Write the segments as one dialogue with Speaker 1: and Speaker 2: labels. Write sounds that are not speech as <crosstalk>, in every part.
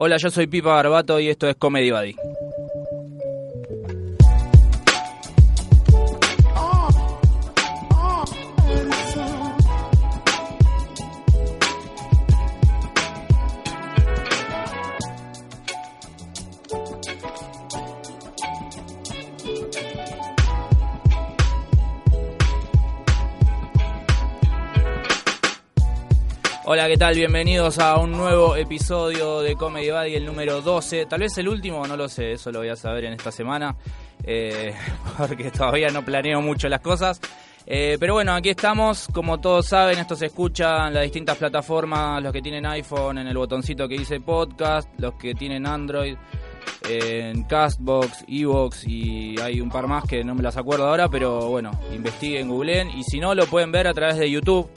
Speaker 1: Hola, yo soy Pipa Barbato y esto es Comedy Buddy. Hola, ¿qué tal? Bienvenidos a un nuevo episodio de Comedy Buddy, el número 12. Tal vez el último, no lo sé, eso lo voy a saber en esta semana, eh, <laughs> porque todavía no planeo mucho las cosas. Eh, pero bueno, aquí estamos, como todos saben, esto se escucha en las distintas plataformas, los que tienen iPhone en el botoncito que dice podcast, los que tienen Android eh, en Castbox, Evox y hay un par más que no me las acuerdo ahora, pero bueno, investiguen, googleen y si no lo pueden ver a través de YouTube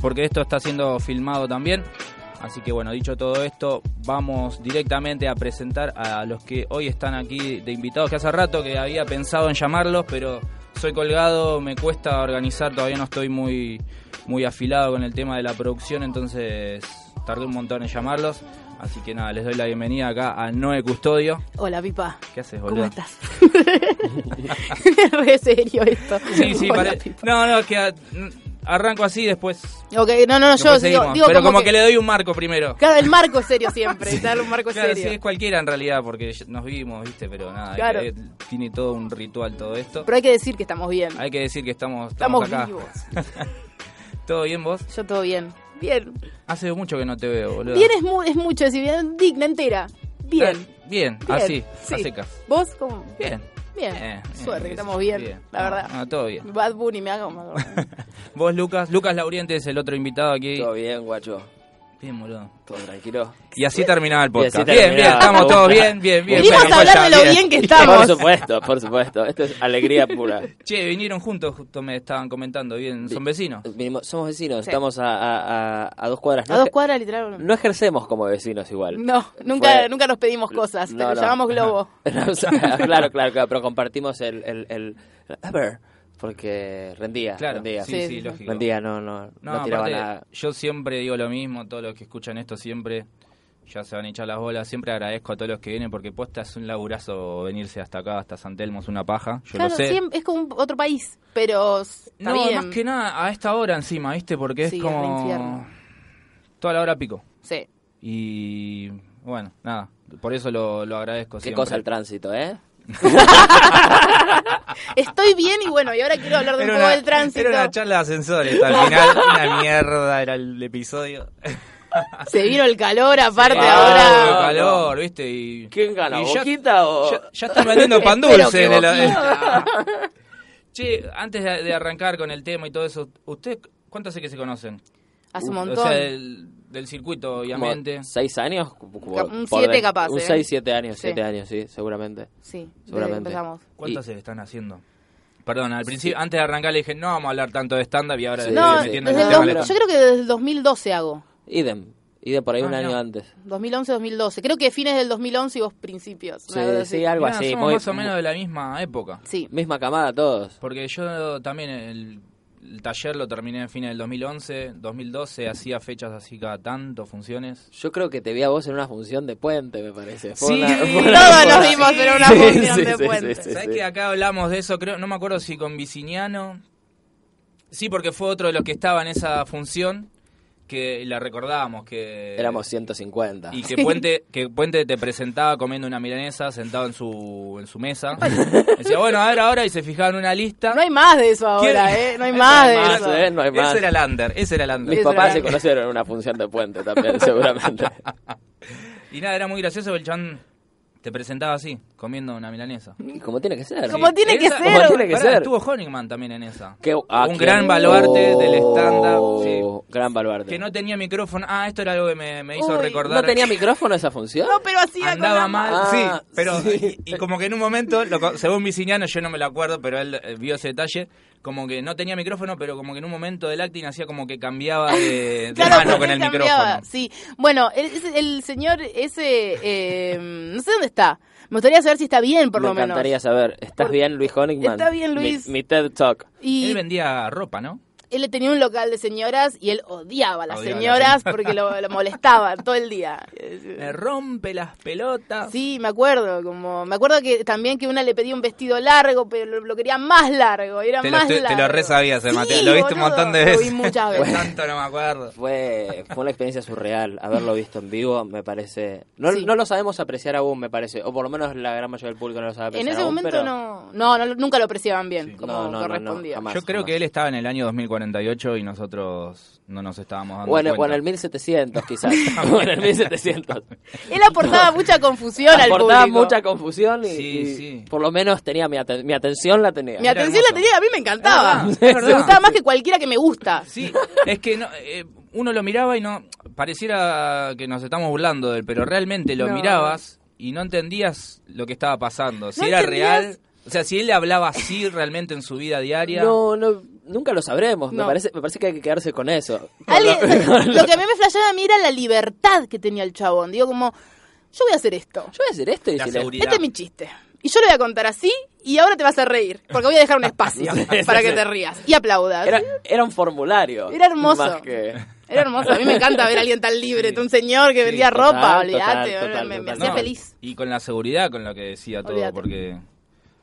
Speaker 1: porque esto está siendo filmado también. Así que bueno, dicho todo esto, vamos directamente a presentar a los que hoy están aquí de invitados, que hace rato que había pensado en llamarlos, pero soy colgado, me cuesta organizar, todavía no estoy muy, muy afilado con el tema de la producción, entonces tardé un montón en llamarlos. Así que nada, les doy la bienvenida acá a Noe Custodio.
Speaker 2: Hola, Pipa.
Speaker 1: ¿Qué haces,
Speaker 2: ¿Cómo
Speaker 1: boludo?
Speaker 2: estás? <laughs> Re serio esto.
Speaker 1: Sí, sí,
Speaker 2: <laughs> Hola,
Speaker 1: pare-
Speaker 2: Pipa.
Speaker 1: No, no, que a- arranco así después.
Speaker 2: Ok, no, no, no, yo
Speaker 1: después
Speaker 2: digo,
Speaker 1: seguimos.
Speaker 2: digo
Speaker 1: pero como, que... le doy un marco primero.
Speaker 2: Claro, el marco es serio siempre, darle un marco
Speaker 1: Claro, sí,
Speaker 2: serio.
Speaker 1: es cualquiera en realidad, porque ya- nos vimos, ¿viste? Pero nada, hay
Speaker 2: Claro.
Speaker 1: que- tiene todo un ritual todo esto.
Speaker 2: Pero hay que decir que estamos bien.
Speaker 1: Hay que decir que estamos,
Speaker 2: estamos
Speaker 1: estamos, acá.
Speaker 2: vivos.
Speaker 1: ¿Todo bien vos?
Speaker 2: Yo todo bien. Bien.
Speaker 1: Hace mucho que no te veo, boludo.
Speaker 2: Bien es, mu- es mucho, si bien digna entera.
Speaker 1: Eh,
Speaker 2: Bien.
Speaker 1: bien,
Speaker 2: Bien,
Speaker 1: así,
Speaker 2: sí.
Speaker 1: a secas.
Speaker 2: ¿Vos cómo?
Speaker 1: Bien.
Speaker 2: Bien.
Speaker 1: Eh,
Speaker 2: Suerte,
Speaker 1: eh,
Speaker 2: que estamos bien, la
Speaker 1: No,
Speaker 2: verdad.
Speaker 1: no, todo bien. <laughs>
Speaker 2: Bad Bunny me hago. me hago-
Speaker 1: Vos, Lucas, Lucas Lauriente es el otro invitado aquí.
Speaker 3: Todo bien, guacho.
Speaker 1: Bien, boludo.
Speaker 3: Todo tranquilo.
Speaker 1: Y así terminaba el
Speaker 3: Y así
Speaker 1: podcast. Bien, bien,
Speaker 3: terminaba.
Speaker 1: estamos todos bien, bien, bien.
Speaker 2: Venimos
Speaker 1: Bueno, pues
Speaker 2: a hablar
Speaker 1: ya,
Speaker 2: de lo
Speaker 1: <laughs>
Speaker 2: bien que
Speaker 3: Por
Speaker 2: estamos.
Speaker 3: supuesto, por supuesto. Esto es
Speaker 2: <laughs>
Speaker 3: alegría pura.
Speaker 1: Che, vinieron juntos, justo me estaban comentando, bien, son vecinos.
Speaker 3: Vinimos- Somos vecinos,
Speaker 2: Sí.
Speaker 3: estamos a, a- a- a dos cuadras.
Speaker 2: A dos
Speaker 3: ejer-
Speaker 2: cuadras, literal.
Speaker 3: no ejercemos como vecinos igual.
Speaker 2: No, nunca,
Speaker 3: Fue-
Speaker 2: nunca nos pedimos cosas.
Speaker 3: No,
Speaker 2: Nos
Speaker 3: <laughs> no.
Speaker 2: llamamos
Speaker 1: <laughs>
Speaker 2: Globo.
Speaker 3: claro, claro, claro, pero compartimos el... el, el- a ver, porque rendía,
Speaker 1: Claro,
Speaker 3: rendía.
Speaker 1: sí,
Speaker 2: Sí,
Speaker 1: sí,
Speaker 2: sí, sí.
Speaker 1: lógico.
Speaker 3: Rendía, no, no, no,
Speaker 1: No,
Speaker 3: tiraba
Speaker 1: aparte,
Speaker 3: nada.
Speaker 1: yo siempre digo lo mismo, todos los que escuchan esto siempre ya se van a echar las bolas, siempre agradezco a todos los que vienen porque posta es un laburazo venirse hasta acá, hasta San Telmo, es una paja, yo
Speaker 2: claro,
Speaker 1: lo sé.
Speaker 2: siempre- es como un- otro país, pero está
Speaker 1: no,
Speaker 2: bien.
Speaker 1: más que nada a esta hora encima, ¿viste? Porque
Speaker 2: Sí,
Speaker 1: es
Speaker 2: es
Speaker 1: como
Speaker 2: re infierno.
Speaker 1: toda la hora pico
Speaker 2: Sí.
Speaker 1: y bueno, nada, por eso lo, lo agradezco
Speaker 3: Qué
Speaker 1: siempre.
Speaker 3: cosa el tránsito, ¿eh?
Speaker 2: Estoy bien y bueno, y ahora quiero hablar de un
Speaker 1: Era
Speaker 2: poco
Speaker 1: una,
Speaker 2: del tránsito.
Speaker 1: era una charla de ascensores, al final una mierda era el episodio.
Speaker 2: Se vino el calor aparte
Speaker 3: Sí.
Speaker 1: Ah,
Speaker 2: ahora.
Speaker 3: Ah,
Speaker 1: calor, ¿viste? Y,
Speaker 3: ¿Quién gana,
Speaker 1: y ya-
Speaker 3: Boquita o...?
Speaker 1: Ya, ya
Speaker 2: <laughs>
Speaker 1: están vendiendo pan
Speaker 2: Espero
Speaker 1: dulce
Speaker 2: que
Speaker 1: en el-
Speaker 2: vos-
Speaker 1: el- <laughs> Che, antes de, de arrancar con el tema y todo eso, ¿usted cuánto hace que se conocen?
Speaker 2: Hace un
Speaker 1: O
Speaker 2: montón.
Speaker 1: sea, del, del circuito y
Speaker 3: como
Speaker 1: ambiente.
Speaker 3: ¿Seis años? Por-
Speaker 2: un
Speaker 3: por
Speaker 2: siete
Speaker 3: ve-
Speaker 2: capaz,
Speaker 3: Un
Speaker 2: ¿eh?
Speaker 3: seis, siete años,
Speaker 2: Sí.
Speaker 3: siete años, sí, seguramente.
Speaker 2: Sí, desde que
Speaker 3: Seguramente.
Speaker 2: empezamos.
Speaker 1: ¿Cuántas se le están haciendo? Perdón, al principio, antes de arrancar le dije, no vamos a hablar tanto de stand-up y ahora
Speaker 3: Sí,
Speaker 1: le
Speaker 2: No,
Speaker 1: estoy
Speaker 3: sí.
Speaker 1: metiendo en
Speaker 2: desde
Speaker 1: el
Speaker 2: el
Speaker 1: tema
Speaker 2: dos-
Speaker 1: del
Speaker 2: yo
Speaker 1: stand-up.
Speaker 2: creo que desde el 2012 hago.
Speaker 3: Idem, idem por ahí
Speaker 1: Ah,
Speaker 3: un año
Speaker 1: no.
Speaker 3: antes.
Speaker 2: 2011-2012. Creo que fines del 2011 y vos principios. una
Speaker 3: Sí,
Speaker 2: cosa
Speaker 3: sí,
Speaker 2: así.
Speaker 3: algo
Speaker 1: Mirá,
Speaker 3: así.
Speaker 1: somos
Speaker 3: muy-
Speaker 1: más o menos de la misma época.
Speaker 2: Sí.
Speaker 3: Misma camada todos.
Speaker 1: Porque yo también el, el taller lo terminé en fines del 2011, 2012, hacía fechas así cada tanto, funciones.
Speaker 3: Yo creo que te vi a vos en una función de puente, me parece. Fue
Speaker 1: Sí,
Speaker 3: una- fue
Speaker 1: todos
Speaker 3: una-
Speaker 2: Todos nos vimos en una
Speaker 3: Sí,
Speaker 2: función
Speaker 3: sí,
Speaker 2: de
Speaker 3: sí,
Speaker 2: puente.
Speaker 3: sí, sí.
Speaker 1: ¿Sabes que acá hablamos de eso? Creo, no me acuerdo si con Viciniano. Sí, porque fue otro de los que estaba en esa función que la recordábamos que
Speaker 3: Éramos 150.
Speaker 1: y que Puente que Puente te presentaba comiendo una milanesa sentado en su en su
Speaker 3: <laughs>
Speaker 1: mesa. Decía, bueno, a ver ahora y se fijaba en una lista.
Speaker 2: No hay más de eso ahora,
Speaker 1: ¿Quién-
Speaker 2: ¿eh?
Speaker 1: <laughs>
Speaker 2: No hay más de
Speaker 3: más,
Speaker 2: eso.
Speaker 3: ¿eh? No hay más.
Speaker 1: Ese era el under, ese era el under.
Speaker 3: Mis
Speaker 2: Eso
Speaker 3: papás
Speaker 2: era-
Speaker 3: se conocieron en una función de
Speaker 1: <laughs>
Speaker 3: puente también, seguramente.
Speaker 1: Y nada, era muy gracioso el chan te presentaba así, comiendo una milanesa.
Speaker 3: Y Como tiene que ser.
Speaker 2: Como tiene que
Speaker 1: Esa-
Speaker 2: ser.
Speaker 3: Como tiene que
Speaker 1: Pará,
Speaker 3: ser.
Speaker 1: Estuvo Honigman también en esa.
Speaker 3: Qué- ah,
Speaker 1: Un
Speaker 3: qué-
Speaker 1: gran baluarte del
Speaker 3: Oh,
Speaker 1: stand-up,
Speaker 3: Gran baluarte.
Speaker 1: Que no tenía micrófono. Ah, esto era algo que me, me hizo
Speaker 2: Uy,
Speaker 1: recordar.
Speaker 3: ¿No tenía micrófono esa función?
Speaker 2: No, pero hacía con
Speaker 1: Andaba
Speaker 2: la
Speaker 1: mal,
Speaker 3: mano.
Speaker 1: sí,
Speaker 3: Ah,
Speaker 1: pero
Speaker 3: sí.
Speaker 1: Y, y como que en un momento, lo co- según Viciniano, yo no me lo acuerdo, pero él eh, vio ese detalle, como que no tenía micrófono, pero como que en un momento del acting hacía como que cambiaba de, de
Speaker 2: <laughs> Claro,
Speaker 1: mano
Speaker 2: porque
Speaker 1: con el
Speaker 2: cambiaba,
Speaker 1: micrófono.
Speaker 2: Sí. Bueno, el, ese- el señor ese, eh, no sé dónde está. Me gustaría saber si está bien, por
Speaker 3: Me
Speaker 2: lo menos.
Speaker 3: encantaría saber. ¿Estás bien, Luis Honigman?
Speaker 2: Está bien,
Speaker 3: Mi-
Speaker 2: Luis.
Speaker 3: Mi, TED Talk.
Speaker 2: Y
Speaker 1: Él vendía ropa, ¿no?
Speaker 2: él tenía un local de señoras y él odiaba a las
Speaker 1: Odiaba a las señoras.
Speaker 2: señoras porque lo,
Speaker 1: <laughs>
Speaker 2: lo molestaban todo el día.
Speaker 1: Me rompe las pelotas.
Speaker 2: Sí, me acuerdo, como me acuerdo que también que una le pedía un vestido largo, pero lo, lo quería más largo, era
Speaker 1: Te lo,
Speaker 2: más
Speaker 1: te, te
Speaker 2: largo.
Speaker 1: lo re sabías, eh,
Speaker 2: Sí,
Speaker 1: Mateo. Lo viste un
Speaker 2: boludo,
Speaker 1: montón de
Speaker 2: lo
Speaker 1: veces.
Speaker 2: vi
Speaker 1: <laughs>
Speaker 2: muchas
Speaker 1: De
Speaker 2: veces.
Speaker 1: tanto no me acuerdo.
Speaker 3: Fue, fue una experiencia surreal haberlo visto en vivo, me parece. No,
Speaker 2: Sí.
Speaker 3: no lo sabemos apreciar aún, me parece. O por lo menos la gran mayoría del público no lo sabe apreciar
Speaker 2: En ese
Speaker 3: aún,
Speaker 2: momento
Speaker 3: pero-
Speaker 2: no, no, no, nunca lo apreciaban bien, como
Speaker 3: No, no, no, no,
Speaker 2: correspondía.
Speaker 3: jamás.
Speaker 1: Yo creo que él estaba en el año 2048 y nosotros no nos estábamos dando
Speaker 3: O en, o en
Speaker 1: cuenta.
Speaker 3: el 1700
Speaker 2: <laughs>
Speaker 3: quizás. <laughs> o en el 1700.
Speaker 2: Él aportaba mucha confusión al público.
Speaker 3: Aportaba mucha confusión y,
Speaker 1: Sí,
Speaker 3: y
Speaker 1: sí.
Speaker 3: por lo menos tenía mi, aten- mi atención la tenía.
Speaker 2: Mi
Speaker 1: Era
Speaker 2: atención
Speaker 1: hermoso.
Speaker 2: la tenía, a mí me encantaba.
Speaker 1: Es verdad, es
Speaker 2: me
Speaker 1: verdad.
Speaker 2: gustaba más que cualquiera que me gusta.
Speaker 1: Sí, es que no, eh, uno lo miraba y no. Pareciera que nos estamos burlando de él, pero realmente lo
Speaker 2: No.
Speaker 1: mirabas y no entendías lo que estaba pasando. Si
Speaker 2: No
Speaker 1: era
Speaker 2: entendías.
Speaker 1: real. O sea, si él le hablaba así realmente en su vida diaria.
Speaker 3: No, no, nunca lo sabremos. Me
Speaker 2: No.
Speaker 3: parece, me parece que hay que quedarse con eso.
Speaker 2: <laughs>
Speaker 3: Con
Speaker 2: Alguien-
Speaker 3: lo-
Speaker 2: <laughs>
Speaker 3: con <laughs>
Speaker 2: lo que a mí me flashaba a mí era la libertad que tenía el chabón. Digo, como, yo voy a hacer esto.
Speaker 3: Yo voy a hacer esto y
Speaker 1: La
Speaker 3: si le-
Speaker 1: seguridad.
Speaker 2: Este es mi chiste. Y yo lo voy a contar así y ahora te vas a reír. Porque voy a dejar un espacio para que te rías y aplaudas.
Speaker 3: Era,
Speaker 2: Era,
Speaker 3: era un formulario.
Speaker 2: Era hermoso.
Speaker 1: <laughs>
Speaker 3: Más que-
Speaker 2: hermoso. A mí me encanta ver a alguien tan libre. Un señor que
Speaker 1: Sí,
Speaker 2: vendía
Speaker 3: total,
Speaker 2: ropa,
Speaker 3: total,
Speaker 2: olvídate.
Speaker 3: total,
Speaker 2: me me
Speaker 3: total.
Speaker 2: hacía
Speaker 1: No,
Speaker 2: feliz.
Speaker 1: Y con la seguridad con lo que decía todo,
Speaker 2: Olvídate.
Speaker 1: porque.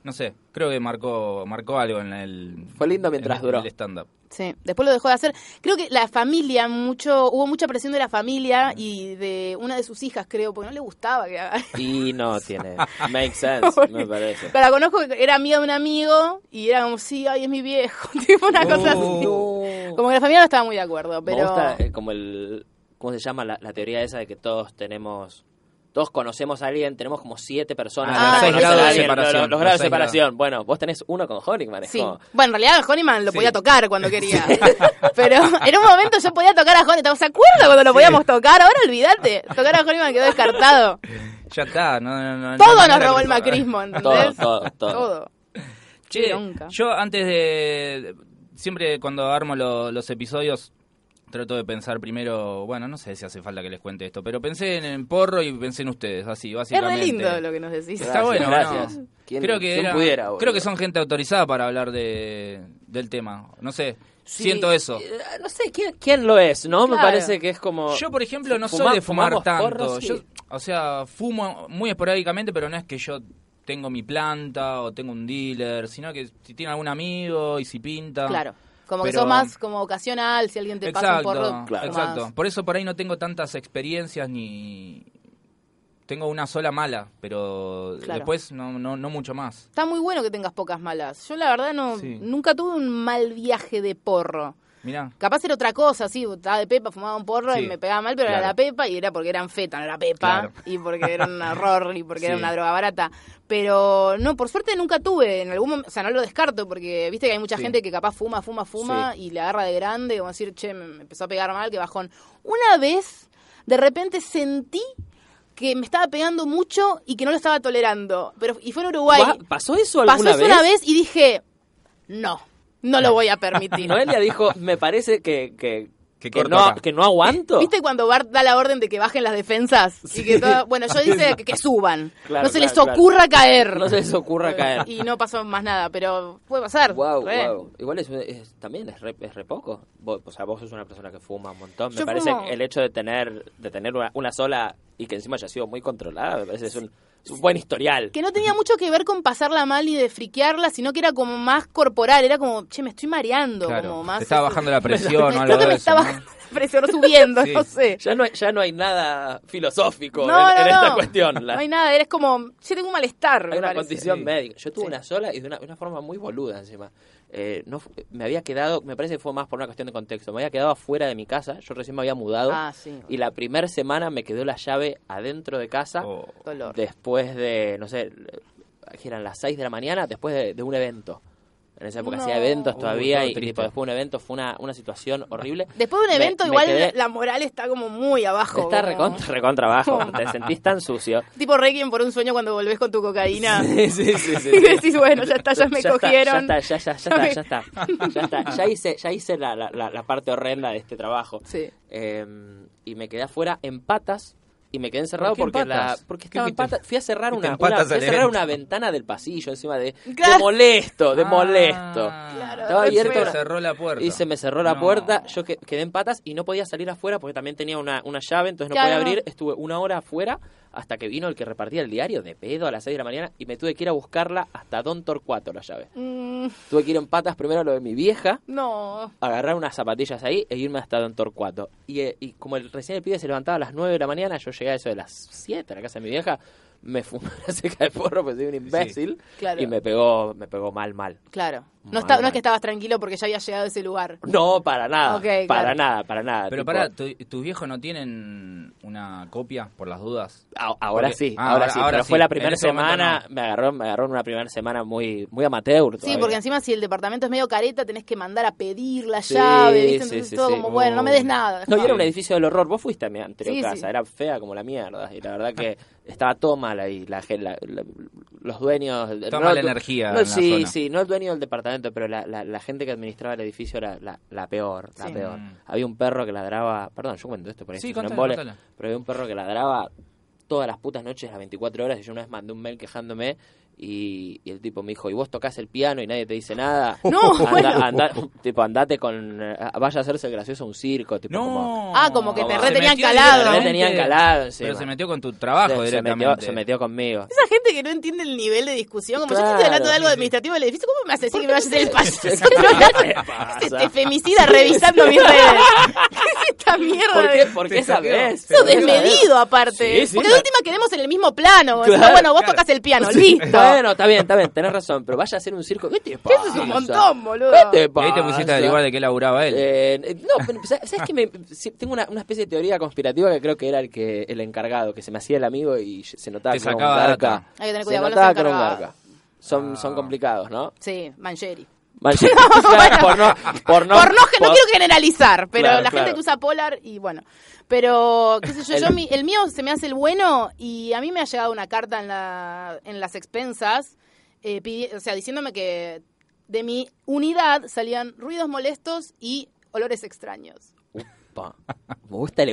Speaker 1: No sé, creo que marcó marcó algo en el.
Speaker 3: Fue lindo mientras
Speaker 1: en
Speaker 3: duró.
Speaker 1: El stand-up.
Speaker 2: Sí, después lo dejó de hacer. Creo que la familia, mucho, hubo mucha presión de la familia y de una de sus hijas, creo, porque no le gustaba que haga.
Speaker 3: Y
Speaker 1: <laughs>
Speaker 3: no tiene. Make sense, me parece.
Speaker 2: Pero la conozco, era amiga de un amigo y era como, sí, ay, es mi viejo. <laughs> Tipo una cosa así.
Speaker 3: No.
Speaker 2: Como que la familia no estaba muy de acuerdo, pero.
Speaker 3: <laughs> Me gusta eh, como el... ¿Cómo se llama la, la teoría esa de que todos tenemos... Todos conocemos a alguien, tenemos como siete personas.
Speaker 1: Ah,
Speaker 3: que
Speaker 2: los seis
Speaker 3: conocen a
Speaker 2: grados de
Speaker 3: alguien,
Speaker 1: separación,
Speaker 3: Los, los
Speaker 1: los
Speaker 3: grados de
Speaker 1: seis grados.
Speaker 3: separación. Bueno, vos tenés uno con Honigman. es
Speaker 2: Sí.
Speaker 3: como-
Speaker 2: Bueno, en realidad a Honeyman lo
Speaker 1: Sí.
Speaker 2: podía tocar
Speaker 3: <laughs>
Speaker 2: cuando quería. Pero en un momento yo podía tocar a Honeyman. ¿Se acuerdan cuando lo podíamos tocar? Ahora olvídate. Tocar a Honeyman quedó descartado.
Speaker 1: Ya está, no, no, no,
Speaker 2: Todo
Speaker 1: no, no
Speaker 2: nos
Speaker 1: era
Speaker 2: robó el
Speaker 1: culpa.
Speaker 2: macrismo,
Speaker 3: Todo,
Speaker 2: ¿entendés?
Speaker 3: todo, todo.
Speaker 2: Todo.
Speaker 1: Che,
Speaker 2: Qué bronca.
Speaker 1: yo antes de... Siempre cuando armo lo- los episodios trato de pensar primero, bueno, no sé si hace falta que les cuente esto, pero pensé en, en Porro y pensé en ustedes, así,
Speaker 2: Es re
Speaker 1: básicamente.
Speaker 2: lindo lo que nos decís.
Speaker 1: Está bueno,
Speaker 3: Gracias.
Speaker 1: ¿no?
Speaker 3: ¿Quién-
Speaker 1: creo que
Speaker 3: quién
Speaker 1: era-
Speaker 3: pudiera, boludo?
Speaker 1: creo que son gente autorizada para hablar de, del tema, no sé, siento eso.
Speaker 3: Eh, No sé, ¿quién, quién lo es? ¿No? Me
Speaker 2: Claro.
Speaker 3: parece que es como...
Speaker 1: Yo, por ejemplo, no
Speaker 3: Fuma-
Speaker 1: soy de fumar
Speaker 3: fumamos
Speaker 1: tanto.
Speaker 3: porros, sí.
Speaker 1: Yo, o sea, fumo muy esporádicamente, pero no es que yo tengo mi planta o tengo un dealer, sino que si tiene algún amigo y si
Speaker 3: Ah.
Speaker 1: pinta.
Speaker 2: Claro. Como que
Speaker 1: Pero-
Speaker 2: sos más como ocasional, si alguien te pasa un
Speaker 1: Exacto,
Speaker 2: porro.
Speaker 3: Claro.
Speaker 2: fumás.
Speaker 1: exacto. Por eso por ahí no tengo tantas experiencias ni... Tengo una sola mala, pero
Speaker 2: Claro.
Speaker 1: después no, no, no mucho más.
Speaker 2: Está muy bueno que tengas pocas malas. Yo la verdad no
Speaker 1: Sí.
Speaker 2: nunca tuve un mal viaje de porro.
Speaker 1: Mirá.
Speaker 2: Capaz era otra cosa, sí, estaba de pepa, fumaba un porro
Speaker 1: Sí,
Speaker 2: y me pegaba mal, pero
Speaker 1: claro.
Speaker 2: era la pepa y era porque eran feta, no era pepa,
Speaker 1: Claro.
Speaker 2: y porque era un error y porque era
Speaker 1: Sí.
Speaker 2: una droga barata. Pero no, por suerte nunca tuve, en algún momento, o sea, no lo descarto, porque viste que hay mucha
Speaker 1: Sí.
Speaker 2: gente que capaz fuma, fuma, fuma y le agarra de grande, como decir, che, me, me empezó a pegar mal, que bajón. Una vez, de repente sentí que me estaba pegando mucho y que no lo estaba tolerando, pero y fue en Uruguay.
Speaker 3: Gua- ¿Pasó eso alguna
Speaker 2: Pasó eso
Speaker 3: vez? Ah.
Speaker 2: una vez y dije, no, no lo voy a
Speaker 3: <laughs>
Speaker 2: permitir.
Speaker 3: Noelia dijo, me parece que, que,
Speaker 1: Que
Speaker 3: que
Speaker 1: corto
Speaker 3: no,
Speaker 1: acá.
Speaker 3: que no aguanto.
Speaker 2: ¿Viste cuando Bart da la orden de que bajen las defensas? Y que todo- bueno, yo dice
Speaker 3: <laughs>
Speaker 2: que, que suban.
Speaker 3: Claro,
Speaker 2: no se les
Speaker 3: claro, claro.
Speaker 2: ocurra caer.
Speaker 3: No se les ocurra caer.
Speaker 2: Y no pasó más nada, pero puede pasar.
Speaker 3: Wow,
Speaker 2: re.
Speaker 3: wow. Igual es, es- también es re, es re poco. Vos- o sea, vos sos una persona que fuma un montón. Me
Speaker 2: Yo
Speaker 3: parece
Speaker 2: fumo.
Speaker 3: que el hecho de tener de tener una, una sola y que encima haya sido muy controlada, me parece es un, es un buen historial.
Speaker 2: Que no tenía mucho que ver con pasarla mal y de friquearla, sino que era como más corporal. Era como, che, me estoy mareando.
Speaker 1: Claro,
Speaker 2: como más
Speaker 1: te estaba bajando
Speaker 2: <laughs>
Speaker 1: la presión o
Speaker 2: Creo
Speaker 1: algo
Speaker 2: que
Speaker 1: de
Speaker 2: me
Speaker 1: eso,
Speaker 2: está
Speaker 1: ¿no?
Speaker 2: bajando <laughs> la presión o
Speaker 3: <laughs>
Speaker 2: subiendo,
Speaker 1: Sí.
Speaker 2: no sé.
Speaker 3: Ya no, hay- ya no hay nada filosófico
Speaker 2: No,
Speaker 3: en,
Speaker 2: no,
Speaker 3: en esta
Speaker 2: no.
Speaker 3: cuestión. La-
Speaker 2: No hay nada, eres como, che, tengo un malestar. me
Speaker 3: hay una
Speaker 2: parece.
Speaker 3: condición
Speaker 1: Sí.
Speaker 3: médica. Yo tuve
Speaker 2: Sí.
Speaker 3: una sola y de una, una forma muy boluda encima. eh, no fu- me había quedado, me parece que fue más por una cuestión de contexto, me había quedado afuera de mi casa, yo recién me había mudado
Speaker 2: Ah, sí.
Speaker 3: y la primera semana me quedó la llave adentro de casa
Speaker 2: <laughs>
Speaker 1: Oh.
Speaker 2: Dolor.
Speaker 3: después de, no sé, que eran las 6 de la mañana, después de, de un evento. En esa época
Speaker 2: No.
Speaker 3: hacía eventos
Speaker 1: Uh,
Speaker 3: todavía
Speaker 1: todo
Speaker 3: y, y
Speaker 1: triste.
Speaker 3: tipo, después de un evento fue una, una situación horrible.
Speaker 2: Después de un
Speaker 3: Me-
Speaker 2: evento,
Speaker 3: me
Speaker 2: igual
Speaker 3: quedé-
Speaker 2: la moral está como muy abajo.
Speaker 3: Está
Speaker 2: como-
Speaker 3: recontra,
Speaker 2: <laughs>
Speaker 3: recontra abajo, te sentís tan sucio.
Speaker 2: Tipo Requiem por un sueño cuando volvés con tu
Speaker 3: <laughs>
Speaker 2: cocaína.
Speaker 1: Sí, sí, sí, sí.
Speaker 2: <laughs> y decís, bueno, ya está, Ah. ya me
Speaker 3: Ya está,
Speaker 2: cogieron.
Speaker 3: ya está, ya, ya, ya está, ya
Speaker 2: <laughs>
Speaker 3: está, ya está. Ya hice, ya hice la, la- la- la parte horrenda de este trabajo.
Speaker 2: Sí.
Speaker 3: Eh, y me quedé afuera en patas y me quedé
Speaker 1: ¿Por
Speaker 3: encerrado
Speaker 1: qué en
Speaker 3: porque la
Speaker 1: patas?
Speaker 3: porque
Speaker 1: ¿Qué
Speaker 3: estaba en
Speaker 1: fuiste?
Speaker 3: patas fui a cerrar
Speaker 1: Fuiste
Speaker 3: una,
Speaker 1: en patas
Speaker 3: una- fui a
Speaker 1: al
Speaker 3: cerrar
Speaker 1: evento.
Speaker 3: una ventana del pasillo encima de
Speaker 2: Claro.
Speaker 3: de molesto de
Speaker 1: Ah.
Speaker 3: molesto
Speaker 2: Claro,
Speaker 3: Estaba
Speaker 2: re
Speaker 3: abierto.
Speaker 2: feo.
Speaker 1: Se cerró la puerta.
Speaker 3: y se me cerró la
Speaker 1: No.
Speaker 3: puerta yo que- quedé en patas y no podía salir afuera porque también tenía una, una llave entonces no
Speaker 2: Claro,
Speaker 3: podía
Speaker 2: no.
Speaker 3: abrir estuve una hora afuera hasta que vino el que repartía el diario de pedo a las 6 de la mañana y me tuve que ir a buscarla hasta Don Torcuato la llave
Speaker 2: Mm,
Speaker 3: tuve que ir en patas primero a lo de mi vieja
Speaker 2: no.
Speaker 3: agarrar unas zapatillas ahí e irme hasta Don Torcuato. Y, eh, y como el, recién el pibe se levantaba a las 9 de la mañana, yo llegué a eso de las 7 a la casa de mi vieja, me fumé una <laughs> seca de porro porque soy un imbécil
Speaker 2: Claro.
Speaker 3: y me pegó, me pegó mal, mal.
Speaker 2: Claro. No,
Speaker 3: Mal,
Speaker 2: está, no
Speaker 3: mal.
Speaker 2: es que estabas tranquilo porque ya había llegado a ese lugar.
Speaker 3: No, para nada,
Speaker 2: Ok, claro.
Speaker 3: para nada, para nada.
Speaker 1: Pero
Speaker 3: Ah, tipo,
Speaker 1: pará, ¿tu- ¿tus viejos no tienen una copia por las dudas?
Speaker 3: a- ahora
Speaker 1: porque-
Speaker 3: sí,
Speaker 1: ah,
Speaker 3: ahora,
Speaker 1: ahora-
Speaker 3: sí,
Speaker 1: ahora
Speaker 3: pero
Speaker 1: sí,
Speaker 3: fue la
Speaker 1: en
Speaker 3: primera
Speaker 1: ese momento
Speaker 3: semana,
Speaker 1: no.
Speaker 3: me agarró, me agarró en una primera semana muy, muy amateur.
Speaker 2: Sí,
Speaker 3: todavía.
Speaker 2: porque encima si el departamento es medio careta, tenés que mandar a pedir la
Speaker 3: Sí,
Speaker 2: llave, ¿viste?
Speaker 3: sí,
Speaker 2: Entonces
Speaker 3: sí,
Speaker 2: todo
Speaker 3: sí. Uh.
Speaker 2: como, bueno, no me des nada.
Speaker 3: No, y era un edificio del horror. Vos fuiste a mi anterior
Speaker 2: Sí,
Speaker 3: casa,
Speaker 2: sí.
Speaker 3: era fea como la mierda. Y la verdad que estaba todo mal ahí. La, gen- la- la- los dueños.
Speaker 1: Toda mala energía
Speaker 3: No,
Speaker 1: en la
Speaker 3: sí,
Speaker 1: zona.
Speaker 3: sí, no el dueño del departamento, pero la, la- la gente que administraba el edificio era la, la peor. La
Speaker 2: Sí.
Speaker 3: peor.
Speaker 1: Mm.
Speaker 3: Había un perro que ladraba. Perdón, yo cuento esto por ahí.
Speaker 1: Sí,
Speaker 3: es un
Speaker 1: contalo,
Speaker 3: embole,
Speaker 1: contalo.
Speaker 3: Pero había un perro que ladraba todas las putas noches, las 24 horas. Y yo una vez mandé un mail quejándome. Y, y el tipo me dijo, ¿y vos tocas el piano y nadie te dice nada?
Speaker 2: <laughs> No,
Speaker 3: Anda-
Speaker 2: bueno.
Speaker 1: <laughs>
Speaker 3: anda- <laughs> tipo, andate con... eh, Vaya a hacerse el gracioso a un circo. Tipo, como-
Speaker 1: No.
Speaker 2: Ah, como que
Speaker 3: te
Speaker 1: Se
Speaker 3: re
Speaker 2: tenían
Speaker 1: metió
Speaker 2: calado.
Speaker 1: directamente,
Speaker 3: Te re tenían calado encima.
Speaker 1: Pero se metió con tu trabajo
Speaker 3: se, se
Speaker 1: directamente.
Speaker 3: metió, se metió conmigo.
Speaker 2: Esa gente que no entiende el nivel de discusión, como yo te
Speaker 3: Claro,
Speaker 2: estoy hablando de algo
Speaker 1: sí, sí.
Speaker 2: administrativo del edificio, ¿cómo me haces decir que me vayas a hacer el
Speaker 3: <laughs>
Speaker 2: <laughs> payaso?
Speaker 3: ¿Qué
Speaker 2: este femicida revisando mis
Speaker 3: <laughs>
Speaker 2: redes. <laughs> ¿Qué es esta mierda?
Speaker 3: ¿Por
Speaker 2: de-
Speaker 3: qué, por
Speaker 1: Te
Speaker 3: qué
Speaker 1: saqueó. eh.
Speaker 3: sabés?
Speaker 1: Sos
Speaker 2: Eso
Speaker 1: Pero
Speaker 3: <laughs>
Speaker 2: desmedido aparte.
Speaker 3: Sí, sí,
Speaker 2: Porque de
Speaker 3: claro.
Speaker 2: última quedemos en el mismo plano.
Speaker 3: Claro,
Speaker 2: No, bueno, vos
Speaker 1: claro.
Speaker 2: tocas el piano,
Speaker 3: Sí,
Speaker 2: listo.
Speaker 3: Bueno, está bien, está bien, tenés razón, pero vaya a hacer un circo. ¿Qué te pasa?
Speaker 2: Eso es un montón, boludo.
Speaker 3: ¿Qué te
Speaker 1: Y
Speaker 3: pasa?
Speaker 1: ahí te pusiste a averiguar de qué laburaba él.
Speaker 3: Ah, Eh, eh, no, pero ¿sabes sabes que me- sí, tengo una, una especie de teoría conspirativa que creo que era el que el encargado, que se me hacía el amigo y se notaba
Speaker 1: Te
Speaker 3: que era un
Speaker 1: sacaba
Speaker 3: garca.
Speaker 1: data. Ah.
Speaker 2: Hay que tener
Speaker 3: se
Speaker 2: cuidado con los
Speaker 3: notaba que era un
Speaker 2: encargados.
Speaker 3: garca. Son, son complicados, ¿no?
Speaker 2: Sí, Mancheri. <laughs>
Speaker 3: Manchete, por no, por no,
Speaker 2: por no, que no
Speaker 3: por-
Speaker 2: quiero generalizar, pero
Speaker 3: Claro,
Speaker 2: la gente
Speaker 3: claro.
Speaker 2: que usa Polar y bueno. Pero, qué sé yo,
Speaker 3: El-
Speaker 2: yo mi- el mío se me hace el bueno y a mí me ha llegado una carta en, la, en las expensas, eh, pidi- o sea, diciéndome que de mi unidad salían ruidos molestos y olores extraños.
Speaker 3: Upa, me gusta el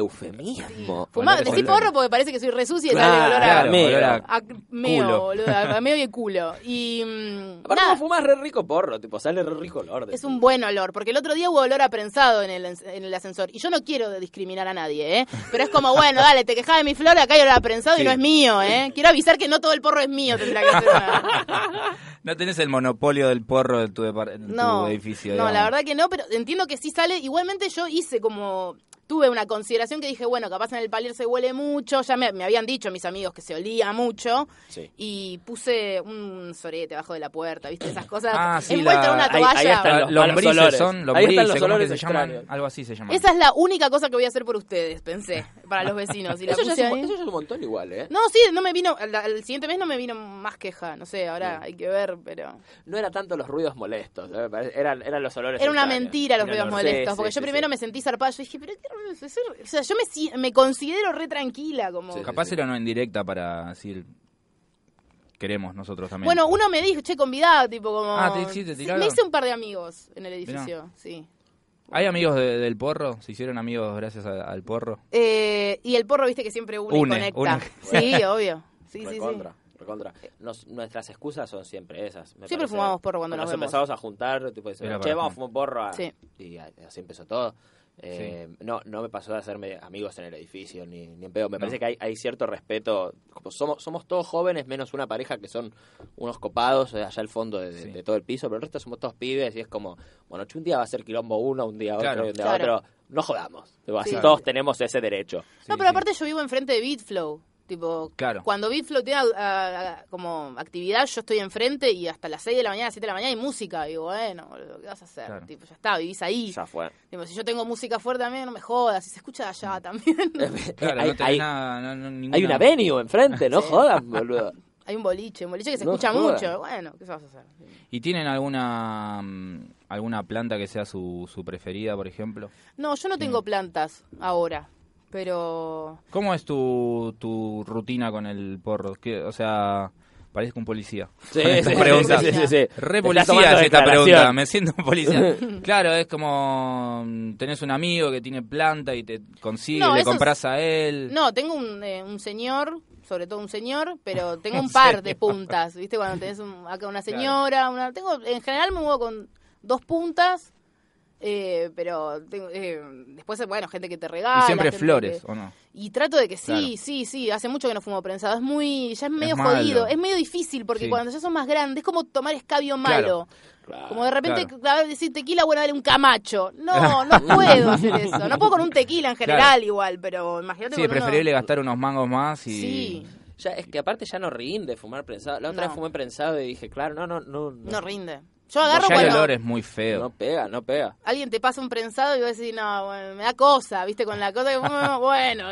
Speaker 3: eufemismo.
Speaker 2: Fumaba,
Speaker 1: olores
Speaker 2: decí
Speaker 1: extraños.
Speaker 2: porro porque parece que soy resucia y
Speaker 3: ah, Claro,
Speaker 2: sale olor a,
Speaker 1: claro,
Speaker 3: amigo.
Speaker 1: olor a-
Speaker 2: a meo,
Speaker 1: Culo.
Speaker 2: boludo, a meo y culo. Y mm,
Speaker 3: Aparte
Speaker 2: nada.
Speaker 3: vos fumás re rico porro, tipo, sale re rico el orden.
Speaker 2: Es un buen olor, porque el otro día hubo olor a prensado en el, en el ascensor. Y yo no quiero discriminar a nadie, ¿eh? Pero es como, bueno, dale, te quejás de mi flor, acá hay olor a prensado
Speaker 1: Sí.
Speaker 2: y no es mío, ¿eh? Quiero avisar que no todo el porro es mío, tendría que ser.
Speaker 1: <laughs>
Speaker 2: una-
Speaker 1: No tenés el monopolio del porro de tu, depar- en tu
Speaker 2: No,
Speaker 1: edificio.
Speaker 2: no,
Speaker 1: digamos.
Speaker 2: la verdad que no, pero entiendo que sí sale. Igualmente yo hice como... Tuve una consideración que dije, bueno, capaz en el palier se huele mucho. Ya me, me habían dicho mis amigos que se olía mucho.
Speaker 3: Sí.
Speaker 2: Y puse un sorete abajo de la puerta, ¿viste? Esas cosas.
Speaker 1: Ah, sí,
Speaker 2: envuelta en
Speaker 1: la-
Speaker 2: una
Speaker 3: ahí- ahí
Speaker 2: toalla.
Speaker 3: están
Speaker 1: Ah,
Speaker 3: los malos
Speaker 1: Lombrices
Speaker 3: olores.
Speaker 1: son,
Speaker 3: Ahí
Speaker 1: lombrices,
Speaker 3: están los
Speaker 1: ¿cómo es que
Speaker 3: olores
Speaker 1: se llaman?
Speaker 3: extraños.
Speaker 1: Algo así se llaman.
Speaker 2: Esa es la única cosa que voy a hacer por ustedes, pensé, para los vecinos. Y la
Speaker 3: <laughs> Eso ya, es
Speaker 2: puse
Speaker 3: un,
Speaker 2: ahí.
Speaker 3: eso ya es un montón igual, ¿eh?
Speaker 2: No, sí, no me vino, al, al siguiente mes no me vino más queja, no sé, ahora hay que ver, pero...
Speaker 3: No era tanto los ruidos molestos, eh, me parece, eran, eran los olores
Speaker 2: Era una
Speaker 3: extraños.
Speaker 2: mentira los
Speaker 3: Era
Speaker 2: ruidos
Speaker 3: olor-
Speaker 2: molestos,
Speaker 3: Sí,
Speaker 2: porque
Speaker 3: sí,
Speaker 2: yo
Speaker 3: sí,
Speaker 2: primero
Speaker 3: sí.
Speaker 2: me sentí zarpada, yo dije, pero qué ruido es ese? O sea, yo me, si- me considero re tranquila, como...
Speaker 3: Sí.
Speaker 1: Capaz era una indirecta para decir. Queremos nosotros también.
Speaker 2: Bueno, uno me dijo, che, convidado, tipo como...
Speaker 1: Ah, te- sí, te
Speaker 2: Sí,
Speaker 1: tiraron.
Speaker 2: me hice un par de amigos en el edificio, sí.
Speaker 1: ¿Hay amigos de- del porro? ¿Se hicieron amigos gracias a- al porro?
Speaker 2: Eh, y el porro, viste que siempre une,
Speaker 1: Une,
Speaker 2: y conecta.
Speaker 1: une.
Speaker 3: <laughs>
Speaker 2: Sí, obvio. Sí, sí, sí. Eh.
Speaker 3: Recontra, recontra. Nos- nuestras excusas son siempre esas. me
Speaker 2: Siempre
Speaker 3: parece.
Speaker 2: fumamos porro cuando nos vemos.
Speaker 3: empezamos a juntar, tipo, decimos,
Speaker 1: Era
Speaker 3: che,
Speaker 1: para
Speaker 3: vamos a
Speaker 1: fumar".
Speaker 3: fumar porro. a-
Speaker 2: Sí.
Speaker 3: Y a- así empezó todo. Eh, no, no me pasó de hacerme amigos en el edificio, ni, ni en pedo. Me
Speaker 1: No.
Speaker 3: parece que hay, hay cierto respeto. Como somos, somos todos jóvenes, menos una pareja que son unos copados eh, allá al fondo de, de-
Speaker 1: Sí.
Speaker 3: de todo el piso, pero el resto somos todos pibes y es como, bueno, che, un día va a ser quilombo uno, un día
Speaker 1: Claro.
Speaker 3: otro, un día
Speaker 2: Claro.
Speaker 3: otro. No jodamos. Tipo, Así
Speaker 2: Sí.
Speaker 3: todos tenemos ese derecho.
Speaker 2: No, pero aparte yo vivo enfrente de Bitflow. Tipo,
Speaker 1: Claro.
Speaker 2: cuando Bitflow tiene ah, ah, como actividad, yo estoy enfrente y hasta las 6 de la mañana, 7 de la mañana hay música. Y digo, bueno, boludo, ¿qué vas a hacer?
Speaker 1: Claro.
Speaker 2: Tipo, ya está, vivís ahí.
Speaker 3: Ya fue.
Speaker 2: Tipo, si yo tengo música fuerte también, no me jodas. Si se escucha
Speaker 3: Mm.
Speaker 2: allá
Speaker 3: <laughs>
Speaker 2: también.
Speaker 1: Claro,
Speaker 3: hay,
Speaker 1: no tenés
Speaker 3: hay-
Speaker 1: nada, no- no-
Speaker 3: hay
Speaker 1: ninguna-
Speaker 3: una venue enfrente, no
Speaker 2: Sí.
Speaker 3: jodas, boludo.
Speaker 2: hay un boliche, un boliche que se
Speaker 3: No
Speaker 2: escucha
Speaker 3: jodas.
Speaker 2: mucho. Bueno, ¿qué vas a hacer?
Speaker 1: ¿Y tienen alguna mm, alguna planta que sea su, su preferida, por ejemplo?
Speaker 2: No, yo no tengo plantas ahora. Pero
Speaker 1: ¿Cómo es tu, tu rutina con el porro? ¿Qué- o sea, parezco un policía.
Speaker 3: Sí,
Speaker 1: Con esta
Speaker 3: sí,
Speaker 1: pregunta.
Speaker 3: sí, sí, sí.
Speaker 1: Re
Speaker 3: Estás
Speaker 1: policía
Speaker 3: tomando
Speaker 1: es esta
Speaker 3: declaración.
Speaker 1: pregunta, me siento un
Speaker 3: <laughs>
Speaker 1: policía. claro, es como mm, tenés un amigo que tiene planta y te consigue,
Speaker 2: No,
Speaker 1: le
Speaker 2: eso es-
Speaker 1: compras a él.
Speaker 2: No, tengo un, eh, un señor, sobre todo un señor,
Speaker 1: <laughs>
Speaker 2: pero tengo un par de puntas, ¿viste? Cuando tenés un- acá una señora, una... Tengo, en general me muevo con dos puntas, eh, pero tengo, eh, después, bueno, gente que te regala.
Speaker 1: y siempre
Speaker 2: gente
Speaker 1: flores,
Speaker 2: que-
Speaker 1: ¿o no?
Speaker 2: Y trato de que sí,
Speaker 1: Claro.
Speaker 2: sí, sí. Hace mucho que no fumo prensado. Es muy... Ya es medio
Speaker 1: malo.
Speaker 2: jodido. Es medio difícil porque
Speaker 1: Sí.
Speaker 2: cuando ya son más grandes es como tomar escabio malo.
Speaker 1: Claro.
Speaker 2: Como de repente
Speaker 1: Claro.
Speaker 2: claro, decir tequila, bueno, dale un camacho.
Speaker 1: <laughs>
Speaker 2: No, no puedo hacer eso. No puedo con un tequila en general
Speaker 1: Claro.
Speaker 2: igual, pero imagínate
Speaker 1: Sí,
Speaker 2: con uno-
Speaker 1: preferible gastar unos mangos más y...
Speaker 2: Sí,
Speaker 3: Ya, es que aparte ya no rinde fumar prensado. La otra
Speaker 2: No.
Speaker 3: vez fumé prensado y dije, claro, no, no, no.
Speaker 2: no rinde. Yo
Speaker 1: Porque
Speaker 2: agarro
Speaker 1: ya el
Speaker 2: cuando
Speaker 1: olor es muy feo.
Speaker 3: No pega, no pega.
Speaker 2: alguien te pasa un prensado y vos decís, no, bueno, me da cosa, ¿viste? Con la cosa que <laughs> fumo, bueno,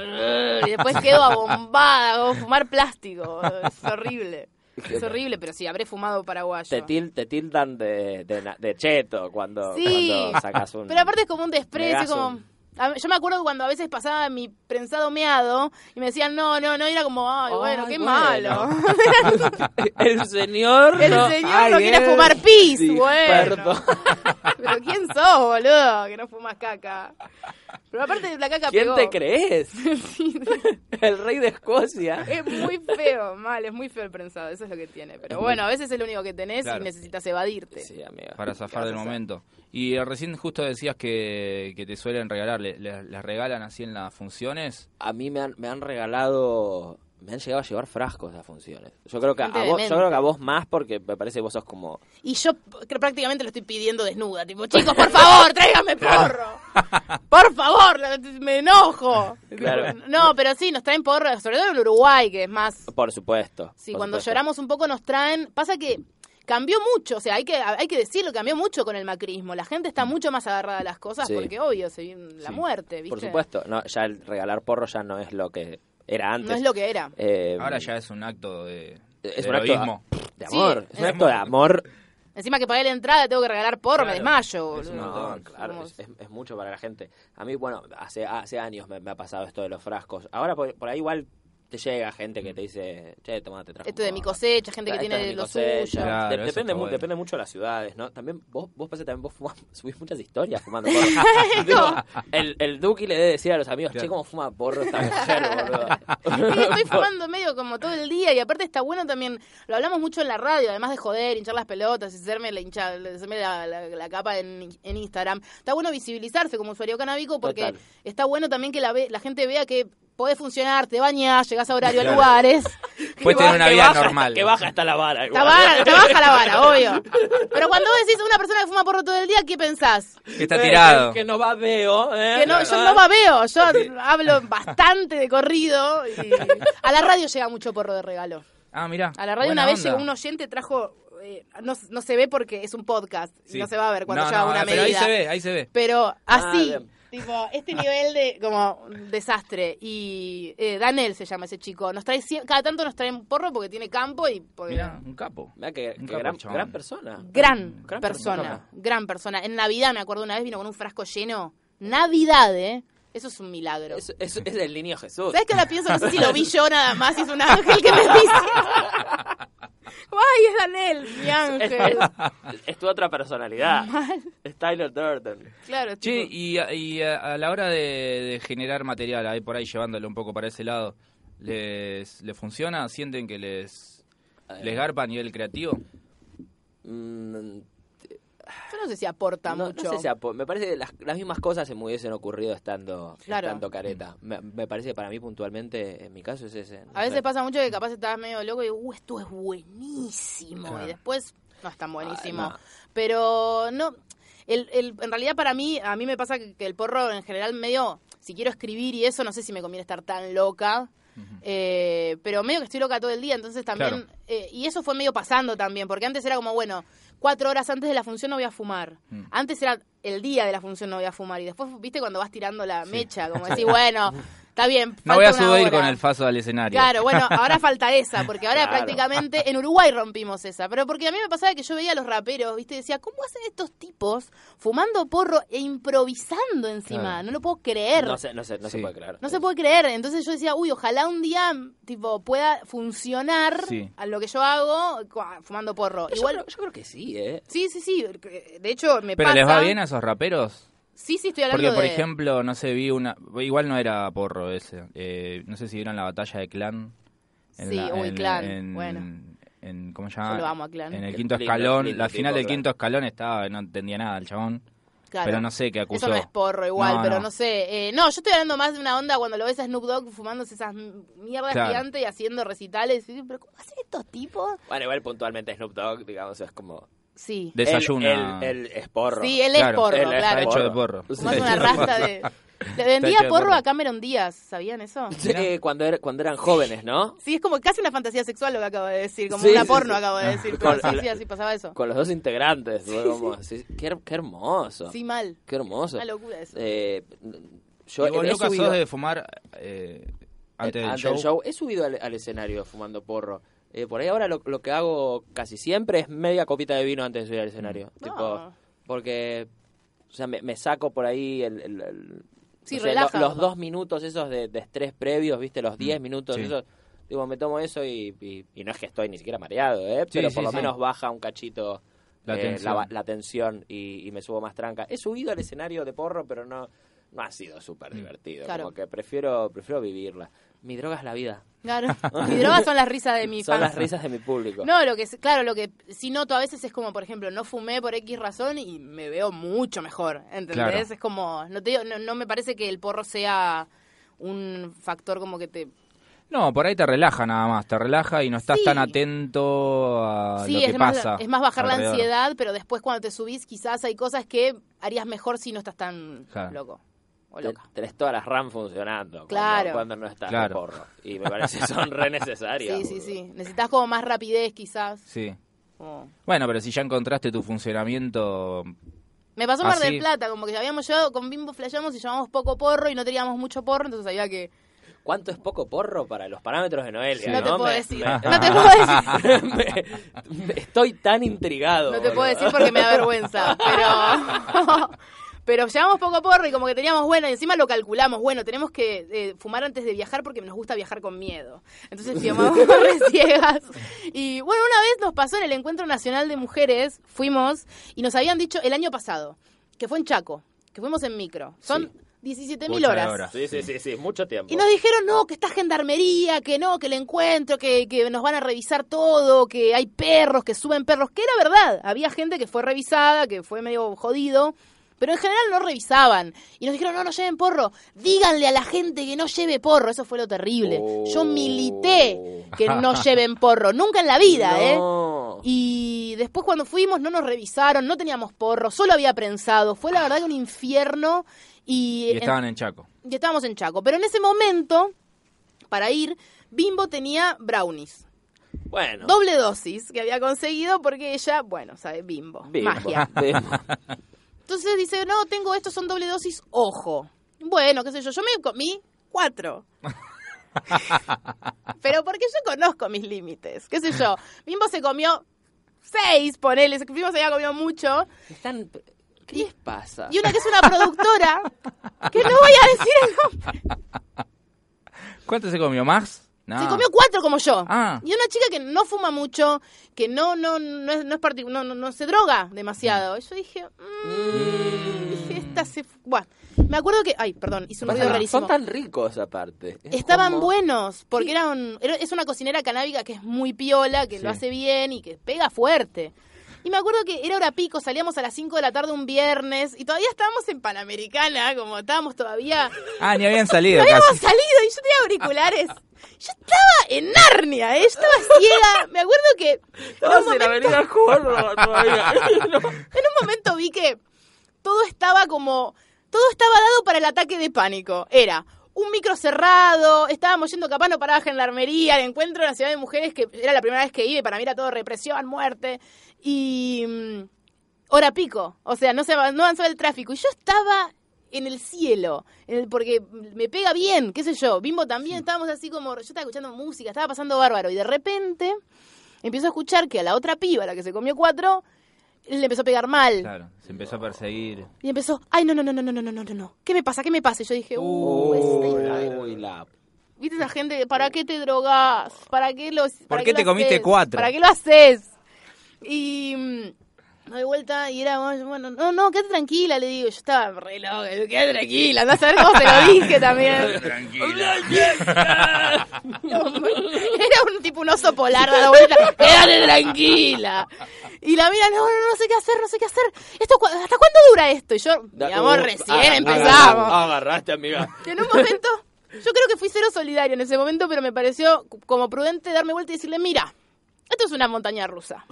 Speaker 2: y después quedo abombada, como fumar plástico. Es horrible. Es horrible, pero sí, habré fumado paraguayo.
Speaker 3: Te, til- te tildan de, de, na- de cheto cuando,
Speaker 2: Sí.
Speaker 3: cuando sacas un.
Speaker 2: Pero aparte es como un desprecio,
Speaker 3: Megazo.
Speaker 2: como... a- Yo me acuerdo cuando a veces pasaba mi prensado meado y me decían, no, no, no, y era como, ay,
Speaker 3: Ay,
Speaker 2: bueno, qué
Speaker 3: bueno.
Speaker 2: malo. <laughs>
Speaker 3: <laughs> El señor.
Speaker 2: El
Speaker 3: no-
Speaker 2: señor
Speaker 3: Ay,
Speaker 2: no quiere
Speaker 3: eh.
Speaker 2: fumar pis,
Speaker 3: Sí,
Speaker 2: bueno. <laughs>
Speaker 3: perdón.
Speaker 2: Pero ¿quién sos, boludo? Que no fumas caca. Pero aparte de la caca
Speaker 3: ¿Quién
Speaker 2: pegó. <laughs>
Speaker 3: te crees? El rey de Escocia.
Speaker 2: Es muy feo, mal, es muy feo el prensado, eso es lo que tiene. Pero bueno, a veces es lo único que tenés
Speaker 1: Claro.
Speaker 2: y necesitas evadirte.
Speaker 3: Sí, amiga. <laughs>
Speaker 1: Para zafar del momento. Y eh, recién justo decías que, que te suelen regalar, ¿le- le- ¿les regalan así en las funciones?
Speaker 3: A mí me han, me han regalado. Me han llegado a llevar frascos a funciones. Yo creo que a
Speaker 2: Gente
Speaker 3: vos, yo
Speaker 2: demente.
Speaker 3: creo que a vos más porque me parece que vos sos como.
Speaker 2: Y yo p- prácticamente lo estoy pidiendo desnuda, tipo, chicos, por favor, tráigame porro. Por favor, me enojo.
Speaker 3: Claro.
Speaker 2: No, pero sí, nos traen porro, sobre todo en Uruguay, que es más...
Speaker 3: Por supuesto.
Speaker 2: Sí,
Speaker 3: por
Speaker 2: cuando
Speaker 3: supuesto.
Speaker 2: lloramos un poco nos traen... Pasa que cambió mucho, o sea, hay que, hay que decirlo, cambió mucho con el macrismo. La gente está mucho más agarrada a las cosas
Speaker 3: Mm. Sí.
Speaker 2: porque, obvio, se viene la
Speaker 1: Sí.
Speaker 2: muerte, ¿viste?
Speaker 3: Por supuesto. No, ya el regalar porro ya no es lo que era antes.
Speaker 2: No es lo que era.
Speaker 3: Eh,
Speaker 1: Ahora ya es un acto de,
Speaker 3: Es
Speaker 1: de
Speaker 3: un acto
Speaker 1: heroísmo.
Speaker 3: de
Speaker 2: Sí,
Speaker 3: amor. es un
Speaker 2: es-
Speaker 3: acto de amor.
Speaker 2: Encima que pagué la entrada, tengo que regalar porro, me
Speaker 1: Claro.
Speaker 2: desmayo.
Speaker 1: Es un
Speaker 2: boludo.
Speaker 3: No,
Speaker 1: montón.
Speaker 3: claro,
Speaker 2: Somos-
Speaker 3: es, es- es mucho para la gente. A mí, bueno, hace, hace años me, me ha pasado esto de los frascos. Ahora por, por ahí igual te llega gente que te dice, che, tomate trajo.
Speaker 2: Esto de
Speaker 3: un
Speaker 2: mi
Speaker 3: porro".
Speaker 2: cosecha, gente que
Speaker 3: Esto de
Speaker 2: tiene
Speaker 3: mi
Speaker 2: lo <laughs>
Speaker 3: cosecha.
Speaker 2: suyo.
Speaker 1: Claro,
Speaker 3: De-
Speaker 1: eso
Speaker 3: depende,
Speaker 1: está
Speaker 3: mu-
Speaker 1: bueno.
Speaker 3: depende mucho de las ciudades, ¿no? También vos, vos pasa también vos fumás, subís muchas historias
Speaker 2: <laughs>
Speaker 3: fumando porro. Digo, el, el Duki le debe decir a los amigos, che,
Speaker 1: Claro.
Speaker 3: cómo fuma porro esta
Speaker 2: <laughs>
Speaker 3: mujer, boludo.
Speaker 2: Es que Estoy fumando medio como todo el día y aparte está bueno también, lo hablamos mucho en la radio, además de joder, hinchar las pelotas, y hacerme la, hincha, hacerme la, la- la capa en, en Instagram. Está bueno visibilizarse como usuario canábico porque
Speaker 3: Total.
Speaker 2: está bueno también que la, ve- la gente vea que podés funcionar, te bañás, llegás a horario a
Speaker 1: Claro.
Speaker 2: lugares. que
Speaker 1: Puedes tener
Speaker 2: vas-
Speaker 1: una
Speaker 3: Que
Speaker 1: vida
Speaker 3: baja-
Speaker 1: normal.
Speaker 3: Que baja hasta la vara.
Speaker 2: Está
Speaker 3: igual.
Speaker 2: vara, te baja la vara, obvio. Pero cuando vos decís una persona que fuma porro todo el día, ¿qué pensás?
Speaker 1: <laughs> Que está
Speaker 3: <laughs> Eh,
Speaker 1: tirado.
Speaker 3: Que no va veo, ¿eh?
Speaker 2: Que no, yo no babeo, yo hablo bastante de corrido. y- A la radio llega mucho porro de regalo.
Speaker 1: Ah, mirá.
Speaker 2: A la radio
Speaker 1: buena
Speaker 2: una vez
Speaker 1: onda.
Speaker 2: llegó un oyente, trajo... eh, no, no se ve porque es un podcast y
Speaker 1: Sí.
Speaker 2: no se va a ver cuando
Speaker 1: No,
Speaker 2: llega
Speaker 1: no,
Speaker 2: una
Speaker 1: pero
Speaker 2: medida.
Speaker 1: ahí se ve, ahí se ve.
Speaker 2: Pero así,
Speaker 3: bien.
Speaker 2: tipo, este nivel de como un desastre. Y eh, Danel se llama ese chico. Nos trae sie- cada tanto nos trae un porro porque tiene campo y porque-
Speaker 1: Mirá, un capo.
Speaker 3: Mirá que,
Speaker 1: Un
Speaker 3: que
Speaker 1: capo,
Speaker 3: gran,
Speaker 1: chabón.
Speaker 3: gran persona.
Speaker 2: Gran,
Speaker 3: Gran
Speaker 2: persona,
Speaker 3: persona.
Speaker 2: gran persona. En Navidad, me acuerdo una vez, vino con un frasco lleno. Navidad, ¿eh? Eso es un milagro.
Speaker 3: Es, es, es el niño Jesús.
Speaker 2: ¿Sabes qué ahora pienso? No sé si lo vi yo nada más, y es un ángel que me dice. <laughs> ¡Ay, es Danel, mi
Speaker 3: Es,
Speaker 2: ángel!
Speaker 3: es- es tu otra personalidad. Es Tyler Durden.
Speaker 2: Claro, es
Speaker 1: Che,
Speaker 2: tipo-
Speaker 1: y, a- y a, a la hora de, de generar material, ahí por ahí llevándolo un poco para ese lado, ¿les, les funciona? ¿Sienten que les,
Speaker 3: Eh.
Speaker 1: les garpa a nivel creativo?
Speaker 3: Mm,
Speaker 2: Yo no sé si aporta
Speaker 3: no, no
Speaker 2: mucho.
Speaker 3: sé si apo- me parece que las, las mismas cosas se me hubiesen ocurrido estando,
Speaker 2: Claro.
Speaker 3: estando careta.
Speaker 1: Mm.
Speaker 3: Me, me parece que para mí puntualmente, en mi caso, es ese. No
Speaker 2: a veces
Speaker 3: sé.
Speaker 2: pasa mucho que capaz estás medio loco y uh, esto es buenísimo.
Speaker 1: Claro.
Speaker 2: Y después no es tan buenísimo.
Speaker 3: Ay, no.
Speaker 2: Pero no, el, el- en realidad para mí, a mí me pasa que, que el porro en general medio, si quiero escribir y eso, no sé si me conviene estar tan loca. Eh, pero medio que estoy loca todo el día, entonces también...
Speaker 1: Claro.
Speaker 2: eh, y eso fue medio pasando también, porque antes era como, bueno, cuatro horas antes de la función no voy a fumar.
Speaker 1: Mm.
Speaker 2: Antes era el día de la función no voy a fumar. Y después, viste, cuando vas tirando la
Speaker 1: <laughs>
Speaker 2: mecha, como decís, bueno, está bien.
Speaker 1: No voy a
Speaker 2: falta una
Speaker 1: subir
Speaker 2: hora.
Speaker 1: con el faso al escenario.
Speaker 2: Claro, bueno,
Speaker 1: <laughs>
Speaker 2: ahora falta esa, porque ahora
Speaker 3: Claro.
Speaker 2: prácticamente en Uruguay rompimos esa. Pero porque a mí me pasaba que yo veía a los raperos, ¿viste? Decía, ¿cómo hacen estos tipos fumando porro e improvisando encima?
Speaker 1: Claro.
Speaker 2: No lo puedo creer.
Speaker 3: No, se, no, se, no se
Speaker 1: Sí.
Speaker 3: puede creer.
Speaker 2: No se puede creer. Entonces yo decía, uy, ojalá un día tipo pueda funcionar
Speaker 1: Sí.
Speaker 2: a lo que yo hago cua- fumando porro.
Speaker 3: Yo
Speaker 2: Igual,
Speaker 3: creo- yo creo que sí, ¿eh?
Speaker 2: sí, sí, sí. De hecho, me
Speaker 1: ¿Pero
Speaker 2: pasa.
Speaker 1: les va bien a esos raperos?
Speaker 2: Sí, sí, estoy hablando
Speaker 1: Porque, por
Speaker 2: de...
Speaker 1: ejemplo, no sé, vi una... Igual no era porro ese. eh, no sé si vieron la batalla de Clan.
Speaker 2: Sí, uy, Clan, bueno.
Speaker 1: en- ¿Cómo se llama?
Speaker 2: Yo lo amo a Clan.
Speaker 1: En el
Speaker 3: Qué
Speaker 1: quinto
Speaker 3: lindo,
Speaker 1: escalón.
Speaker 3: lindo
Speaker 1: la
Speaker 3: tipo,
Speaker 1: final del
Speaker 3: Clan.
Speaker 1: quinto escalón estaba... No entendía nada el chabón.
Speaker 2: Claro.
Speaker 1: Pero no sé qué acusó.
Speaker 2: Eso no es porro igual,
Speaker 1: No,
Speaker 2: pero
Speaker 1: no.
Speaker 2: no, sé. Eh, no, yo estoy hablando más de una onda cuando lo ves a Snoop Dogg fumándose esas m- mierdas
Speaker 1: Claro.
Speaker 2: gigantes y haciendo recitales. Y, ¿Pero cómo hacen estos tipos?
Speaker 3: Bueno, igual puntualmente Snoop Dogg, digamos, es como...
Speaker 2: Sí.
Speaker 1: Desayuna.
Speaker 3: El, es porro.
Speaker 2: Sí, él es
Speaker 1: Claro,
Speaker 2: porro,
Speaker 3: él es
Speaker 2: claro.
Speaker 1: Está hecho de porro.
Speaker 3: Sí.
Speaker 2: Como hace una
Speaker 3: Está hecho de
Speaker 2: rasta de... Le
Speaker 1: hecho de
Speaker 2: vendía porro
Speaker 1: porro.
Speaker 2: a Cameron Díaz, ¿sabían
Speaker 3: <laughs>
Speaker 2: eso?
Speaker 3: <laughs> Sí, cuando, era- cuando eran jóvenes, ¿no?
Speaker 2: Sí, es como casi una fantasía sexual lo que acabo de decir, como
Speaker 3: Sí,
Speaker 2: una
Speaker 3: sí,
Speaker 2: porno
Speaker 3: sí. Ah,
Speaker 2: acabo de decir,
Speaker 3: Con
Speaker 2: pero sí,
Speaker 3: la-
Speaker 2: sí, así pasaba eso.
Speaker 3: Con los dos integrantes. fue como, sí, qué, her- qué hermoso.
Speaker 2: Sí, mal.
Speaker 3: Qué hermoso.
Speaker 2: Una locura eso.
Speaker 3: Eh, yo
Speaker 1: Y vos,
Speaker 3: he
Speaker 1: Lucas,
Speaker 3: subido-
Speaker 1: sos de fumar eh, antes,
Speaker 3: eh,
Speaker 1: del,
Speaker 3: antes
Speaker 1: show.
Speaker 3: del show, He subido al, al escenario fumando porro. Eh, por ahí ahora lo, lo que hago casi siempre es media copita de vino antes de subir al escenario. Tipo,
Speaker 2: Ah.
Speaker 3: porque, o sea, me, me saco por ahí el... el- el-
Speaker 2: Sí,
Speaker 3: no sé, lo-
Speaker 2: relaja,
Speaker 3: los
Speaker 2: papá.
Speaker 3: dos minutos esos de, de estrés previos, viste, los 10 minutos
Speaker 1: Mm, sí.
Speaker 3: esos. Digo, me tomo eso y, y- y no es que estoy ni siquiera mareado, ¿eh?
Speaker 1: Sí,
Speaker 3: pero
Speaker 1: sí,
Speaker 3: por lo
Speaker 1: sí.
Speaker 3: menos baja un cachito
Speaker 1: La
Speaker 3: eh,
Speaker 1: tensión.
Speaker 3: la- la tensión y, y me subo más tranca. He subido al escenario de porro, pero no, no ha sido súper divertido.
Speaker 2: Claro.
Speaker 3: Como que prefiero, prefiero vivirla. Mm, Mi droga es la vida. <laughs>
Speaker 2: Claro. Mis drogas son las risas de mi
Speaker 3: Son las
Speaker 2: panza.
Speaker 3: risas de mi público.
Speaker 2: No, lo que es- claro, lo que si noto a veces es como, por ejemplo, no fumé por X razón y me veo mucho mejor, ¿entendés?
Speaker 1: Claro.
Speaker 2: Es como, no, te digo- no, no me parece que el porro sea un factor como que te...
Speaker 1: No, por ahí te relaja nada más, te relaja y no estás
Speaker 2: Sí.
Speaker 1: tan atento a
Speaker 2: sí,
Speaker 1: Ah, lo que
Speaker 2: es,
Speaker 1: pasa.
Speaker 2: más, es más bajar la
Speaker 1: alrededor.
Speaker 2: ansiedad, pero después cuando te subís quizás hay cosas que harías mejor si no estás tan
Speaker 1: Claro.
Speaker 2: loco o
Speaker 3: Te-
Speaker 2: loca.
Speaker 3: Tenés todas las RAM funcionando cuando-
Speaker 2: Claro.
Speaker 3: cuando, no estás de
Speaker 1: Claro.
Speaker 3: porro. Y me parece que son re necesarias.
Speaker 2: Sí, sí,
Speaker 3: boludo.
Speaker 2: sí. Necesitas como más rapidez quizás.
Speaker 1: Sí.
Speaker 2: como-
Speaker 1: Bueno, pero si ya encontraste tu funcionamiento,
Speaker 2: Me pasó en Mar
Speaker 1: Así.
Speaker 2: del Plata, como que habíamos llegado con Bimbo, flasheamos y llevamos poco porro y no teníamos mucho porro, entonces había que...
Speaker 3: ¿Cuánto es poco porro para los parámetros de Noelia?
Speaker 2: No te puedo
Speaker 3: Me-
Speaker 2: decir.
Speaker 3: me-
Speaker 2: No te puedo decir.
Speaker 3: <laughs> Me- me- estoy tan intrigado.
Speaker 2: No te puedo
Speaker 3: boludo.
Speaker 2: decir porque me da vergüenza, pero... <laughs> Pero llevamos poco porro y como que teníamos bueno, y encima lo calculamos, bueno, tenemos que eh, fumar antes de viajar porque nos gusta viajar con miedo. Entonces fumamos re ciegas. Y bueno, una vez nos pasó en el Encuentro Nacional de Mujeres, fuimos y nos habían dicho el año pasado, que fue en Chaco, que fuimos en micro. Son 17.000
Speaker 1: Muchas
Speaker 2: horas.
Speaker 1: horas.
Speaker 3: Sí, sí, sí, sí, mucho tiempo.
Speaker 2: Y nos dijeron, no, que está gendarmería, que no, que el encuentro, que, que nos van a revisar todo, que hay perros, que suben perros, que era verdad. Había gente que fue revisada, que fue medio jodido, pero en general no revisaban. Y nos dijeron, no, no lleven porro, díganle a la gente que no lleve porro. Eso fue lo terrible. Yo
Speaker 3: Oh.
Speaker 2: milité que
Speaker 3: <laughs>
Speaker 2: no lleven porro, nunca en la vida, ¿eh?
Speaker 3: No.
Speaker 2: Y después cuando fuimos no nos revisaron, no teníamos porro, solo había prensado. Fue la verdad que un infierno y,
Speaker 1: y estaban en Chaco.
Speaker 2: y estábamos en Chaco. Pero en ese momento, para ir, Bimbo tenía brownies.
Speaker 3: Bueno.
Speaker 2: Doble dosis que había conseguido porque ella, bueno, sabe, Bimbo.
Speaker 3: Bimbo. <laughs>
Speaker 2: Magia.
Speaker 3: Bimbo.
Speaker 2: Entonces dice, no, tengo estos, son doble dosis, ojo. Bueno, qué sé yo, yo me comí cuatro. Pero porque yo conozco mis límites, qué sé yo. Bimbo se comió seis, ponele, Bimbo se había comido mucho.
Speaker 3: Están... ¿Qué les pasa?
Speaker 2: Y una que es una productora, que no voy a decir el nombre.
Speaker 1: ¿Cuánto se comió? ¿Más? No.
Speaker 2: Se comió cuatro como yo.
Speaker 1: Ah.
Speaker 2: Y una chica que no fuma mucho, que no no no es, no, es particu- no, no, no se droga demasiado. Y Yo dije, mm, dije, esta se... fu- Bueno, me acuerdo que... Ay, perdón, hice un
Speaker 3: Pasa
Speaker 2: ruido
Speaker 3: nada,
Speaker 2: rarísimo. Eh,
Speaker 3: Son tan ricos aparte. Es
Speaker 2: Estaban
Speaker 3: como-
Speaker 2: buenos, porque eran, era- es una cocinera canábica que es muy piola, que lo
Speaker 1: Sí.
Speaker 2: hace bien y que pega fuerte. Y me acuerdo que era hora pico, salíamos a las 5 de la tarde un viernes y todavía estábamos en Panamericana, como estábamos todavía
Speaker 1: Ah, ni
Speaker 2: <laughs>
Speaker 1: habían salido
Speaker 2: habíamos
Speaker 1: casi.
Speaker 2: salido y yo tenía auriculares. Yo estaba en Narnia, ¿eh? yo estaba ciega. Me acuerdo que en
Speaker 3: Ah,
Speaker 2: un,
Speaker 3: sin
Speaker 2: momento,
Speaker 3: haber ido al juego todavía.
Speaker 2: en un momento vi que todo estaba como. Todo estaba dado para el ataque de pánico. Era un micro cerrado, estábamos yendo capaz no paraba en la armería, el encuentro en la ciudad de mujeres, que era la primera vez que iba, y para mí era todo represión, muerte, y mm, hora pico, o sea, no, se, av- no avanzaba el tráfico, y yo estaba en el cielo, en el- porque me pega bien, qué sé yo, Bimbo también, estábamos así como, yo estaba escuchando música, estaba pasando bárbaro, y de repente empiezo a escuchar que a la otra piba, la que se comió cuatro, le empezó a pegar mal.
Speaker 1: Claro, se empezó a perseguir.
Speaker 2: Y empezó, ay, no, no, no, no, no, no, no, no, no. ¿Qué me pasa? ¿Qué me pasa? Y yo dije, uh, esta hija de-
Speaker 3: Uy, la...
Speaker 2: ¿Viste esa gente? ¿Para qué te drogas? ¿Para qué los para
Speaker 1: qué
Speaker 2: lo
Speaker 1: te comiste
Speaker 2: haces?
Speaker 1: cuatro?
Speaker 2: ¿Para qué lo haces? Y mm, me doy vuelta y era, bueno, no, no, quédate tranquila, le digo. Yo estaba re loca, yo, quédate tranquila, andás a ver cómo se lo dije también. <laughs>
Speaker 1: Tranquila.
Speaker 2: Era un tipo un oso polar dando vuelta. Quédate tranquila. Y la mira, no, no, no sé qué hacer, no sé qué hacer. ¿Esto, cu- ¿Hasta cuándo dura esto? Y yo, mi
Speaker 1: uh,
Speaker 2: amor,
Speaker 1: ah,
Speaker 2: recién empezamos.
Speaker 3: Uh, ah, Agarraste, amiga.
Speaker 2: Que en un momento, yo creo que fui cero solidario en ese momento, pero me pareció cu- como prudente darme vuelta y decirle, mira, esto es una montaña rusa.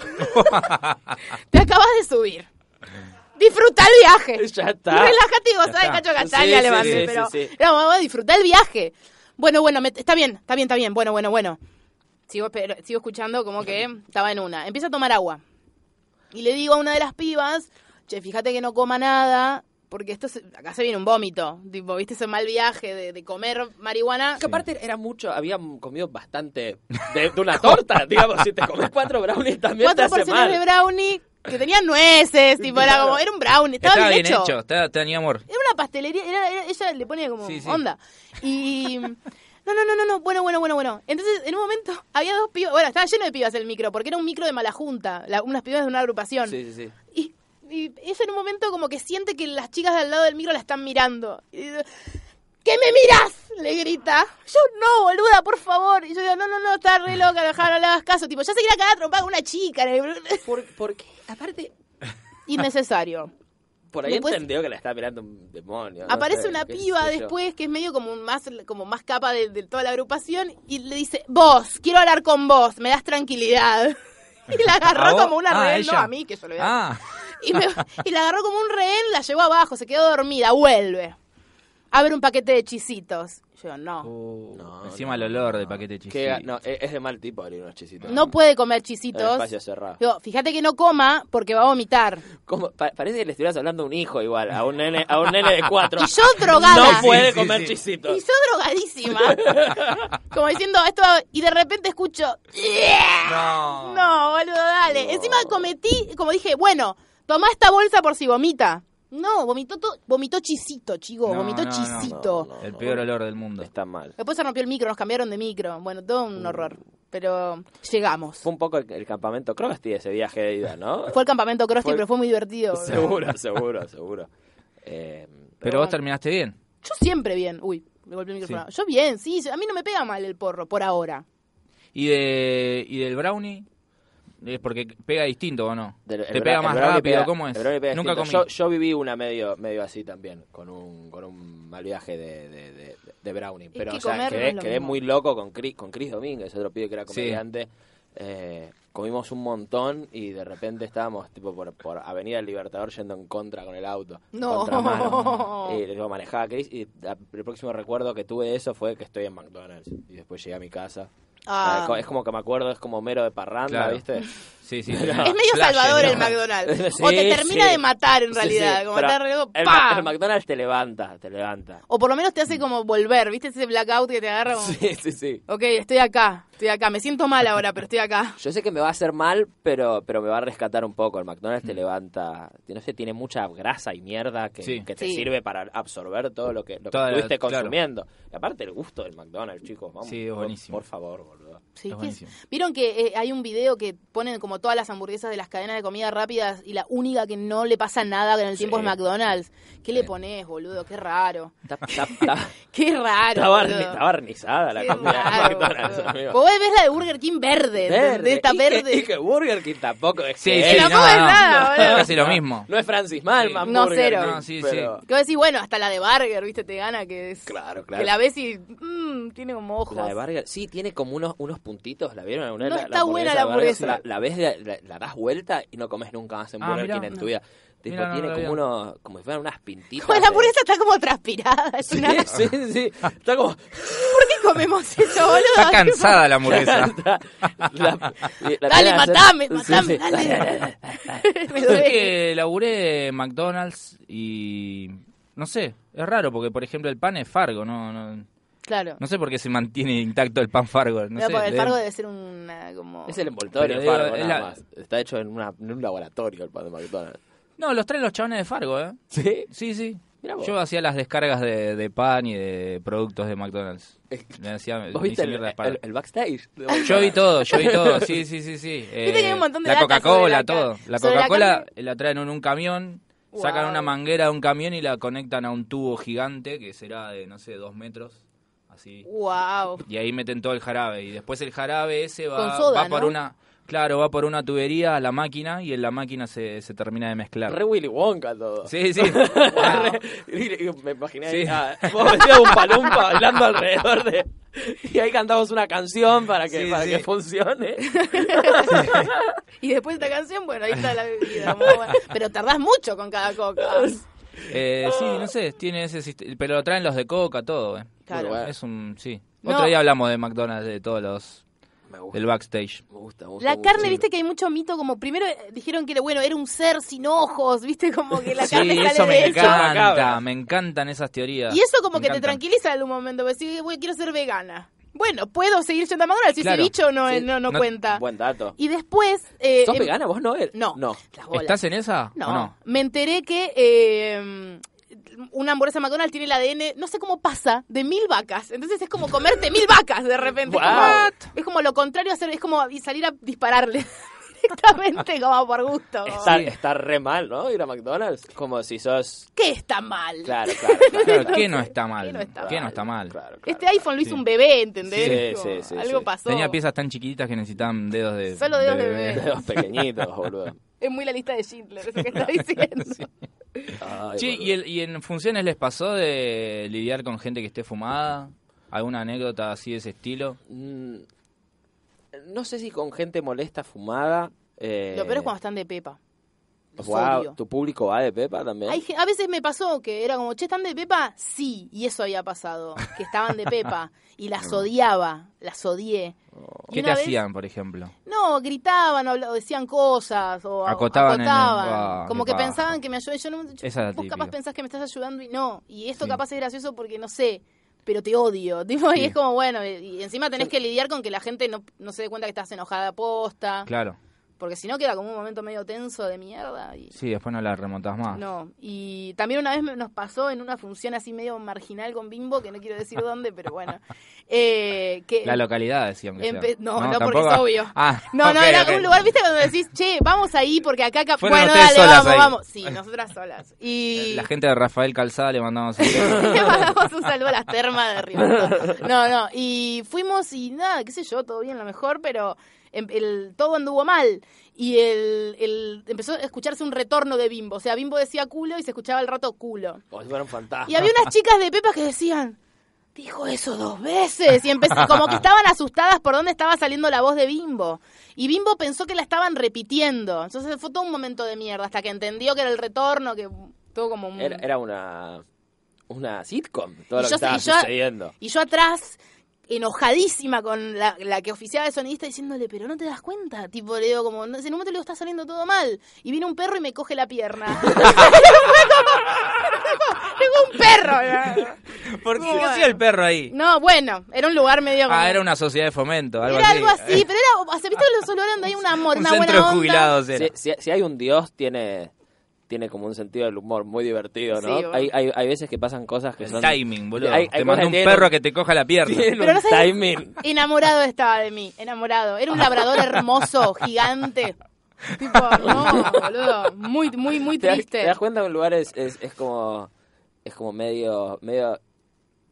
Speaker 2: Te acabas de subir. Disfruta el viaje.
Speaker 3: Ya está.
Speaker 2: Relájate y gozá de
Speaker 1: está.
Speaker 2: cacho castaña,
Speaker 3: Sí,
Speaker 2: le
Speaker 3: sí,
Speaker 2: mandé,
Speaker 3: sí,
Speaker 2: pero
Speaker 3: sí, sí.
Speaker 2: no, vamos a disfrutar el viaje. Bueno, bueno, me- está bien, está bien, está bien, bueno, bueno, bueno. Sigo, esper- sigo escuchando como que estaba en una. Empieza a tomar agua. Y le digo a una de las pibas, che, fíjate que no coma nada, porque esto se- acá se viene un vómito. Tipo, viste ese mal viaje de, de comer marihuana.
Speaker 3: Que aparte era mucho, habían comido bastante de, de <laughs> una torta, digamos, si te comes cuatro brownies también
Speaker 2: Cuatro
Speaker 3: te hace
Speaker 2: porciones de
Speaker 3: mal.
Speaker 2: brownie que tenían nueces, tipo, era como, era un brownie, estaba,
Speaker 1: Estaba bien hecho,
Speaker 2: hecho.
Speaker 1: estaba- tenía amor.
Speaker 2: Era una pastelería, era- era- ella le ponía como
Speaker 1: Sí, sí.
Speaker 2: onda. Y. No, no, no, no, no, bueno, bueno, bueno, bueno. Entonces, en un momento había dos pibas, bueno, estaba lleno de pibas el micro, porque era un micro de mala junta, la- unas pibas de una agrupación.
Speaker 3: Sí, sí, sí.
Speaker 2: Y, y ella en un momento como que siente que las chicas de al lado del micro la están mirando. Y dice, ¿Qué me miras? Le grita. Yo, no, boluda, por favor. Y yo digo, no, no, no, está re loca, dejá, no le hagas caso. Tipo, ya se quería cagar a trompada con una chica. en el-
Speaker 3: ¿Por, por qué? Aparte,
Speaker 2: <laughs> Innecesario.
Speaker 3: por ahí
Speaker 2: Después-
Speaker 3: entendió que la estaba mirando un demonio. no
Speaker 2: Aparece
Speaker 3: sé,
Speaker 2: una
Speaker 3: qué
Speaker 2: piba
Speaker 3: sé yo.
Speaker 2: después que es medio como un más como más capa de, de toda la agrupación y le dice, vos, quiero hablar con vos, me das tranquilidad. <laughs> Y la
Speaker 1: ¿A
Speaker 2: agarró
Speaker 1: vos?
Speaker 2: como una
Speaker 1: Ah,
Speaker 2: rebel, no
Speaker 1: ella.
Speaker 2: a mí, que yo lo veo.
Speaker 1: Ah,
Speaker 2: Y, me- y la agarró como un rehén, la llevó abajo, se quedó dormida, vuelve. Abre un paquete de hechicitos. Yo, no.
Speaker 3: No,
Speaker 1: encima
Speaker 3: no,
Speaker 1: el olor del paquete
Speaker 3: Qué
Speaker 1: chiste.
Speaker 3: ga- no, es es de mal tipo abrir unos chisitos.
Speaker 2: No puede comer
Speaker 3: En
Speaker 2: hechicitos.
Speaker 3: espacio cerrado.
Speaker 2: Digo, fíjate que no coma porque va a vomitar.
Speaker 3: Como- pa- parece que le estuvieras hablando a un hijo igual, a un nene, a un nene de cuatro.
Speaker 2: <laughs> Y yo drogada.
Speaker 3: No puede
Speaker 1: Sí, sí,
Speaker 3: comer
Speaker 1: sí.
Speaker 2: Y
Speaker 3: chisitos.
Speaker 2: yo drogadísima. <laughs> Como diciendo esto, y de repente escucho.
Speaker 1: No.
Speaker 2: No, boludo, dale. Encima cometí, como dije, bueno, tomá esta bolsa por si vomita. No, vomitó, to- vomitó chisito, chico,
Speaker 1: No,
Speaker 2: vomitó
Speaker 1: no, no,
Speaker 2: chisito.
Speaker 3: no, no.
Speaker 1: El peor olor del mundo.
Speaker 3: Está mal.
Speaker 2: Después se rompió el micro, nos cambiaron de micro. Bueno, todo un horror. Pero llegamos.
Speaker 3: Fue un poco el, el campamento Krusty ese viaje de ida, ¿no?
Speaker 2: Fue el campamento Krusty,
Speaker 3: Fue-
Speaker 2: pero fue muy divertido. boludo.
Speaker 3: Seguro, seguro, seguro. Eh,
Speaker 1: Pero vos terminaste bien.
Speaker 2: Yo siempre bien. Uy, me golpeé el micrófono.
Speaker 1: Sí.
Speaker 2: Yo bien, sí, yo- a mí no me pega mal el porro, por ahora.
Speaker 1: ¿Y, de, y del brownie? Es porque pega distinto o no.
Speaker 3: del- el
Speaker 1: Te
Speaker 3: bra-
Speaker 1: pega
Speaker 3: el
Speaker 1: más
Speaker 3: brownie
Speaker 1: rápido,
Speaker 3: pega-
Speaker 1: ¿cómo es?
Speaker 3: el brownie pega
Speaker 1: Nunca comí.
Speaker 3: distinto. Yo, yo viví una medio medio así también, con un, con un mal viaje de, de, de- de brownie. Pero
Speaker 2: que
Speaker 3: o sea,
Speaker 2: comer no
Speaker 3: quedé,
Speaker 2: es lo
Speaker 3: quedé
Speaker 2: mismo.
Speaker 3: muy loco con Chris, con Chris Domínguez, otro pibe que era
Speaker 1: Sí.
Speaker 3: comediante. Eh, comimos un montón y de repente estábamos tipo por, por Avenida del Libertador yendo en contra con el auto. en
Speaker 2: No. <laughs>
Speaker 3: contramano. Y lo manejaba Chris y la- el próximo recuerdo que tuve de eso fue que estoy en McDonald's y después llegué a mi casa.
Speaker 2: Ah.
Speaker 3: Eh, co- Es como que me acuerdo, es como mero de parranda,
Speaker 1: Claro.
Speaker 3: ¿viste?
Speaker 1: Sí,
Speaker 3: <laughs>
Speaker 1: sí.
Speaker 2: es medio
Speaker 1: Flashes,
Speaker 2: Salvador
Speaker 1: ¿no?
Speaker 2: el McDonald's.
Speaker 3: Ah, Sí,
Speaker 2: o te termina
Speaker 3: sí.
Speaker 2: de matar en
Speaker 3: Sí,
Speaker 2: realidad.
Speaker 3: sí,
Speaker 2: Como
Speaker 3: pero
Speaker 2: está re loco,
Speaker 3: el,
Speaker 2: ¡pa!
Speaker 3: Ma- el McDonald's te levanta, te levanta.
Speaker 2: O por lo menos te hace como volver, ¿viste? Ese blackout que te agarra como,
Speaker 3: Sí, sí, sí.
Speaker 2: Ok, estoy acá, estoy acá. Me siento mal ahora, pero estoy
Speaker 3: <laughs>
Speaker 2: acá.
Speaker 3: Yo sé que me va a hacer mal, pero, pero me va a rescatar un poco. El McDonald's
Speaker 1: Mm.
Speaker 3: te levanta, no sé, tiene mucha grasa y mierda que,
Speaker 1: Sí.
Speaker 3: que te
Speaker 2: Sí.
Speaker 3: sirve para absorber todo lo que, lo que
Speaker 1: Toda la-
Speaker 3: estuviste
Speaker 1: claro.
Speaker 3: consumiendo. Y aparte el gusto del McDonald's, chicos. Vamos,
Speaker 1: Sí,
Speaker 3: por-
Speaker 1: buenísimo.
Speaker 3: Por, favor, boludo.
Speaker 1: Está
Speaker 2: Sí, ¿qué es?
Speaker 1: buenísimo.
Speaker 2: Vieron que eh, hay un video que ponen como todas las hamburguesas de las cadenas de comida rápidas y la única que no le pasa nada con el tiempo
Speaker 3: Sí.
Speaker 2: es McDonald's. ¿Qué le pones, boludo? Qué raro.
Speaker 3: Está, está-
Speaker 2: <laughs>
Speaker 3: está-
Speaker 2: Qué raro.
Speaker 3: está barni-
Speaker 2: boludo.
Speaker 3: está barnizada la
Speaker 2: Qué
Speaker 3: comida de
Speaker 2: raro,
Speaker 3: McDonald's,
Speaker 2: boludo.
Speaker 3: amigo.
Speaker 2: Vos ves la de Burger King verde, de esta
Speaker 3: Y que-
Speaker 2: verde.
Speaker 3: <laughs> Y que, Burger King tampoco es
Speaker 1: Sí,
Speaker 3: que-
Speaker 1: sí,
Speaker 2: no
Speaker 1: no,
Speaker 2: comes
Speaker 1: no,
Speaker 2: nada,
Speaker 1: no,
Speaker 2: boludo.
Speaker 1: es casi lo
Speaker 2: <laughs>
Speaker 1: mismo.
Speaker 3: No es Francis Malman,
Speaker 2: No,
Speaker 3: Burger
Speaker 2: cero.
Speaker 3: King,
Speaker 1: No, sí,
Speaker 3: pero-
Speaker 1: sí.
Speaker 2: Que vos decís, bueno, hasta la de Burger, ¿viste? Te gana que es...
Speaker 3: Claro, claro.
Speaker 2: Que la ves y... mm, tiene como ojos. <laughs>
Speaker 3: La de Burger, sí, tiene como unos, unos puntitos, ¿la vieron alguna
Speaker 2: No
Speaker 3: vez? La-
Speaker 2: está buena la hamburguesa.
Speaker 3: La, la ves, de- la, la das vuelta y no comes nunca más en
Speaker 1: Ah,
Speaker 3: Burger
Speaker 1: mirá.
Speaker 3: King en tu vida. Tipo,
Speaker 1: Mirá, no,
Speaker 3: tiene
Speaker 1: no
Speaker 3: como
Speaker 1: la
Speaker 3: unos, como si fueran unas pintitas.
Speaker 2: Como
Speaker 3: de-
Speaker 2: la hamburguesa está como transpirada. es
Speaker 3: Sí,
Speaker 2: una- ¿Por
Speaker 3: sí, sí.
Speaker 2: <laughs>
Speaker 3: Está como...
Speaker 2: qué
Speaker 3: <laughs>
Speaker 2: comemos eso, boludo?
Speaker 1: Está cansada la hamburguesa.
Speaker 3: La- la- la-
Speaker 2: Dale,
Speaker 3: la-
Speaker 2: matame,
Speaker 3: sí,
Speaker 2: matame,
Speaker 3: sí.
Speaker 2: dale. <laughs> Me
Speaker 1: Yo
Speaker 2: duele.
Speaker 1: que laburé en McDonald's y no sé, es raro porque por ejemplo el pan es Fargo, no no,
Speaker 2: Claro.
Speaker 1: no sé por qué se mantiene intacto el pan Fargo, no
Speaker 2: Mira,
Speaker 1: sé,
Speaker 2: porque el
Speaker 1: de-
Speaker 2: Fargo debe ser una como...
Speaker 3: <laughs> Es el envoltorio,
Speaker 1: Pero
Speaker 3: el
Speaker 1: digo,
Speaker 3: Fargo,
Speaker 1: es
Speaker 3: nada
Speaker 1: la-
Speaker 3: más. Está hecho en, una- en un laboratorio el pan de McDonald's.
Speaker 1: No, los traen los chabones de Fargo, ¿eh?
Speaker 3: ¿Sí?
Speaker 1: Sí, sí.
Speaker 3: Mirá vos.
Speaker 1: Yo hacía las descargas de, de pan y de productos de McDonald's.
Speaker 3: Eh,
Speaker 1: Me hacía- me
Speaker 3: ¿Vos viste
Speaker 1: hice
Speaker 3: el,
Speaker 1: mierda de Fargo.
Speaker 3: el- el backstage? de
Speaker 1: Yo vi
Speaker 3: McDonald's?
Speaker 1: todo, yo vi
Speaker 2: <laughs>
Speaker 1: todo, sí, sí, sí, sí.
Speaker 2: Viste que hay un montón de
Speaker 1: la
Speaker 2: data sobre
Speaker 1: Coca-Cola,
Speaker 2: la ca-
Speaker 1: todo. La
Speaker 2: sobre la
Speaker 1: Coca-Cola
Speaker 2: carne.
Speaker 1: la, traen en un camión,
Speaker 2: Wow.
Speaker 1: sacan una manguera de un camión y la conectan a un tubo gigante que será de, no sé, dos metros, así.
Speaker 2: Wow.
Speaker 1: Y ahí meten todo el jarabe. Y después el jarabe ese va,
Speaker 2: Con soda,
Speaker 1: va por
Speaker 2: ¿no?
Speaker 1: una... Claro, va por una tubería a la máquina y en la máquina se, se termina de mezclar.
Speaker 3: Re Willy Wonka todo.
Speaker 1: Sí, sí.
Speaker 2: <laughs>
Speaker 3: <laughs> Y- y- y Me imaginé ahí,
Speaker 1: Sí. <laughs>
Speaker 3: ah, vos vestido de un palumpa bailando alrededor de... Y ahí cantamos una canción para que,
Speaker 1: Sí,
Speaker 3: para
Speaker 1: sí.
Speaker 3: que funcione.
Speaker 2: Y después de esta canción, bueno, ahí está la
Speaker 3: <laughs>
Speaker 2: bebida. muy buena. Pero tardás mucho con cada coca.
Speaker 1: Eh, sí, no sé, tiene ese sistema. Pero lo traen los de Coca, todo, eh.
Speaker 2: Claro.
Speaker 3: Muy bueno.
Speaker 1: Es un... Sí.
Speaker 2: No.
Speaker 1: Otro día hablamos de McDonald's, de todos los...
Speaker 3: Me gusta,
Speaker 1: del backstage.
Speaker 3: me gusta, me gusta
Speaker 2: La
Speaker 3: mucho.
Speaker 2: carne, viste que hay mucho mito, como primero eh, dijeron que era- bueno, era un ser sin ojos, viste, como que la <laughs>
Speaker 1: Sí,
Speaker 2: carne sale
Speaker 1: eso
Speaker 2: de
Speaker 1: me
Speaker 2: eso.
Speaker 1: encanta,
Speaker 3: Macabra.
Speaker 1: me encantan esas teorías.
Speaker 2: Y eso como
Speaker 1: Me
Speaker 2: que te
Speaker 1: encantan.
Speaker 2: tranquiliza en algún momento, porque decís, "Güey, quiero ser vegana. Bueno, puedo seguir yendo a McDonald's, si
Speaker 1: Claro.
Speaker 2: ese bicho no,
Speaker 3: Sí.
Speaker 2: no, no
Speaker 1: No-
Speaker 2: cuenta.
Speaker 3: Buen dato.
Speaker 2: Y después... eh,
Speaker 3: ¿Sos
Speaker 2: em-
Speaker 3: vegana vos, Noel?
Speaker 2: No.
Speaker 3: No.
Speaker 2: Las bolas.
Speaker 1: ¿Estás en esa?
Speaker 2: No.
Speaker 1: ¿O
Speaker 2: <laughs>
Speaker 1: no?
Speaker 2: Me enteré que eh, una hamburguesa McDonald's tiene el ADN, no sé cómo pasa, de mil vacas. Entonces es como comerte mil vacas de repente. Es como-
Speaker 3: What?
Speaker 2: Es, como, lo contrario a hacer, es como y salir a dispararle <laughs> directamente como por gusto. como-
Speaker 3: Está, está re mal, ¿no? Ir a McDonald's. Como si sos...
Speaker 2: ¿Qué está mal?
Speaker 3: Claro,
Speaker 1: <laughs>
Speaker 3: claro. claro,
Speaker 1: Claro,
Speaker 3: claro.
Speaker 1: ¿qué no está mal?
Speaker 2: ¿Qué no está
Speaker 1: ¿Qué no
Speaker 2: mal?
Speaker 1: está mal?
Speaker 3: Claro, claro.
Speaker 2: Este iPhone lo hizo
Speaker 1: Sí.
Speaker 2: un bebé, ¿entendés?
Speaker 3: Sí,
Speaker 2: Como
Speaker 3: sí, sí,
Speaker 2: Algo
Speaker 3: sí.
Speaker 2: pasó.
Speaker 1: Tenía piezas tan chiquititas que necesitaban dedos de.
Speaker 2: Solo dedos
Speaker 1: <laughs>
Speaker 2: de bebé.
Speaker 3: Dedos pequeñitos, boludo.
Speaker 2: Es muy la lista de Schindler, eso que está
Speaker 3: <laughs>
Speaker 2: diciendo.
Speaker 3: Ay,
Speaker 1: Sí,
Speaker 3: boludo.
Speaker 1: ¿y, el- y en funciones les pasó de lidiar con gente que esté fumada? ¿Alguna anécdota así de ese estilo?
Speaker 3: Mm, No sé si con gente molesta fumada. eh,
Speaker 2: Lo peor es cuando están de pepa. Los
Speaker 3: guau,
Speaker 2: odio.
Speaker 3: ¿Tu público va de Pepa también?
Speaker 2: Hay gen- a veces me pasó que era como, che, ¿están de Pepa? Sí, y eso había pasado, que estaban de Pepa y las
Speaker 1: <laughs>
Speaker 2: odiaba, las odié. Oh. Y
Speaker 1: ¿Qué te
Speaker 2: una vez-
Speaker 1: hacían, por ejemplo?
Speaker 2: No, gritaban, habla- o decían cosas, o
Speaker 1: Acotaban
Speaker 2: acotaban.
Speaker 1: en el- Ah,
Speaker 2: como
Speaker 1: qué
Speaker 2: que
Speaker 1: paja.
Speaker 2: pensaban que me ayudé. Yo no, yo-
Speaker 1: Esa es la
Speaker 2: vos
Speaker 1: típica.
Speaker 2: capaz pensás que me estás ayudando y no. Y esto
Speaker 1: Sí.
Speaker 2: capaz es gracioso porque no sé, pero te odio. <laughs> tipo,
Speaker 1: Sí.
Speaker 2: Y es como, bueno, y y encima tenés que lidiar con que la gente no, no se dé cuenta que estás enojada posta.
Speaker 1: Claro.
Speaker 2: Porque si no queda como un momento medio tenso de mierda. Y...
Speaker 1: Sí, después no la remontás más.
Speaker 2: No, y también una vez me- nos pasó en una función así medio marginal con Bimbo, que no quiero decir dónde,
Speaker 1: <laughs>
Speaker 2: pero bueno. eh, que
Speaker 1: La localidad, decían que
Speaker 2: empe-
Speaker 1: sea.
Speaker 2: No, no, porque es
Speaker 1: tampoco.
Speaker 2: obvio.
Speaker 1: Ah,
Speaker 2: no, no,
Speaker 1: ok,
Speaker 2: era
Speaker 1: ok.
Speaker 2: un lugar, viste, cuando decís, che, vamos ahí porque acá... cap-
Speaker 1: Fueron
Speaker 2: bueno,
Speaker 1: ustedes
Speaker 2: dale,
Speaker 1: solas
Speaker 2: vamos,
Speaker 1: ahí. <laughs>
Speaker 2: vamos. Sí, nosotras solas. Y... <laughs>
Speaker 1: La gente de Rafael Calzada le mandamos un
Speaker 2: Le mandamos un saludo a las termas de Río. No, no, y fuimos y nada, qué sé yo, todo bien, lo mejor, pero em- el, todo anduvo mal. Y el, el- empezó a escucharse un retorno de Bimbo. O sea, Bimbo decía culo y se escuchaba el rato culo.
Speaker 3: Como si fuera un fantasma.
Speaker 2: Y había unas chicas de Pepa que decían, dijo eso dos veces. Y empecé, como que estaban asustadas por dónde estaba saliendo la voz de Bimbo. Y Bimbo pensó que la estaban repitiendo. Entonces fue todo un momento de mierda, hasta que entendió que era el retorno, que todo como un...
Speaker 3: Era, era una, una sitcom, todo
Speaker 2: Y
Speaker 3: lo
Speaker 2: yo-
Speaker 3: que estaba
Speaker 2: y yo-
Speaker 3: sucediendo.
Speaker 2: Y yo atrás, enojadísima con la, la que oficiaba de sonidista, diciéndole, pero no te das cuenta. Tipo, le digo, como, no, en un momento le digo, está saliendo todo mal. Y viene un perro y me coge la pierna. <laughs> Tengo un perro. ¿no?
Speaker 1: ¿Por qué? ¿Qué
Speaker 2: Bueno.
Speaker 1: hacía el perro ahí?
Speaker 2: No, bueno, era un lugar medio como...
Speaker 1: Ah, era una sociedad de fomento, algo
Speaker 2: Era
Speaker 1: así. <laughs>
Speaker 2: algo así, pero era, o sea, viste que los lugares donde hay un
Speaker 3: <laughs>
Speaker 2: amor,
Speaker 1: un
Speaker 2: una
Speaker 1: centro
Speaker 2: buena
Speaker 1: de
Speaker 2: onda.
Speaker 1: jubilados era.
Speaker 3: Si, si- si hay un dios, tiene, tiene como un sentido del humor muy divertido,
Speaker 2: Sí,
Speaker 3: ¿no?
Speaker 2: bueno.
Speaker 3: hay, hay, hay veces que pasan cosas que
Speaker 1: El
Speaker 3: son...
Speaker 1: timing, boludo.
Speaker 3: Hay- hay
Speaker 1: te
Speaker 3: cosas
Speaker 1: mandó
Speaker 3: que
Speaker 1: un
Speaker 3: tienen
Speaker 1: perro que te coja la pierna.
Speaker 3: Tienen
Speaker 2: Pero
Speaker 3: un
Speaker 2: no sabes-
Speaker 3: timing.
Speaker 2: Enamorado estaba de mí, enamorado. Era un labrador hermoso, gigante. Tipo, no, boludo, muy, muy, muy
Speaker 3: ¿Te das,
Speaker 2: triste.
Speaker 3: te das cuenta que un lugar es, es, es como, es como medio, medio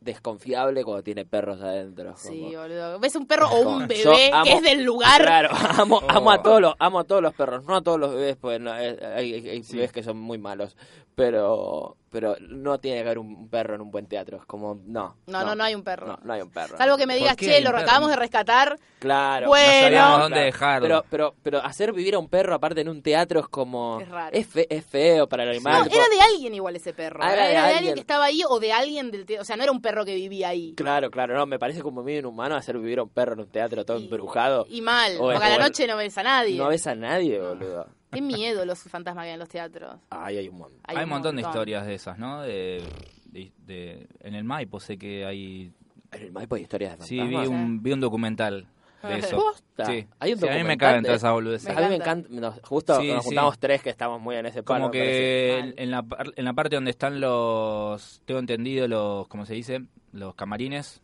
Speaker 3: desconfiable cuando tiene perros adentro.
Speaker 2: Sí,
Speaker 3: como-
Speaker 2: boludo. Ves un perro o un
Speaker 3: Yo
Speaker 2: bebé
Speaker 3: amo-
Speaker 2: que es del lugar.
Speaker 3: Claro, <laughs> amo,
Speaker 1: Oh.
Speaker 3: amo a todos los, amo a todos los perros, no a todos los bebés, pues no, es- hay, hay- hay bebés que son muy malos, pero Pero no tiene que haber un perro en un buen teatro. Es como, no.
Speaker 2: No, no, no hay un perro.
Speaker 3: No, no hay un perro.
Speaker 2: Salvo que me digas,
Speaker 1: qué
Speaker 2: che,
Speaker 1: hay
Speaker 2: lo
Speaker 1: un perro?
Speaker 2: acabamos de rescatar.
Speaker 3: Claro.
Speaker 2: Bueno. No sabíamos
Speaker 1: dónde dejarlo.
Speaker 3: Pero, pero, pero hacer vivir a un perro aparte en un teatro es como.
Speaker 2: Es raro.
Speaker 3: fe- es feo para el
Speaker 2: No,
Speaker 3: animal. tipo-
Speaker 2: era de alguien igual ese perro.
Speaker 3: Ah,
Speaker 2: ¿eh?
Speaker 3: era
Speaker 2: Era,
Speaker 3: de
Speaker 2: de alguien.
Speaker 3: alguien.
Speaker 2: que estaba ahí o de alguien del teatro. O sea, no era un perro que vivía ahí.
Speaker 3: Claro, claro. No, me parece como medio inhumano hacer vivir a un perro en un teatro todo
Speaker 2: Y-
Speaker 3: embrujado.
Speaker 2: Y mal,
Speaker 3: O es
Speaker 2: porque a la
Speaker 3: como-
Speaker 2: noche no ves a nadie.
Speaker 3: No ves a nadie, boludo.
Speaker 2: Qué miedo los fantasmas que hay en los teatros.
Speaker 3: Ay, hay un montón.
Speaker 1: Hay, un montón, de historias de esas, ¿no? De, de- de- en el Maipo sé que hay...
Speaker 3: En el Maipo hay historias de
Speaker 1: Sí,
Speaker 3: fantasmas. ¿eh?
Speaker 1: vi un, vi un documental
Speaker 2: Ah,
Speaker 1: de eso.
Speaker 3: Posta.
Speaker 1: Sí.
Speaker 3: Hay un
Speaker 1: Sí, a mí me
Speaker 3: documental
Speaker 1: cagan
Speaker 3: de-
Speaker 1: todas esas boludeces.
Speaker 2: Me
Speaker 3: a mí me
Speaker 2: encanta.
Speaker 3: encanta. nos- justo
Speaker 1: Sí,
Speaker 3: nos
Speaker 1: sí.
Speaker 3: juntamos tres que estamos muy en ese palo.
Speaker 1: Como
Speaker 3: me parece.
Speaker 1: que
Speaker 2: Mal.
Speaker 1: en, en la, par- en la parte donde están los, tengo entendido, los, ¿cómo se dice? Los camarines.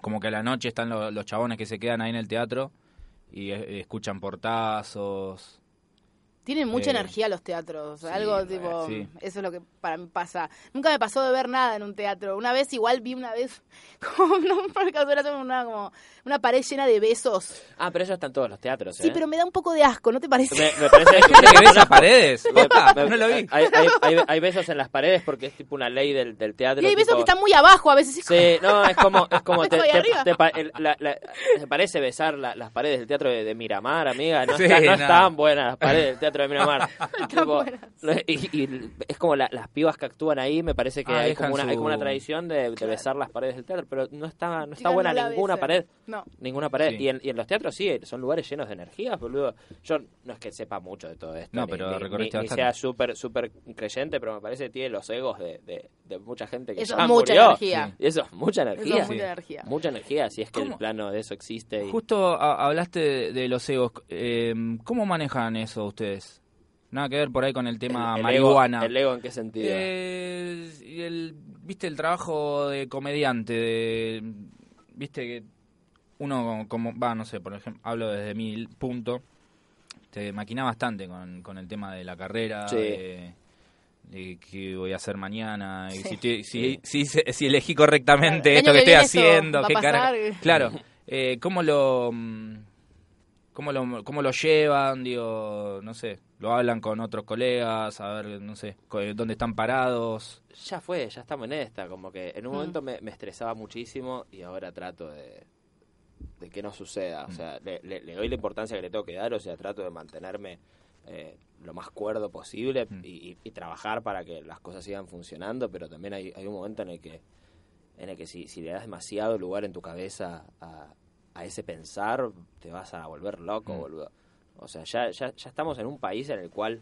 Speaker 1: Como que a la noche están lo- los chabones que se quedan ahí en el teatro y eh, escuchan
Speaker 3: <laughs>
Speaker 1: portazos.
Speaker 2: Tienen mucha
Speaker 1: Eh,
Speaker 2: energía los teatros,
Speaker 1: sí,
Speaker 2: algo
Speaker 1: re,
Speaker 2: tipo,
Speaker 1: sí.
Speaker 2: eso es lo que para mí pasa. Nunca me pasó de ver nada en un teatro. Una vez igual vi una vez <laughs> como no, por casualidad, una como una pared llena de besos.
Speaker 3: Ah, pero ellos están en todos los teatros.
Speaker 2: Sí,
Speaker 3: ¿eh?
Speaker 2: pero me da un poco de asco, ¿no te parece?
Speaker 3: Me, me
Speaker 1: <laughs>
Speaker 3: parece
Speaker 1: ¿Qué que ves las paredes? Opa,
Speaker 3: <laughs>
Speaker 1: <laughs>
Speaker 3: Me-
Speaker 1: no lo vi.
Speaker 3: Hay, hay- hay- hay besos en las paredes porque es tipo una ley del, del
Speaker 2: <laughs>
Speaker 3: teatro.
Speaker 2: y hay besos
Speaker 3: tipo-
Speaker 2: que están muy abajo a veces. es
Speaker 3: Sí, no, es como.
Speaker 2: <laughs>
Speaker 3: Es como te,
Speaker 2: Estoy
Speaker 3: te-
Speaker 2: arriba.
Speaker 3: te pa- el- la- la- te parece besar la- las paredes del teatro de, de Miramar, amiga. No,
Speaker 1: Sí,
Speaker 3: está- no
Speaker 1: no.
Speaker 3: están buenas las paredes
Speaker 2: <laughs>
Speaker 3: del teatro de Miramar. Tipo,
Speaker 2: buenas.
Speaker 3: no, y, y es como la- las pibas que actúan ahí, me parece que
Speaker 1: Ah,
Speaker 3: hay,
Speaker 1: dejan
Speaker 3: como una, hay como
Speaker 1: su-
Speaker 3: una tradición de, de besar las paredes del teatro, pero no está, no
Speaker 2: como,
Speaker 3: está
Speaker 2: chicas,
Speaker 3: buena
Speaker 2: no la
Speaker 3: ninguna
Speaker 2: besen.
Speaker 3: pared.
Speaker 2: No.
Speaker 3: Ninguna pared.
Speaker 1: Sí.
Speaker 3: Y, en, y en los teatros sí, son lugares llenos de energías, boludo. Yo no es que sepa mucho de todo esto.
Speaker 1: No,
Speaker 3: ni-
Speaker 1: pero
Speaker 3: ni,
Speaker 1: recorriste
Speaker 3: ni- ni
Speaker 1: bastante.
Speaker 3: sea súper súper creyente, pero me parece que tiene los egos de, de- de mucha gente que
Speaker 2: Eso
Speaker 3: ya
Speaker 2: es mucha
Speaker 3: murió.
Speaker 2: energía.
Speaker 3: Y eso es mucha
Speaker 2: Eso
Speaker 3: energía.
Speaker 2: es mucha energía.
Speaker 3: Mucha energía, si es que el
Speaker 1: ¿Cómo?
Speaker 3: plano de eso existe. y-
Speaker 1: Justo a- hablaste de, de los egos. Eh, ¿Cómo manejan eso ustedes? Nada que ver por ahí con el
Speaker 3: el-
Speaker 1: tema
Speaker 3: el
Speaker 1: marihuana.
Speaker 3: Ego, ¿El ego en qué sentido?
Speaker 1: Eh, y el, viste el trabajo de comediante, de- viste que uno como va, no sé, por ejemplo, hablo desde mi punto, te maquina bastante con, con el tema de la carrera,
Speaker 3: Sí.
Speaker 1: de, de qué voy a hacer mañana, y
Speaker 2: Sí.
Speaker 1: si, te- si,
Speaker 3: Sí.
Speaker 1: si, se- si elegí correctamente
Speaker 2: Claro, el
Speaker 1: esto que
Speaker 2: año que
Speaker 1: estoy
Speaker 2: viene esto
Speaker 1: haciendo,
Speaker 2: va a
Speaker 1: qué
Speaker 2: pasar.
Speaker 1: carajo. Claro, eh, ¿cómo lo... mm, ¿Cómo lo, ¿Cómo lo llevan? Digo, no sé, lo hablan con otros colegas, a ver, no sé, co- eh, dónde están parados.
Speaker 3: Ya fue, ya estamos en esta. Como que en
Speaker 1: Ah.
Speaker 3: un
Speaker 2: Mm.
Speaker 3: momento me, me estresaba muchísimo y ahora trato de, de que no suceda.
Speaker 1: Mm.
Speaker 3: O sea, le, le- le doy la importancia que le tengo que dar, o sea, trato de mantenerme eh, lo más cuerdo posible
Speaker 1: Mm.
Speaker 3: y, y- y trabajar para que las cosas sigan funcionando, pero también hay, hay un momento en el que, en el que si, si le das demasiado lugar en tu cabeza a, a ese pensar, te vas a volver loco,
Speaker 1: Mm.
Speaker 3: boludo. O sea, ya, ya, ya estamos en un país en el cual,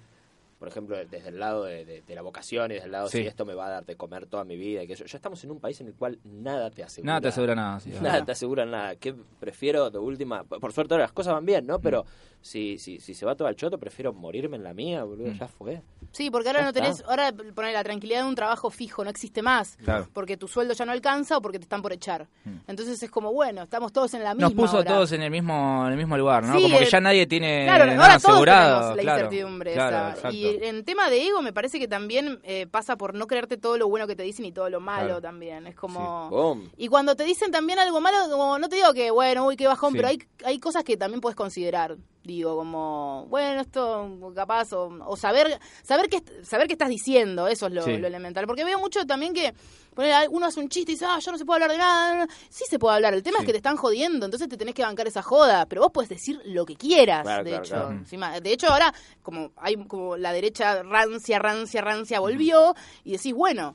Speaker 3: por ejemplo, desde el lado de, de- de la vocación y desde el lado
Speaker 1: Sí.
Speaker 3: si esto me va a dar de comer toda mi vida y que eso, ya estamos en un país en el cual nada te asegura.
Speaker 1: Nada te asegura nada. sí.
Speaker 3: <laughs> Nada, te aseguran nada. Que prefiero de última. Por suerte ahora las cosas van bien,
Speaker 1: Mm.
Speaker 3: ¿no? Pero si, si, si se va todo al choto, prefiero morirme en la mía, boludo.
Speaker 1: Mm.
Speaker 3: Ya fue.
Speaker 2: Sí, porque ahora
Speaker 3: Ya
Speaker 2: no
Speaker 3: está.
Speaker 2: tenés, ahora poner la tranquilidad de un trabajo fijo, no existe más,
Speaker 1: Claro. Mm.
Speaker 2: porque tu sueldo ya no alcanza o porque te están por echar. Entonces es como, bueno, estamos todos en la misma
Speaker 1: Nos puso
Speaker 2: ahora.
Speaker 1: todos en el mismo en el mismo lugar, ¿no?
Speaker 2: Sí,
Speaker 1: Como que
Speaker 2: eh,
Speaker 1: ya nadie tiene
Speaker 2: Claro,
Speaker 1: nada
Speaker 2: ahora todos
Speaker 1: asegurado.
Speaker 2: tenemos la
Speaker 1: claro,
Speaker 2: incertidumbre
Speaker 1: claro,
Speaker 2: esa.
Speaker 1: exacto.
Speaker 2: Y eh, en tema de ego me parece que también eh, pasa por no creerte todo lo bueno que te dicen y todo lo malo
Speaker 1: Claro.
Speaker 2: también. Es como...
Speaker 3: Boom.
Speaker 2: Y cuando te dicen también algo malo, como no te digo que, bueno, uy, qué bajón,
Speaker 1: Sí.
Speaker 2: pero hay, hay cosas que también puedes considerar. Digo, como, bueno, esto capaz, o, o saber saber qué, est- saber qué estás diciendo, eso es lo,
Speaker 1: Sí.
Speaker 2: lo elemental. Porque veo mucho también que poner, uno hace un chiste y dice, ah, yo no se puede hablar de nada. Sí se puede hablar, el tema
Speaker 1: Sí.
Speaker 2: es que te están jodiendo, entonces te tenés que bancar esa joda, pero vos puedes decir lo que quieras,
Speaker 3: Claro,
Speaker 2: de
Speaker 3: claro,
Speaker 2: hecho.
Speaker 3: claro.
Speaker 2: Encima, De hecho, ahora, como hay como la derecha rancia, rancia, rancia volvió, y decís, bueno,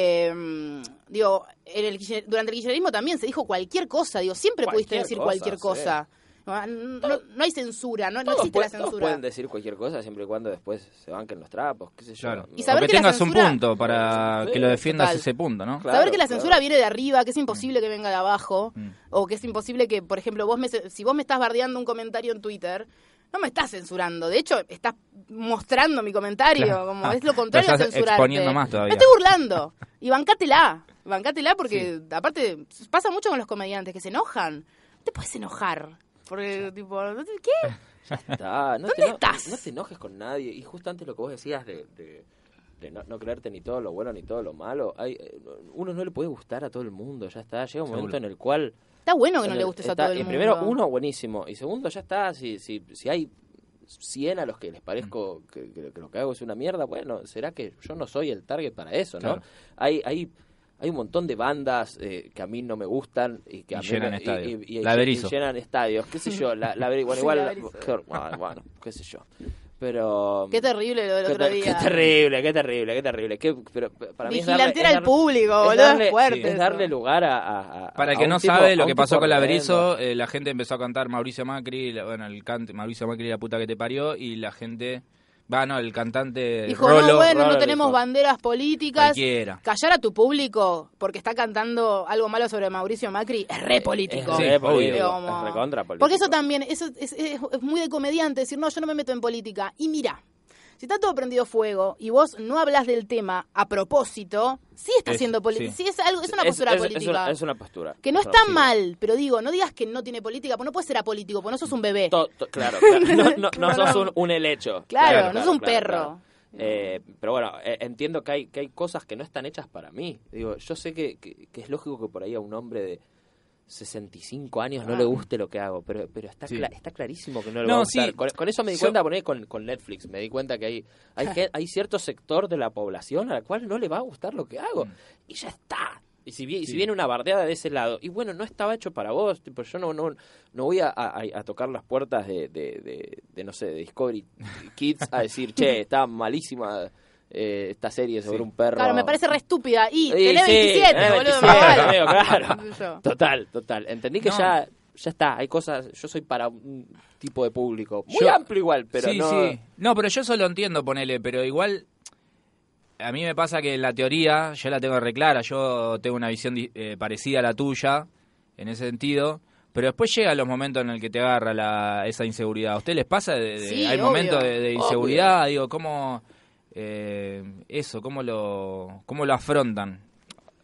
Speaker 2: eh, digo, en el, kirchner- durante el kirchnerismo también se dijo cualquier cosa, digo, siempre pudiste
Speaker 3: Cualquier
Speaker 2: decir
Speaker 3: cosa,
Speaker 2: cualquier
Speaker 3: sí.
Speaker 2: cosa. No, no- no hay censura, no, no
Speaker 3: Todos
Speaker 2: existe
Speaker 3: pueden-
Speaker 2: la
Speaker 3: todos
Speaker 2: censura.
Speaker 3: pueden decir cualquier cosa siempre y cuando después se banquen los trapos, qué sé yo.
Speaker 1: Claro.
Speaker 2: Y saber
Speaker 1: o que,
Speaker 2: que la
Speaker 1: tengas
Speaker 2: censura-
Speaker 1: un punto para
Speaker 3: Sí,
Speaker 1: que lo defiendas
Speaker 2: total.
Speaker 1: ese punto, ¿no?
Speaker 3: Claro,
Speaker 2: Saber que la
Speaker 3: claro. Mm.
Speaker 2: censura viene de arriba, que es imposible que venga de abajo, o que es imposible que, por ejemplo, vos me, ce- si vos me estás bardeando un comentario en Twitter, no me estás censurando, de hecho, estás mostrando mi comentario,
Speaker 1: Claro.
Speaker 3: Ah,
Speaker 2: como es lo contrario
Speaker 1: Lo
Speaker 2: a
Speaker 1: estás
Speaker 2: censurarte.
Speaker 1: exponiendo más todavía.
Speaker 2: Me estoy burlando, y bancátela, bancátela porque, aparte, pasa mucho con los comediantes que se enojan, no te puedes enojar, porque, tipo, no te- ¿qué?
Speaker 3: Está, no
Speaker 2: ¿Dónde
Speaker 3: te eno-
Speaker 2: estás?
Speaker 3: No te enojes con nadie. Y justo antes lo que vos decías de, de- de no, no creerte ni todo lo bueno ni todo lo malo, hay, eh, uno no le puede gustar a todo el mundo, ya está. Llega un momento en el cual...
Speaker 2: Está bueno que no
Speaker 3: en
Speaker 2: le
Speaker 3: el-
Speaker 2: gustes a
Speaker 3: está-
Speaker 2: todo el
Speaker 3: eh,
Speaker 2: mundo.
Speaker 3: Primero, uno, buenísimo. Y segundo, ya está. Si, si, si hay 100 a los que les parezco
Speaker 1: Mm.
Speaker 3: que, que- que lo que hago es una mierda, bueno, ¿será que yo no soy el target para eso, no?
Speaker 1: Claro.
Speaker 3: Hay, hay, hay un montón de bandas eh, que a mí no me gustan y que a
Speaker 1: Y
Speaker 3: mí
Speaker 1: llenan
Speaker 3: me-
Speaker 1: estadios.
Speaker 3: y- y- y-
Speaker 1: La
Speaker 3: y
Speaker 1: Berizo.
Speaker 3: llenan estadios, qué sé yo, la, la Beri- bueno,
Speaker 2: Sí,
Speaker 3: igual,
Speaker 2: la
Speaker 3: la-
Speaker 2: Berizo.
Speaker 3: claro, <laughs> bueno, bueno, qué sé yo. Pero...
Speaker 2: Qué terrible lo del
Speaker 3: Qué
Speaker 2: otro
Speaker 3: ter-
Speaker 2: día.
Speaker 3: Qué terrible, qué terrible, qué terrible. Qué- pero para mí es darle-
Speaker 2: Vigilantear
Speaker 3: es
Speaker 2: al
Speaker 3: darle-
Speaker 2: público,
Speaker 3: es
Speaker 2: boludo,
Speaker 3: darle-
Speaker 2: es fuerte.
Speaker 3: Es
Speaker 2: eso.
Speaker 3: darle lugar a. a- a-
Speaker 1: Para
Speaker 3: a
Speaker 1: el que
Speaker 3: un
Speaker 1: no
Speaker 3: tipo-
Speaker 1: sabe
Speaker 3: a
Speaker 1: lo
Speaker 3: un
Speaker 1: que
Speaker 3: tipo
Speaker 1: pasó con la
Speaker 3: horrendo.
Speaker 1: Berizo, eh, la gente empezó a cantar Mauricio Macri, la- bueno, el cante Mauricio Macri la puta que te parió y la gente, va, no, el cantante
Speaker 2: Dijo,
Speaker 1: Eh, Rolo,
Speaker 2: no, bueno,
Speaker 1: Rolo
Speaker 2: no tenemos
Speaker 1: dijo,
Speaker 2: banderas políticas.
Speaker 1: Cualquiera.
Speaker 2: Callar a tu público porque está cantando algo malo sobre Mauricio Macri es re político.
Speaker 3: Es
Speaker 1: Sí,
Speaker 3: re político,
Speaker 2: Digo,
Speaker 3: es
Speaker 2: como-
Speaker 3: recontra político.
Speaker 2: Porque eso también, eso es, es- es muy de comediante, decir, no, yo no me meto en política. Y mira, si está todo prendido fuego y vos no hablas del tema a propósito, sí está
Speaker 1: Es-
Speaker 2: siendo política.
Speaker 1: sí.
Speaker 2: Sí. es algo, es una postura
Speaker 3: es- es
Speaker 2: política.
Speaker 3: una- Es una postura.
Speaker 2: Que no
Speaker 3: Es una
Speaker 2: está
Speaker 3: postura.
Speaker 2: mal, pero digo, no digas que no tiene política, porque no puedes ser apolítico, porque no sos un bebé.
Speaker 3: To-
Speaker 2: <laughs>
Speaker 3: to- claro, claro. No, no- no
Speaker 2: Claro.
Speaker 3: sos un, un helecho.
Speaker 2: Claro, no sos un perro.
Speaker 3: Eh, pero bueno, eh, entiendo que hay, que hay cosas que no están hechas para mí. Digo, yo sé que, que- que es lógico que por ahí a un hombre de 65 años
Speaker 2: Ah.
Speaker 3: no le guste lo que hago, pero, pero está,
Speaker 1: Sí.
Speaker 3: cla- está clarísimo que no le
Speaker 1: No,
Speaker 3: va a
Speaker 1: sí.
Speaker 3: gustar. Con, con eso me di
Speaker 1: Yo-
Speaker 3: cuenta, poné, con, con Netflix, me di cuenta que hay, hay,
Speaker 1: Ah.
Speaker 3: gen- hay cierto sector de la población a la cual no le va a gustar lo que hago. Y ya está. Y si, vi- y
Speaker 1: Mm.
Speaker 3: si
Speaker 1: Sí.
Speaker 3: viene una bardeada de ese lado, y bueno, no estaba hecho para vos, tipo, yo no, no, no voy a, a- a tocar las puertas de, de- de- de, no sé, de Discovery Kids
Speaker 1: <laughs>
Speaker 3: a decir, che, está malísima eh, esta serie sobre
Speaker 1: Sí.
Speaker 3: un perro.
Speaker 2: Claro, me parece re estúpida. Y,
Speaker 3: Sí,
Speaker 2: tenés
Speaker 3: sí,
Speaker 2: 27,
Speaker 3: tenés
Speaker 2: boludo,
Speaker 3: 27,
Speaker 2: más vale.
Speaker 3: amigo, <laughs>
Speaker 2: <laughs>
Speaker 3: claro.
Speaker 2: Qué sé yo.
Speaker 3: Total, total. Entendí que
Speaker 1: No.
Speaker 3: ya, ya está, hay cosas, yo soy para un tipo de público. Muy
Speaker 1: Yo-
Speaker 3: amplio igual, pero
Speaker 1: sí,
Speaker 3: no...
Speaker 1: sí. No, pero yo eso lo entiendo, ponele, pero igual a mí me pasa que la teoría yo la tengo reclara, yo tengo una visión di- eh, parecida a la tuya en ese sentido, pero después llega los momentos en el que te agarra la- esa inseguridad. ¿A ustedes les pasa? De, de-
Speaker 2: Sí,
Speaker 1: hay
Speaker 2: obvio.
Speaker 1: momentos de, de inseguridad, digo, ¿cómo eh, eso, cómo lo, cómo lo afrontan?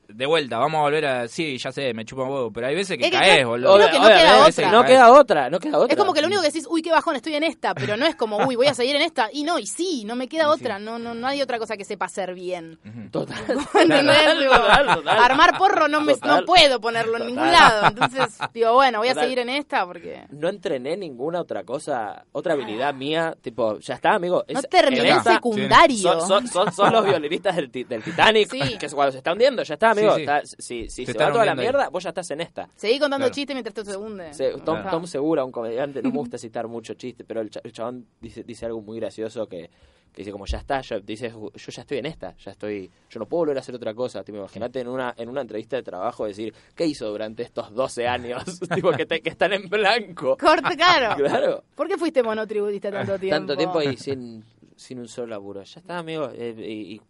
Speaker 1: De vuelta, vamos a volver a... Sí, ya sé, me chupa un huevo, pero hay veces que
Speaker 2: Es que
Speaker 1: caes,
Speaker 2: no-
Speaker 1: boludo.
Speaker 2: Creo que no queda
Speaker 3: obviamente,
Speaker 1: otra.
Speaker 3: No queda otra, no queda otra.
Speaker 2: Es como que lo único que decís, uy, qué bajón, estoy en esta, pero no es como, uy, voy a seguir en esta. Y no, y sí, no me queda
Speaker 1: Y sí.
Speaker 2: otra, no, no, no hay otra cosa que sepa hacer
Speaker 3: <laughs>
Speaker 2: bien.
Speaker 3: Total.
Speaker 2: ¿Entendés? Digo,
Speaker 3: total, total.
Speaker 2: Armar porro no, me,
Speaker 3: Total.
Speaker 2: no puedo ponerlo en ningún
Speaker 3: Total.
Speaker 2: lado.
Speaker 3: <laughs>
Speaker 2: Entonces, digo, bueno, voy a
Speaker 3: Total.
Speaker 2: seguir en esta porque.
Speaker 3: no entrené ninguna otra cosa, otra habilidad mía, tipo, ya está, amigo.
Speaker 2: Ah. No
Speaker 3: es-
Speaker 2: terminé
Speaker 3: en
Speaker 1: el
Speaker 2: el
Speaker 3: esta-
Speaker 2: secundario.
Speaker 3: Son, son- son- son los violinistas del, ti- del Titanic,
Speaker 2: Sí.
Speaker 3: que es cuando se está hundiendo, ya está, amigo.
Speaker 1: Sí, sí.
Speaker 3: está- si si
Speaker 1: Se
Speaker 3: se,
Speaker 1: están
Speaker 3: va toda la
Speaker 1: hundiendo ahí.
Speaker 3: mierda, vos ya estás en esta.
Speaker 2: Seguí contando
Speaker 1: Claro.
Speaker 2: chistes mientras esto se hunde.
Speaker 3: Se- Tom,
Speaker 1: Claro.
Speaker 3: Tom Segura, un comediante, no me
Speaker 2: <laughs>
Speaker 3: gusta citar mucho chiste, pero el, cha- el chabón dice, dice algo muy gracioso que, que dice como ya está, yo, dice, yo ya estoy en esta, ya estoy, yo no puedo volver a hacer otra cosa. Tipo, imagínate en una, en una entrevista de trabajo decir, ¿qué hizo durante estos 12 años? <laughs> tipo, que, te- que están en
Speaker 2: <laughs>
Speaker 3: blanco.
Speaker 2: Corte, claro.
Speaker 3: <laughs> Claro.
Speaker 2: ¿Por qué fuiste monotributista tanto tiempo?
Speaker 3: Tanto tiempo y sin, sin un solo laburo. Ya está, amigo. eh, y, y-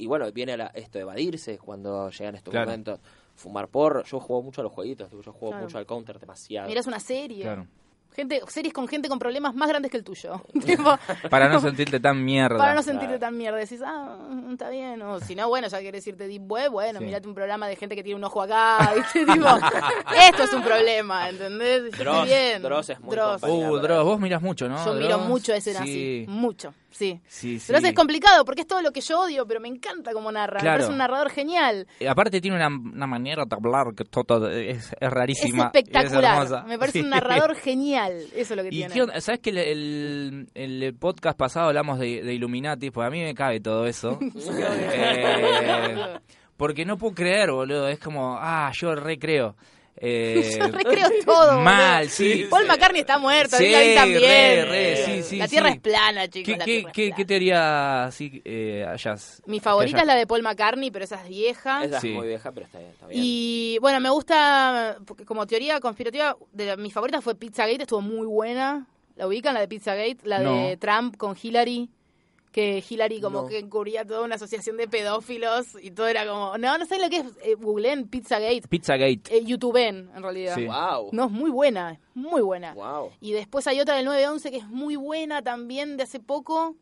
Speaker 3: y bueno, viene la- esto de evadirse cuando llegan estos
Speaker 1: Claro.
Speaker 3: momentos. Fumar porro. Yo juego mucho a los jueguitos. tipo, Yo juego
Speaker 2: Claro.
Speaker 3: mucho al counter demasiado.
Speaker 2: Mirás una serie.
Speaker 1: Claro.
Speaker 2: Gente, series con gente con problemas más grandes que el tuyo. <laughs> Tipo,
Speaker 1: Para no sentirte tan mierda.
Speaker 2: Para no sentirte tan mierda, decís, ah, mm, está bien. O si no, bueno, ya querés irte deep web, bueno,
Speaker 1: Sí.
Speaker 2: mirate un programa de gente que tiene un ojo acá, <laughs> ¿viste?
Speaker 1: <laughs>
Speaker 2: Tipo, esto es un problema, ¿entendés? Yo estoy
Speaker 3: Dross,
Speaker 2: bien.
Speaker 3: Dross es muy compañero.
Speaker 1: Uh, Dross, vos mirás mucho, ¿no?
Speaker 2: Yo miro
Speaker 1: Dross?
Speaker 2: mucho ese nazi,
Speaker 1: sí.
Speaker 2: mucho, sí.
Speaker 1: Sí, sí.
Speaker 2: Dross es complicado porque es todo lo que yo odio, pero me encanta como narra.
Speaker 1: Claro.
Speaker 2: Me parece un narrador genial.
Speaker 1: Eh, Aparte tiene una, una manera de hablar que todo, es, es
Speaker 2: Es
Speaker 1: rarísima.
Speaker 2: espectacular.
Speaker 1: es hermosa.
Speaker 2: me parece
Speaker 1: Sí. <laughs>
Speaker 2: un narrador genial. Eso es lo que
Speaker 1: ¿Y
Speaker 2: tiene.
Speaker 1: qué onda? ¿Sabes que el, el- el podcast pasado hablamos de, de Illuminati? Pues a mí me cabe todo
Speaker 2: <laughs>
Speaker 1: eso. Eh, porque no puedo creer, boludo. Es como, ah, yo recreo. Eh,
Speaker 2: <laughs> Yo <laughs> recreo todo. boludo.
Speaker 1: mal, sí.
Speaker 2: Paul McCartney está muerto,
Speaker 1: Sí,
Speaker 2: Bill Gates también.
Speaker 1: re,
Speaker 2: Eh,
Speaker 1: re, sí, sí,
Speaker 2: la tierra
Speaker 1: sí.
Speaker 2: es plana, chicos.
Speaker 1: ¿Qué,
Speaker 2: la
Speaker 1: qué,
Speaker 2: tierra es
Speaker 1: qué,
Speaker 2: plana.
Speaker 1: qué teoría así eh, hayas?
Speaker 2: Mi favorita
Speaker 1: que
Speaker 2: es
Speaker 1: hayas-
Speaker 2: la de Paul McCartney, pero esa es vieja.
Speaker 3: Esa
Speaker 1: Sí.
Speaker 3: es muy vieja, pero está bien. Está bien.
Speaker 2: Y bueno, me gusta, porque como teoría conspirativa, de la- mi favorita fue Pizzagate, estuvo muy buena. La ubican, la de Pizzagate, la de
Speaker 1: No.
Speaker 2: Trump con Hillary, que Hillary como
Speaker 3: No.
Speaker 2: que encubría toda una asociación de pedófilos y todo era como, no, no sé lo que es, eh, googleen Pizzagate,
Speaker 1: Pizzagate.
Speaker 2: eh, youtubeen en realidad.
Speaker 1: Sí.
Speaker 3: Wow.
Speaker 2: No, es muy buena, es muy buena.
Speaker 3: Wow.
Speaker 2: Y después hay otra del 911 que es muy buena también de hace poco.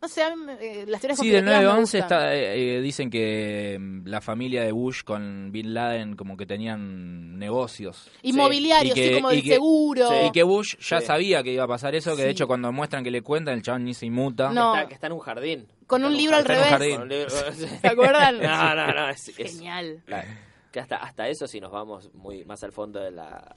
Speaker 2: No sé, a mí me- eh, las teorías
Speaker 1: Sí, del
Speaker 2: conspirativas me
Speaker 1: 9-11
Speaker 2: gustan.
Speaker 1: está, eh, eh, dicen que mm, la familia de Bush con Bin Laden como que tenían negocios.
Speaker 2: Inmobiliario,
Speaker 1: Sí, y
Speaker 2: así
Speaker 1: que-
Speaker 2: como
Speaker 1: y
Speaker 2: del
Speaker 1: que-
Speaker 2: seguro.
Speaker 1: Y que Bush ya
Speaker 3: Sí.
Speaker 1: sabía que iba a pasar eso, que
Speaker 2: Sí.
Speaker 1: de hecho cuando muestran que le cuentan, el chabón ni se inmuta.
Speaker 2: No.
Speaker 3: Está- que está en un jardín.
Speaker 2: Con
Speaker 3: Está
Speaker 2: un
Speaker 3: en
Speaker 2: libro al
Speaker 3: jardín. Está
Speaker 1: revés.
Speaker 3: en un libro- con
Speaker 2: <laughs>
Speaker 3: un libro-
Speaker 2: <laughs>
Speaker 1: <laughs>
Speaker 2: ¿Se acuerdan?
Speaker 3: No, no, no. es- es-
Speaker 2: Genial.
Speaker 3: la- que hasta, hasta eso, si nos vamos muy más al fondo de la,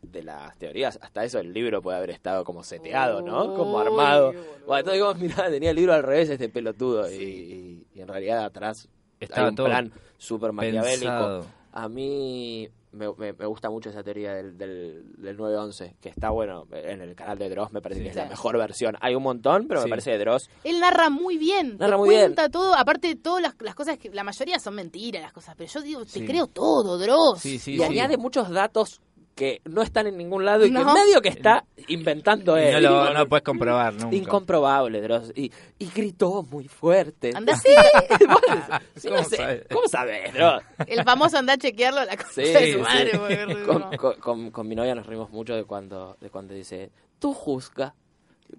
Speaker 3: de las teorías, hasta eso el libro puede haber estado como seteado, ¿no? Como armado.
Speaker 2: Uy, boludo.
Speaker 3: Bueno, entonces como, mirá, tenía el libro al revés este pelotudo. Y, y en realidad atrás
Speaker 1: Estaba
Speaker 3: hay un
Speaker 1: todo
Speaker 3: plan súper maquiavélico.
Speaker 1: pensado.
Speaker 3: A mí me, me- me gusta mucho esa teoría del, del, del 911, que está bueno en el canal de Dross, me parece que es la
Speaker 2: Sí.
Speaker 3: mejor versión. Hay un montón, pero
Speaker 1: Sí.
Speaker 3: me parece de Dross.
Speaker 2: Él narra muy bien.
Speaker 3: Narra
Speaker 2: te
Speaker 3: muy
Speaker 2: cuenta todo. Aparte, todas las, las cosas que. La mayoría son mentiras, las cosas. Pero yo digo, te
Speaker 1: Sí.
Speaker 2: creo todo, Dross.
Speaker 1: Sí, sí,
Speaker 3: y
Speaker 1: sí.
Speaker 3: añade muchos datos que no están en ningún lado y que
Speaker 2: No.
Speaker 3: medio que está inventando
Speaker 1: Y
Speaker 3: él.
Speaker 1: no lo no lo puedes comprobar nunca. <laughs>
Speaker 3: Incomprobable, Dross. Y, y gritó muy fuerte.
Speaker 1: <laughs>
Speaker 2: Andá,
Speaker 3: Sí, vos- sí, no
Speaker 1: ¿Cómo
Speaker 3: sé.
Speaker 1: sabes?
Speaker 3: ¿Cómo sabes, Dross?
Speaker 2: El famoso anda a chequearlo, la cosa
Speaker 3: Sí,
Speaker 2: de su
Speaker 3: sí.
Speaker 2: madre.
Speaker 1: <laughs>
Speaker 2: porque no-
Speaker 3: Con, con- con- con mi novia nos rimos mucho de cuando, de cuando dice, tú juzga.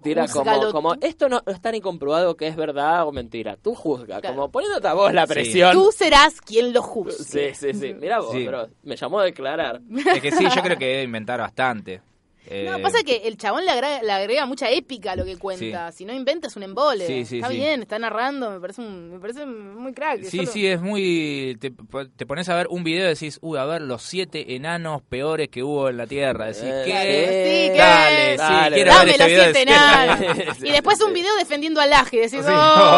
Speaker 3: Tira como,
Speaker 2: Juzgalo
Speaker 3: como,
Speaker 2: tú.
Speaker 3: esto no, no está ni comprobado que es verdad o mentira. Tú juzga.
Speaker 2: Claro.
Speaker 3: Como poniéndote a vos la
Speaker 1: Sí.
Speaker 3: presión.
Speaker 2: Tú serás quien lo juzgue.
Speaker 3: <laughs> Sí, sí, sí. Mira vos,
Speaker 1: Sí.
Speaker 3: Dross. Me llamó a declarar.
Speaker 1: Es que sí, yo creo que debe inventar bastante. Eh,
Speaker 2: <laughs> No, pasa que el chabón le agrega, le agrega mucha épica a lo que cuenta. Si no inventas un embole.
Speaker 1: Sí, sí,
Speaker 2: está
Speaker 1: sí.
Speaker 2: bien, está narrando. Me parece, un- me parece muy crack.
Speaker 1: Sí,
Speaker 2: yo lo-
Speaker 1: sí, es muy... Te, te pones a ver un video y decís, uy, a ver, los siete enanos peores que hubo en la Tierra. Decís,
Speaker 3: Eh,
Speaker 1: ¿qué?
Speaker 2: Sí, ¿qué?
Speaker 1: Dale, sí,
Speaker 3: Dale,
Speaker 1: quiero ver
Speaker 2: Dame
Speaker 3: dale.
Speaker 1: este
Speaker 2: los
Speaker 1: video. de
Speaker 2: siete
Speaker 1: siete.
Speaker 2: enanos. <laughs>
Speaker 1: <laughs>
Speaker 2: Y después un video defendiendo al Laje. Decís,
Speaker 1: Sí.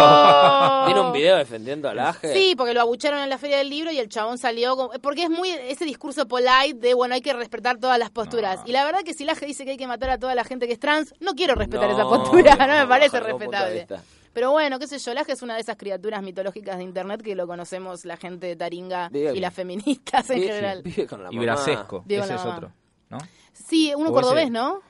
Speaker 2: "Oh".
Speaker 3: Tiene un video defendiendo al Aje.
Speaker 2: Sí, porque lo abucharon en la Feria del Libro y el chabón salió. con- Porque es muy ese discurso polite de, bueno, hay que respetar todas las posturas.
Speaker 1: No.
Speaker 2: Y la verdad que si Laje dice que hay que matar a toda la gente que es trans, no quiero respetar
Speaker 3: No,
Speaker 2: esa postura. <laughs>
Speaker 3: no,
Speaker 2: No, me parece
Speaker 3: bajo ningún punto de
Speaker 2: respetable.
Speaker 3: vista.
Speaker 2: Pero bueno, qué sé yo, Laje es una de esas criaturas mitológicas de internet que lo conocemos la gente de Taringa
Speaker 3: Bien.
Speaker 2: y las feministas en
Speaker 3: Vive-
Speaker 2: general.
Speaker 3: vive con la
Speaker 1: Y
Speaker 3: mamá.
Speaker 1: Brasesco,
Speaker 2: Digo
Speaker 1: ese
Speaker 2: la
Speaker 1: es
Speaker 2: mamá.
Speaker 1: otro. ¿no?
Speaker 2: Sí, uno
Speaker 1: O
Speaker 2: cordobés,
Speaker 1: ese.
Speaker 2: ¿no?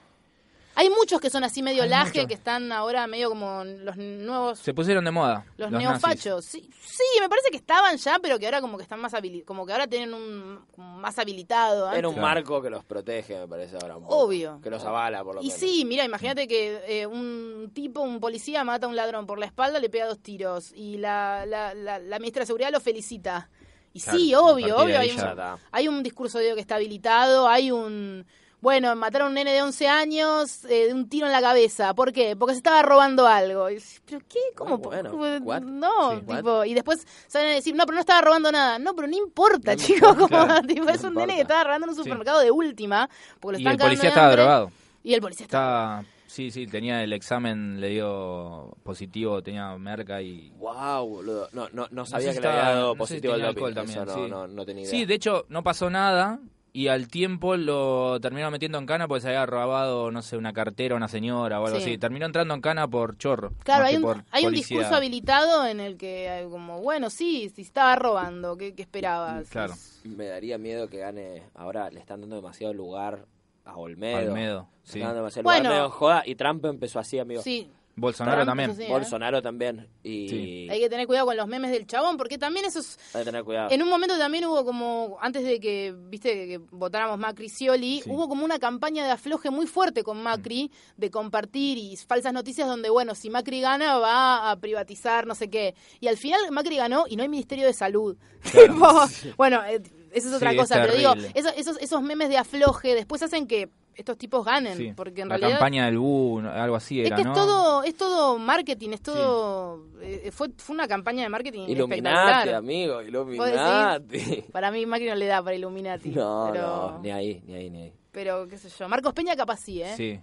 Speaker 2: Hay muchos que son así medio
Speaker 1: Hay
Speaker 2: laje,
Speaker 1: muchos.
Speaker 2: que están ahora medio como los nuevos
Speaker 1: Se pusieron de moda.
Speaker 2: Los,
Speaker 1: nazis.
Speaker 2: neofachos, sí, sí, me parece que estaban ya, pero que ahora como que están más habili- como que ahora tienen un como más habilitado. ¿eh?
Speaker 3: Era un
Speaker 1: Claro.
Speaker 3: marco que los protege, me parece ahora. un poco.
Speaker 2: Obvio.
Speaker 3: Que los avala, por lo
Speaker 2: Y
Speaker 3: menos.
Speaker 2: sí, mira, imagínate que eh, un tipo, un policía mata a un ladrón por la espalda, le pega dos tiros y la, la, la- la ministra de seguridad lo felicita. Y
Speaker 1: Claro,
Speaker 2: sí,
Speaker 1: a
Speaker 2: obvio,
Speaker 1: partir de
Speaker 2: obvio,
Speaker 1: ahí
Speaker 2: hay
Speaker 3: ya
Speaker 2: un,
Speaker 3: está.
Speaker 2: hay un discurso de odio que está habilitado, hay un... Bueno, mataron a un nene de 11 años eh, de un tiro en la cabeza. ¿Por qué? Porque se estaba robando algo. Y dices, ¿Pero qué? ¿Cómo?
Speaker 3: Muy bueno.
Speaker 2: ¿Cómo?
Speaker 3: What?
Speaker 2: No,
Speaker 3: Sí.
Speaker 2: tipo... Y después salen a decir, no, pero no estaba robando nada. No, pero no importa, chicos. como, <laughs>
Speaker 1: claro,
Speaker 2: tipo,
Speaker 3: no
Speaker 2: es un nene
Speaker 3: importa.
Speaker 2: que estaba robando en un supermercado de última. Porque
Speaker 1: Y
Speaker 2: lo están ¿eh?
Speaker 1: el
Speaker 2: cagando
Speaker 1: policía
Speaker 2: de
Speaker 1: estaba
Speaker 2: hambre.
Speaker 1: drogado.
Speaker 2: Y el policía estaba...
Speaker 1: Estaba... Sí, sí, tenía el examen, le dio positivo, tenía merca y...
Speaker 3: Wow, boludo. No, no, no sabía
Speaker 1: sé si
Speaker 3: que le había
Speaker 1: estaba-
Speaker 3: dado
Speaker 1: no sé si
Speaker 3: positivo
Speaker 1: tenía
Speaker 3: al doping.
Speaker 1: alcohol también,
Speaker 3: Eso no,
Speaker 1: sí.
Speaker 3: no, no tenía idea.
Speaker 1: Sí, de hecho, no pasó nada y al tiempo lo terminaron metiendo en cana porque se había robado, no sé, una cartera, una señora o algo
Speaker 2: Sí.
Speaker 1: así. Terminó entrando en cana por chorro.
Speaker 2: Claro,
Speaker 1: más
Speaker 2: hay
Speaker 1: que
Speaker 2: un,
Speaker 1: por
Speaker 2: hay un
Speaker 1: policía.
Speaker 2: discurso habilitado en el que hay como, bueno, sí, si estaba robando, ¿qué, qué esperabas?
Speaker 1: Claro,
Speaker 3: Me daría miedo que gane. Ahora le están dando demasiado lugar a Olmedo.
Speaker 1: Almedo.
Speaker 3: Le
Speaker 1: Sí.
Speaker 3: están dando demasiado
Speaker 2: Bueno.
Speaker 3: lugar. Medio en joda. Y Trump empezó así, amigo.
Speaker 2: Sí,
Speaker 1: Bolsonaro
Speaker 2: Trump,
Speaker 1: también.
Speaker 2: eso sí, ¿eh?
Speaker 3: Bolsonaro también. Y
Speaker 1: Sí.
Speaker 2: Hay que tener cuidado con los memes del chabón, porque también esos...
Speaker 3: hay que tener
Speaker 1: Ah.
Speaker 3: cuidado.
Speaker 2: En un momento también hubo como, antes de que, viste, que, que votáramos Macri Scioli,
Speaker 1: Sí. Mm.
Speaker 2: hubo como una campaña de afloje muy fuerte con Macri, de compartir y falsas noticias donde, bueno, si Macri gana va a privatizar no sé qué. Y al final Macri ganó y no hay Ministerio de Salud. <laughs> Tipo, bueno, eh, eso es otra
Speaker 1: Sí, es
Speaker 2: cosa, pero digo,
Speaker 1: terrible.
Speaker 2: esos, esos, esos memes de afloje después hacen que estos tipos ganen,
Speaker 1: Sí.
Speaker 2: porque en
Speaker 1: La
Speaker 2: realidad...
Speaker 1: campaña del Bu, no- algo así
Speaker 2: Es
Speaker 1: era,
Speaker 2: que
Speaker 1: ¿no?
Speaker 2: es todo, es todo marketing, es todo, eh, fue, fue una campaña de marketing
Speaker 3: Iluminate,
Speaker 2: espectacular.
Speaker 3: amigo. Iluminate.
Speaker 2: Para mí Macri no le da para Illuminati,
Speaker 3: <laughs> No,
Speaker 2: pero,
Speaker 3: no. Ni ahí, ni ahí, ni ahí.
Speaker 2: pero qué sé yo, Marcos Peña capaz sí, ¿eh?
Speaker 1: Sí.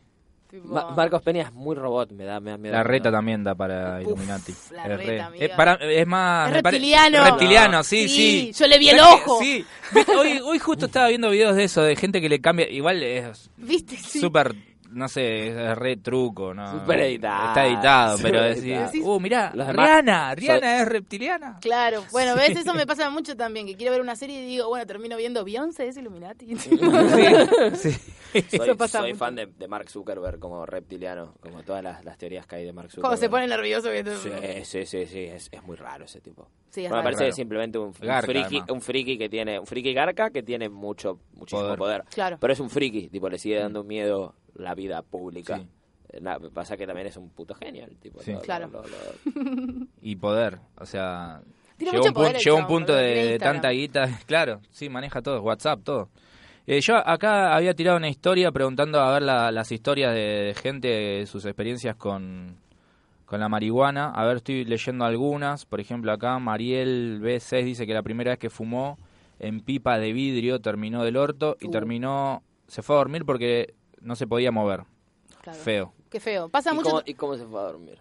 Speaker 2: Tipo,
Speaker 3: Ma- Marcos Peña es muy robot. Me da, me da miedo.
Speaker 1: La reta también da para
Speaker 2: Uf,
Speaker 1: Illuminati.
Speaker 2: la
Speaker 1: Es
Speaker 2: reta, amiga.
Speaker 1: Es, para- es más.
Speaker 2: Es
Speaker 1: me pare-
Speaker 2: reptiliano.
Speaker 1: reptiliano, sí, sí.
Speaker 2: Sí, yo le vi el
Speaker 1: ¿Sabes qué?
Speaker 2: ojo.
Speaker 1: Sí. Vi- Hoy, hoy justo estaba viendo videos de eso, de gente que le cambia. Igual es
Speaker 2: ¿Viste? Sí.
Speaker 1: súper. No sé, es re truco, ¿no?
Speaker 3: Súper editado.
Speaker 1: Está editado,
Speaker 3: Súper
Speaker 1: pero
Speaker 3: editado.
Speaker 1: decís. Uh, mirá,
Speaker 3: Los demás-
Speaker 1: Rihanna, Rihanna es reptiliana.
Speaker 2: Claro, bueno, ves, eso me pasa mucho también, que quiero ver una serie y digo, bueno, termino viendo Beyoncé, es Illuminati. <laughs>
Speaker 1: Sí, sí.
Speaker 3: Soy,
Speaker 2: pasa
Speaker 3: soy
Speaker 2: mucho.
Speaker 3: fan de, de Mark Zuckerberg como reptiliano, como todas las, las teorías que hay de Mark Zuckerberg.
Speaker 2: Cuando se pone nervioso. Que te-
Speaker 3: Sí, sí, sí, sí, es, es muy raro ese tipo.
Speaker 2: Sí, es
Speaker 3: Bueno,
Speaker 2: raro.
Speaker 3: me parece que
Speaker 1: Raro.
Speaker 3: es simplemente un, un
Speaker 1: Garca,
Speaker 3: friki,
Speaker 1: además.
Speaker 3: un friki que tiene, un friki garca que tiene mucho, muchísimo
Speaker 1: Poder. Mm.
Speaker 3: poder.
Speaker 2: Claro.
Speaker 3: Pero es un friki, tipo, le sigue dando miedo la vida pública.
Speaker 1: Sí.
Speaker 3: Eh, na- pasa que también es un puto genio el tipo.
Speaker 1: Sí.
Speaker 3: lo- lo-
Speaker 2: Claro. <laughs>
Speaker 3: lo- lo-
Speaker 1: Y poder, o sea.
Speaker 2: Tiene
Speaker 1: llegó
Speaker 2: mucho
Speaker 1: un,
Speaker 2: poder
Speaker 1: pu-
Speaker 2: el
Speaker 1: llegó un
Speaker 2: chabón,
Speaker 1: punto
Speaker 2: boludo,
Speaker 1: de,
Speaker 2: tiene
Speaker 1: de
Speaker 2: Instagram.
Speaker 1: tanta guita. <laughs> Claro, sí, maneja todo, WhatsApp, todo. Eh, yo acá había tirado una historia preguntando a ver la- las historias de, de gente, sus experiencias con, con la marihuana. A ver, estoy leyendo algunas. Por ejemplo, acá Mariel B6 dice que la primera vez que fumó en pipa de vidrio terminó del orto y
Speaker 2: Uh.
Speaker 1: terminó se fue a dormir porque no se podía mover.
Speaker 2: Claro.
Speaker 1: Feo.
Speaker 2: Qué feo. Pasa
Speaker 3: ¿Y
Speaker 2: mucho.
Speaker 3: cómo, y cómo se fue a dormir?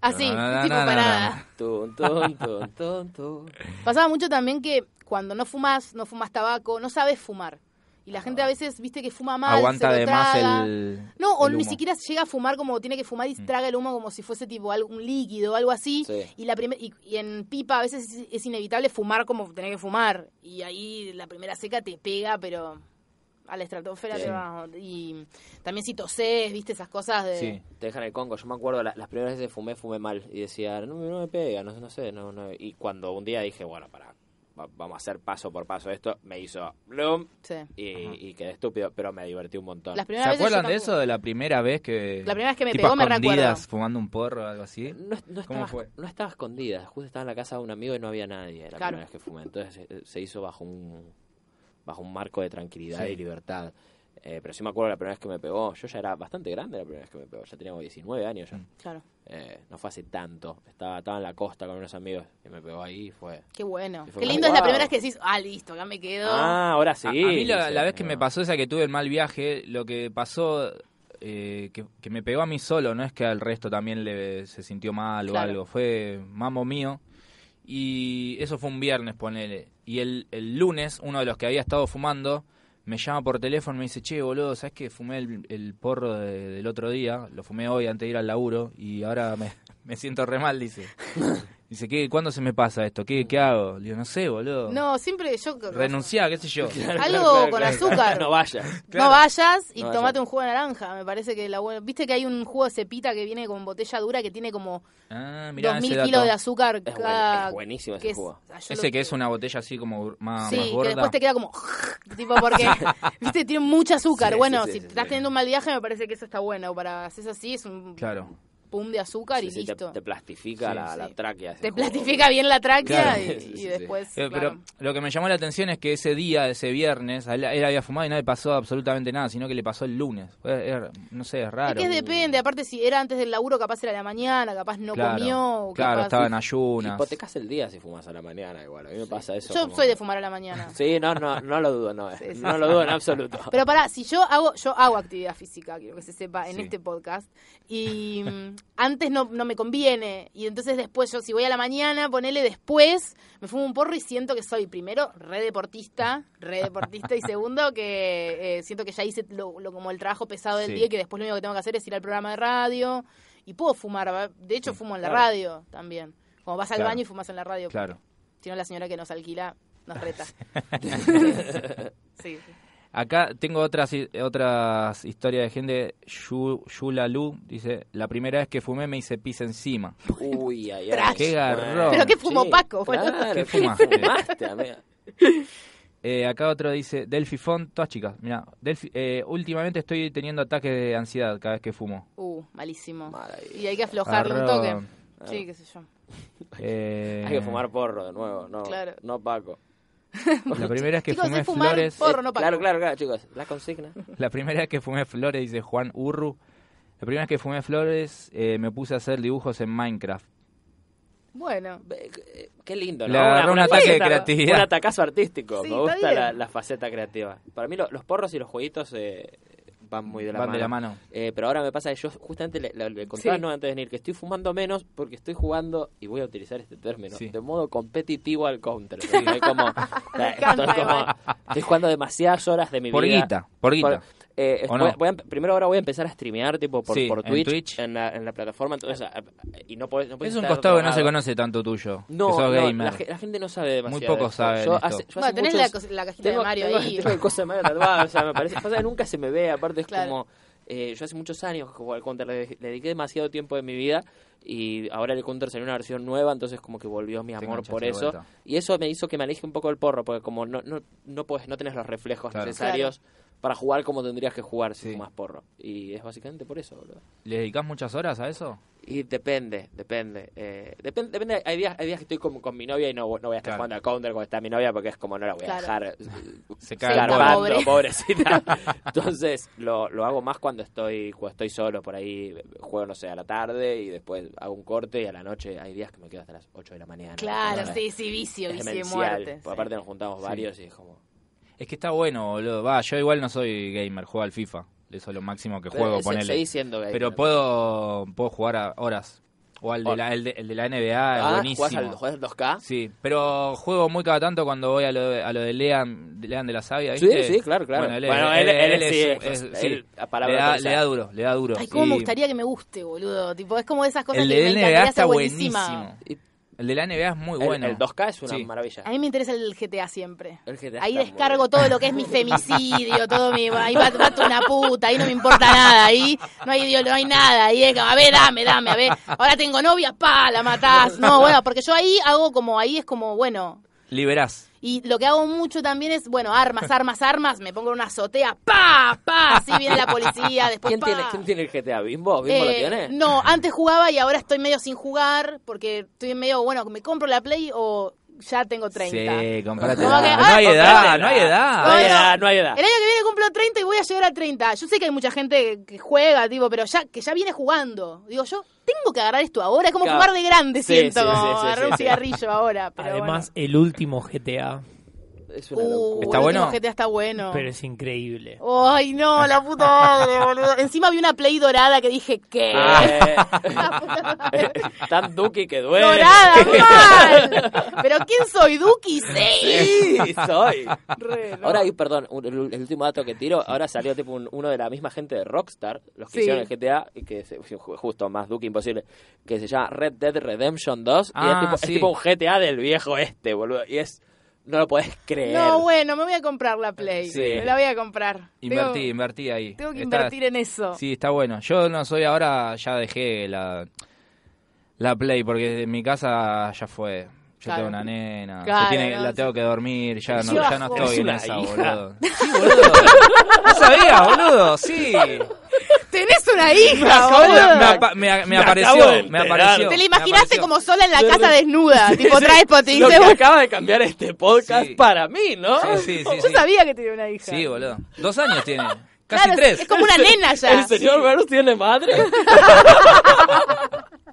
Speaker 2: Así,
Speaker 1: No, no, no,
Speaker 2: tipo
Speaker 1: no, no,
Speaker 2: parada.
Speaker 1: no.
Speaker 3: Tun,
Speaker 1: <laughs>
Speaker 3: tun, tun, tun, tun.
Speaker 2: Pasaba mucho también que cuando no fumas, no fumas tabaco, no sabes fumar. Y la gente a veces, viste, que fuma mal,
Speaker 1: Ah. Aguanta
Speaker 2: se lo
Speaker 1: de más
Speaker 2: traga.
Speaker 1: el.
Speaker 2: No, o
Speaker 1: el
Speaker 2: ni
Speaker 1: humo. Mm.
Speaker 2: siquiera llega a fumar como tiene que fumar y traga el humo como si fuese tipo algún líquido o algo así.
Speaker 3: Sí.
Speaker 2: Y, la primer- y, y en pipa a veces es, es inevitable fumar como tener que fumar. Y ahí la primera seca te pega, pero a la estratosfera
Speaker 3: Sí.
Speaker 2: te va. Y también si tosés, viste, esas cosas de...
Speaker 1: Sí.
Speaker 3: Te dejan el congo. Yo me acuerdo la- las primeras veces que fumé, fumé mal. Y decía, no, no me pega, no, no sé. No, no. Y cuando un día dije, bueno, para vamos a hacer paso por paso esto, me hizo bloom
Speaker 2: sí.
Speaker 3: y, y quedé estúpido, pero me divertí un montón.
Speaker 2: Las
Speaker 1: ¿Se
Speaker 2: primeras veces yo
Speaker 1: acuerdan de
Speaker 2: tampoco-
Speaker 1: eso? De la primera vez que.
Speaker 2: La primera vez que me
Speaker 1: tipo,
Speaker 2: pegó, me
Speaker 1: escondidas,
Speaker 2: recuerdo.
Speaker 1: fumando un porro o algo así.
Speaker 3: No, no
Speaker 1: ¿Cómo
Speaker 3: estaba,
Speaker 1: fue?
Speaker 3: no estaba escondida, justo estaba en la casa de un amigo y no había nadie la
Speaker 2: Claro.
Speaker 3: primera vez que fumé. Entonces eh, se hizo bajo un bajo un marco de tranquilidad
Speaker 1: Sí.
Speaker 3: y libertad. Eh, pero sí me acuerdo la primera vez que me pegó. Yo ya era bastante grande la primera vez que me pegó. Ya tenía como 19 años
Speaker 1: Mm.
Speaker 3: ya.
Speaker 2: Claro,
Speaker 3: Eh, no fue hace tanto. Estaba, estaba en la costa con unos amigos y me pegó ahí y fue.
Speaker 2: qué bueno.
Speaker 3: Y fue
Speaker 2: Qué
Speaker 3: como,
Speaker 2: lindo es la
Speaker 3: wow.
Speaker 2: primera vez que decís, ah, listo, acá me quedo.
Speaker 3: Ah, ahora sí.
Speaker 1: A, a mí la,
Speaker 3: dice,
Speaker 1: la vez que
Speaker 3: no.
Speaker 1: me pasó esa que tuve el mal viaje, lo que pasó, eh, que, que me pegó a mí solo, no es que al resto también le, se sintió mal
Speaker 2: Claro.
Speaker 1: o algo, fue mamo mío. Y eso fue un viernes, ponele. Y el, el lunes, uno de los que había estado fumando, me llama por teléfono y me dice, che, boludo, ¿sabes que fumé el, el porro de- del otro día? Lo fumé hoy antes de ir al laburo y ahora me, <laughs> me siento re mal,
Speaker 3: <laughs>
Speaker 1: dice. Dice, ¿qué, ¿cuándo se me pasa esto? ¿Qué, qué hago? Le digo, no sé, boludo.
Speaker 2: No, siempre yo...
Speaker 1: Renunciá, qué sé
Speaker 3: <laughs>
Speaker 1: yo. <laughs>
Speaker 2: Algo con azúcar.
Speaker 3: no vayas.
Speaker 1: Claro.
Speaker 2: No vayas y
Speaker 3: No
Speaker 2: tomate
Speaker 3: vayas.
Speaker 2: un jugo de naranja. Me parece que la buena. Viste que hay un jugo de cepita que viene con botella dura que tiene como
Speaker 1: Ah, mirá ese
Speaker 2: 2000
Speaker 1: dato.
Speaker 2: kilos de azúcar
Speaker 3: Es,
Speaker 2: cada.
Speaker 3: buen- es buenísimo ese
Speaker 2: que es-
Speaker 3: jugo.
Speaker 2: o sea, yo
Speaker 1: Ese
Speaker 2: lo-
Speaker 1: que es una botella así como más,
Speaker 2: Sí,
Speaker 1: más
Speaker 2: que
Speaker 1: gorda.
Speaker 2: después te queda como. <laughs> Tipo, porque. Viste, tiene mucho azúcar.
Speaker 3: Sí,
Speaker 2: bueno,
Speaker 3: sí, sí,
Speaker 2: si
Speaker 3: sí,
Speaker 2: estás
Speaker 3: sí.
Speaker 2: teniendo un mal viaje, me parece que eso está bueno. Para hacer así, es un
Speaker 1: Claro. Eh,
Speaker 2: pum de azúcar y
Speaker 3: Sí, sí, te,
Speaker 2: listo.
Speaker 3: te
Speaker 2: te,
Speaker 3: plastifica
Speaker 1: Sí,
Speaker 3: la,
Speaker 2: sí.
Speaker 3: la tráquea. ese jugo.
Speaker 2: plastifica bien la tráquea
Speaker 1: Claro.
Speaker 2: y,
Speaker 3: Sí, sí,
Speaker 2: y
Speaker 3: sí.
Speaker 2: después.
Speaker 1: Eh,
Speaker 2: claro.
Speaker 1: Pero lo que me llamó la atención es que ese día, ese viernes, a él, él había fumado y no le pasó absolutamente nada, sino que le pasó el lunes. Fue- era- no sé, es raro.
Speaker 2: Es que es depende, aparte si era antes del laburo, capaz era de la mañana, capaz no
Speaker 1: claro,
Speaker 2: comió. o
Speaker 1: claro
Speaker 2: capaz-
Speaker 1: estaba en ayunas.
Speaker 3: Hipotecas el día si fumas a la mañana igual. A mí me pasa eso.
Speaker 2: Yo
Speaker 3: como-
Speaker 2: soy de fumar a la
Speaker 3: <laughs>
Speaker 2: mañana.
Speaker 3: Sí, no, no, no lo dudo, no. eh.
Speaker 2: Sí, sí,
Speaker 3: no
Speaker 2: sí.
Speaker 3: lo dudo
Speaker 2: <laughs>
Speaker 3: en absoluto.
Speaker 2: Pero pará, si yo hago, yo hago actividad física, quiero que se sepa, en
Speaker 1: Sí.
Speaker 2: este podcast, y mm, antes no, no me conviene, y entonces después yo si voy a la mañana, ponele después, me fumo un porro y siento que soy primero re deportista, re deportista, y segundo que eh, siento que ya hice lo, lo- como el trabajo pesado del
Speaker 1: Sí.
Speaker 2: día y que después lo único que tengo que hacer es ir al programa de radio, y puedo fumar, ¿va? de hecho
Speaker 1: Sí,
Speaker 2: fumo en la
Speaker 3: claro.
Speaker 2: radio también, como vas al
Speaker 1: Claro.
Speaker 2: baño y fumas en la radio,
Speaker 1: Claro.
Speaker 2: si no la señora que nos alquila nos reta.
Speaker 1: <laughs>
Speaker 2: <laughs> sí. sí.
Speaker 1: Acá tengo otras hi- otras historias de gente. Yu- Yula Lu dice, la primera vez que fumé me hice pis encima.
Speaker 3: Uy, ay, ay.
Speaker 2: Trash.
Speaker 1: Qué garrón.
Speaker 2: Pero qué fumó
Speaker 3: Sí,
Speaker 2: Paco,
Speaker 3: claro,
Speaker 2: boludo.
Speaker 1: ¿Qué
Speaker 3: ¿Qué
Speaker 1: fumaste?
Speaker 3: fumaste? amiga?
Speaker 1: Eh, acá otro dice, Delphi Font, todas chicas. Mira, últimamente estoy teniendo ataques de ansiedad cada vez que fumo.
Speaker 2: Uh, malísimo.
Speaker 3: Maravilla.
Speaker 2: Y hay que aflojarle un
Speaker 1: Garrón.
Speaker 2: toque. Sí, qué sé yo.
Speaker 1: Eh,
Speaker 3: Hay que fumar porro de nuevo, no,
Speaker 2: Claro.
Speaker 3: no Paco. Eh,
Speaker 1: La primera vez que
Speaker 2: Chicos,
Speaker 1: fumé
Speaker 2: es fumar
Speaker 1: flores,
Speaker 2: porro, no Paco.
Speaker 3: Claro, claro, claro, chicos. La consigna.
Speaker 1: <laughs> la primera vez que fumé flores, dice Juan Urru. La primera vez que fumé flores, eh, me puse a hacer dibujos en Minecraft.
Speaker 2: Bueno,
Speaker 3: Ve- eh, Qué lindo, ¿no?
Speaker 1: Le agarró un ataque de
Speaker 3: faceta-
Speaker 1: creatividad.
Speaker 3: Un atacazo artístico.
Speaker 2: Sí,
Speaker 3: Me
Speaker 2: está
Speaker 3: gusta
Speaker 2: bien.
Speaker 3: la, la faceta creativa. Para mí lo- los porros y los jueguitos eh, van muy de la
Speaker 1: Van
Speaker 3: mano.
Speaker 1: de la mano.
Speaker 3: Eh, pero ahora me pasa que yo justamente le, le- le contaba
Speaker 2: Sí.
Speaker 3: ¿no? antes de venir que estoy fumando menos porque estoy jugando, y voy a utilizar este término,
Speaker 1: Sí.
Speaker 3: de modo competitivo al counter. Sí, es como,
Speaker 1: <laughs>
Speaker 3: o sea,
Speaker 2: encanta,
Speaker 3: estoy, como-
Speaker 2: igual.
Speaker 3: estoy jugando demasiadas horas de mi
Speaker 1: Por
Speaker 3: vida.
Speaker 1: guita, por guita.
Speaker 3: eh,
Speaker 1: ¿O
Speaker 3: voy a-
Speaker 1: no?
Speaker 3: voy a- primero ahora voy a empezar a streamear tipo por,
Speaker 1: Sí,
Speaker 3: por
Speaker 1: en
Speaker 3: Twitch, en,
Speaker 1: Twitch.
Speaker 3: la, en la plataforma. Entonces, ah, y no podés, no podés
Speaker 1: Es un
Speaker 3: estar
Speaker 1: costado que no se
Speaker 3: drogado.
Speaker 1: conoce tanto tuyo.
Speaker 3: No,
Speaker 1: que sos
Speaker 3: no,
Speaker 1: gamer.
Speaker 3: La, ge- la gente no sabe demasiado.
Speaker 1: Muy pocos
Speaker 3: de esto.
Speaker 1: saben
Speaker 3: Yo
Speaker 1: esto.
Speaker 3: hace, yo
Speaker 2: bueno
Speaker 3: hace
Speaker 2: tenés la,
Speaker 3: muchos-
Speaker 2: cos- la cajita
Speaker 3: tengo,
Speaker 2: de Mario
Speaker 3: tengo-
Speaker 2: ahí.
Speaker 3: <laughs> tengo el cosa de Mario tatuado, o sea, me parece. Pasa que nunca se me ve, aparte es
Speaker 2: Claro.
Speaker 3: como. eh, yo hace muchos años que jugué al Counter, le, le dediqué demasiado tiempo de mi vida y ahora el Counter salió una versión nueva, entonces como que volvió mi amor
Speaker 1: enganchaste
Speaker 3: por
Speaker 1: de
Speaker 3: eso.
Speaker 1: vuelta.
Speaker 3: Y eso me hizo que me aleje un poco del porro, porque como no, no, no, podés- no tenés los reflejos
Speaker 1: Claro.
Speaker 3: necesarios para jugar como tendrías que jugar si
Speaker 1: Sí.
Speaker 3: fumas porro. Y es básicamente por eso, boludo.
Speaker 1: ¿Le dedicás muchas horas a eso?
Speaker 3: Y depende, depende. eh, depende, depende. Hay, días, hay días que estoy como con mi novia y no, no voy a estar
Speaker 1: Claro.
Speaker 3: jugando a Counter cuando está mi novia porque es como no la voy a
Speaker 2: Claro.
Speaker 3: dejar
Speaker 1: Se caga el
Speaker 2: está
Speaker 1: polvo.
Speaker 3: garpando,
Speaker 2: pobre.
Speaker 1: <laughs>
Speaker 3: pobrecita. Entonces lo, lo hago más cuando estoy cuando estoy solo por ahí. Juego, no sé, a la tarde y después hago un corte y a la noche hay días que me quedo hasta las 8 de la mañana.
Speaker 2: <laughs> Claro,
Speaker 3: Entonces,
Speaker 2: sí, sí, vicio,
Speaker 3: Es
Speaker 2: vicio de
Speaker 3: demencial.
Speaker 2: muerte.
Speaker 3: Porque
Speaker 2: sí.
Speaker 3: Aparte nos juntamos
Speaker 1: Sí.
Speaker 3: varios y es como...
Speaker 1: Es que está bueno, boludo. Va, yo igual no soy gamer, juego al FIFA. Eso es lo máximo que juego,
Speaker 3: Pero, se-
Speaker 1: ponele.
Speaker 3: seguís siendo gamer.
Speaker 1: Pero puedo, ah, puedo jugar a horas. O al de la, el de, el de la NBA, es
Speaker 3: Ah,
Speaker 1: buenísimo.
Speaker 3: ¿Jugás al, jugás al 2K?
Speaker 1: Sí, pero juego muy cada tanto cuando voy a lo de, a lo de Lean, Lean de la Sabia, ¿viste?
Speaker 3: Sí, sí, claro, claro.
Speaker 1: Bueno, él,
Speaker 3: Bueno,
Speaker 1: él- él
Speaker 3: él- él
Speaker 1: es-
Speaker 3: sí,
Speaker 1: es- sí.
Speaker 3: él- la palabra
Speaker 1: le, da,
Speaker 3: autorizada.
Speaker 1: le da duro, le da duro.
Speaker 2: Ay, cómo me
Speaker 1: Y
Speaker 2: gustaría que me guste, boludo. Tipo, es como esas cosas
Speaker 1: El
Speaker 2: que
Speaker 1: de
Speaker 2: me
Speaker 1: la
Speaker 2: encantaría
Speaker 1: NBA
Speaker 2: ser
Speaker 1: está
Speaker 2: buenísima.
Speaker 1: buenísimo. El de la NBA es muy
Speaker 3: El-
Speaker 1: bueno.
Speaker 3: El, 2K es una
Speaker 1: Sí.
Speaker 3: maravilla.
Speaker 2: A mí me interesa el GTA siempre.
Speaker 3: El GTA
Speaker 2: ahí
Speaker 3: está muy
Speaker 2: descargo
Speaker 3: bien.
Speaker 2: todo lo que es mi femicidio, todo mi... Ahí mat- mato una puta, ahí no me importa nada, ahí no hay, dios- no hay nada, ahí es como, a ver, dame, dame, a ver. Ahora tengo novia, pa, la matás. No, bueno, porque yo ahí hago como, ahí es como, bueno...
Speaker 1: Liberás.
Speaker 2: Y lo que hago mucho también es, bueno,
Speaker 3: <laughs>
Speaker 2: armas, armas, armas, me pongo en una azotea, pa, pa, así viene la
Speaker 3: <laughs>
Speaker 2: policía, después
Speaker 3: <laughs> ¿Quién
Speaker 2: pa.
Speaker 3: tiene, ¿Quién tiene el GTA? ¿Bimbo? ¿Bimbo lo
Speaker 2: Eh,
Speaker 3: tiene?
Speaker 2: No, antes jugaba y ahora estoy medio sin jugar porque estoy medio, bueno, me compro la Play o ya tengo 30.
Speaker 1: Sí, comprate.
Speaker 2: Como que, ah,
Speaker 1: No
Speaker 2: ay,
Speaker 1: hay edad,
Speaker 3: comprate
Speaker 1: no hay edad.
Speaker 3: No hay
Speaker 2: Bueno,
Speaker 3: edad, no hay edad.
Speaker 2: El año que viene cumplo 30 y voy a llegar a 30. Yo sé que hay mucha gente que juega, tipo, pero ya que ya viene jugando. Digo, yo tengo que agarrar esto ahora. Es como
Speaker 3: Claro.
Speaker 2: jugar de grande,
Speaker 3: Sí,
Speaker 2: siento.
Speaker 3: sí, sí,
Speaker 2: como
Speaker 3: sí,
Speaker 2: agarrar
Speaker 3: sí,
Speaker 2: un
Speaker 3: sí.
Speaker 2: cigarrillo ahora. Pero
Speaker 4: Además, el último GTA,
Speaker 3: Es una
Speaker 2: bueno. Uh,
Speaker 3: locura.
Speaker 1: ¿Está
Speaker 2: el
Speaker 1: bueno?
Speaker 2: último GTA está bueno.
Speaker 4: pero es increíble.
Speaker 2: Ay, no, la puta madre, boludo. Encima vi una Play dorada que dije, ¿qué?
Speaker 1: Ah,
Speaker 3: <laughs>
Speaker 1: <laughs>
Speaker 3: Eh, tan Duki que duele.
Speaker 2: Dorada, mal. Pero ¿quién soy? Duki, sí.
Speaker 3: <laughs> Sí, soy.
Speaker 2: Re, no.
Speaker 3: Ahora, y perdón, un- el, el último dato que tiro, ahora salió tipo un- uno de la misma gente de Rockstar, los que
Speaker 2: Sí.
Speaker 3: hicieron el GTA, y que se- ju- justo más Duke imposible, que se llama Red Dead Redemption 2, y
Speaker 1: Ah,
Speaker 3: es tipo, es
Speaker 1: sí.
Speaker 3: tipo un GTA del viejo este, boludo, y es, no lo podés creer.
Speaker 2: No, bueno, me voy a comprar la Play.
Speaker 3: Sí.
Speaker 2: Me la voy a comprar.
Speaker 1: Invertí,
Speaker 2: Tengo-
Speaker 1: invertí ahí.
Speaker 2: Tengo que
Speaker 1: Está-
Speaker 2: invertir en eso.
Speaker 1: Sí, está bueno. Yo no soy ahora, ya dejé la, la Play, porque en mi casa ya fue. Yo
Speaker 2: Claro.
Speaker 1: tengo una nena, se
Speaker 2: Claro,
Speaker 1: tiene-
Speaker 2: no,
Speaker 1: la
Speaker 2: sí.
Speaker 1: tengo que dormir, ya no,
Speaker 2: Qué
Speaker 1: ya no
Speaker 2: bajón.
Speaker 1: estoy en
Speaker 3: ¿Tenés
Speaker 1: esa,
Speaker 3: una hija?
Speaker 2: <laughs>
Speaker 1: boludo. Sí, boludo. No sabía, boludo, sí.
Speaker 2: Tenés una
Speaker 1: <laughs>
Speaker 2: hija,
Speaker 1: Acabo de- me,
Speaker 2: boludo.
Speaker 1: apa- me a- me
Speaker 3: Me acabo de
Speaker 1: apareció, me
Speaker 3: enterar.
Speaker 1: apareció.
Speaker 2: Te la
Speaker 1: me
Speaker 2: imaginaste
Speaker 1: apareció.
Speaker 2: como sola en la casa desnuda, tipo traes
Speaker 3: Lo
Speaker 2: potito.
Speaker 3: que acaba de cambiar este podcast
Speaker 1: Sí.
Speaker 3: para mí, ¿no?
Speaker 1: Sí, sí, sí.
Speaker 2: Yo
Speaker 1: sí.
Speaker 2: sabía que tenía una hija.
Speaker 1: Sí, boludo. Dos años tiene. Casi
Speaker 2: Claro,
Speaker 1: tres.
Speaker 2: Es
Speaker 1: <laughs>
Speaker 2: como una nena
Speaker 3: ¿El
Speaker 2: ya.
Speaker 3: señor Burns tiene madre?
Speaker 2: <laughs>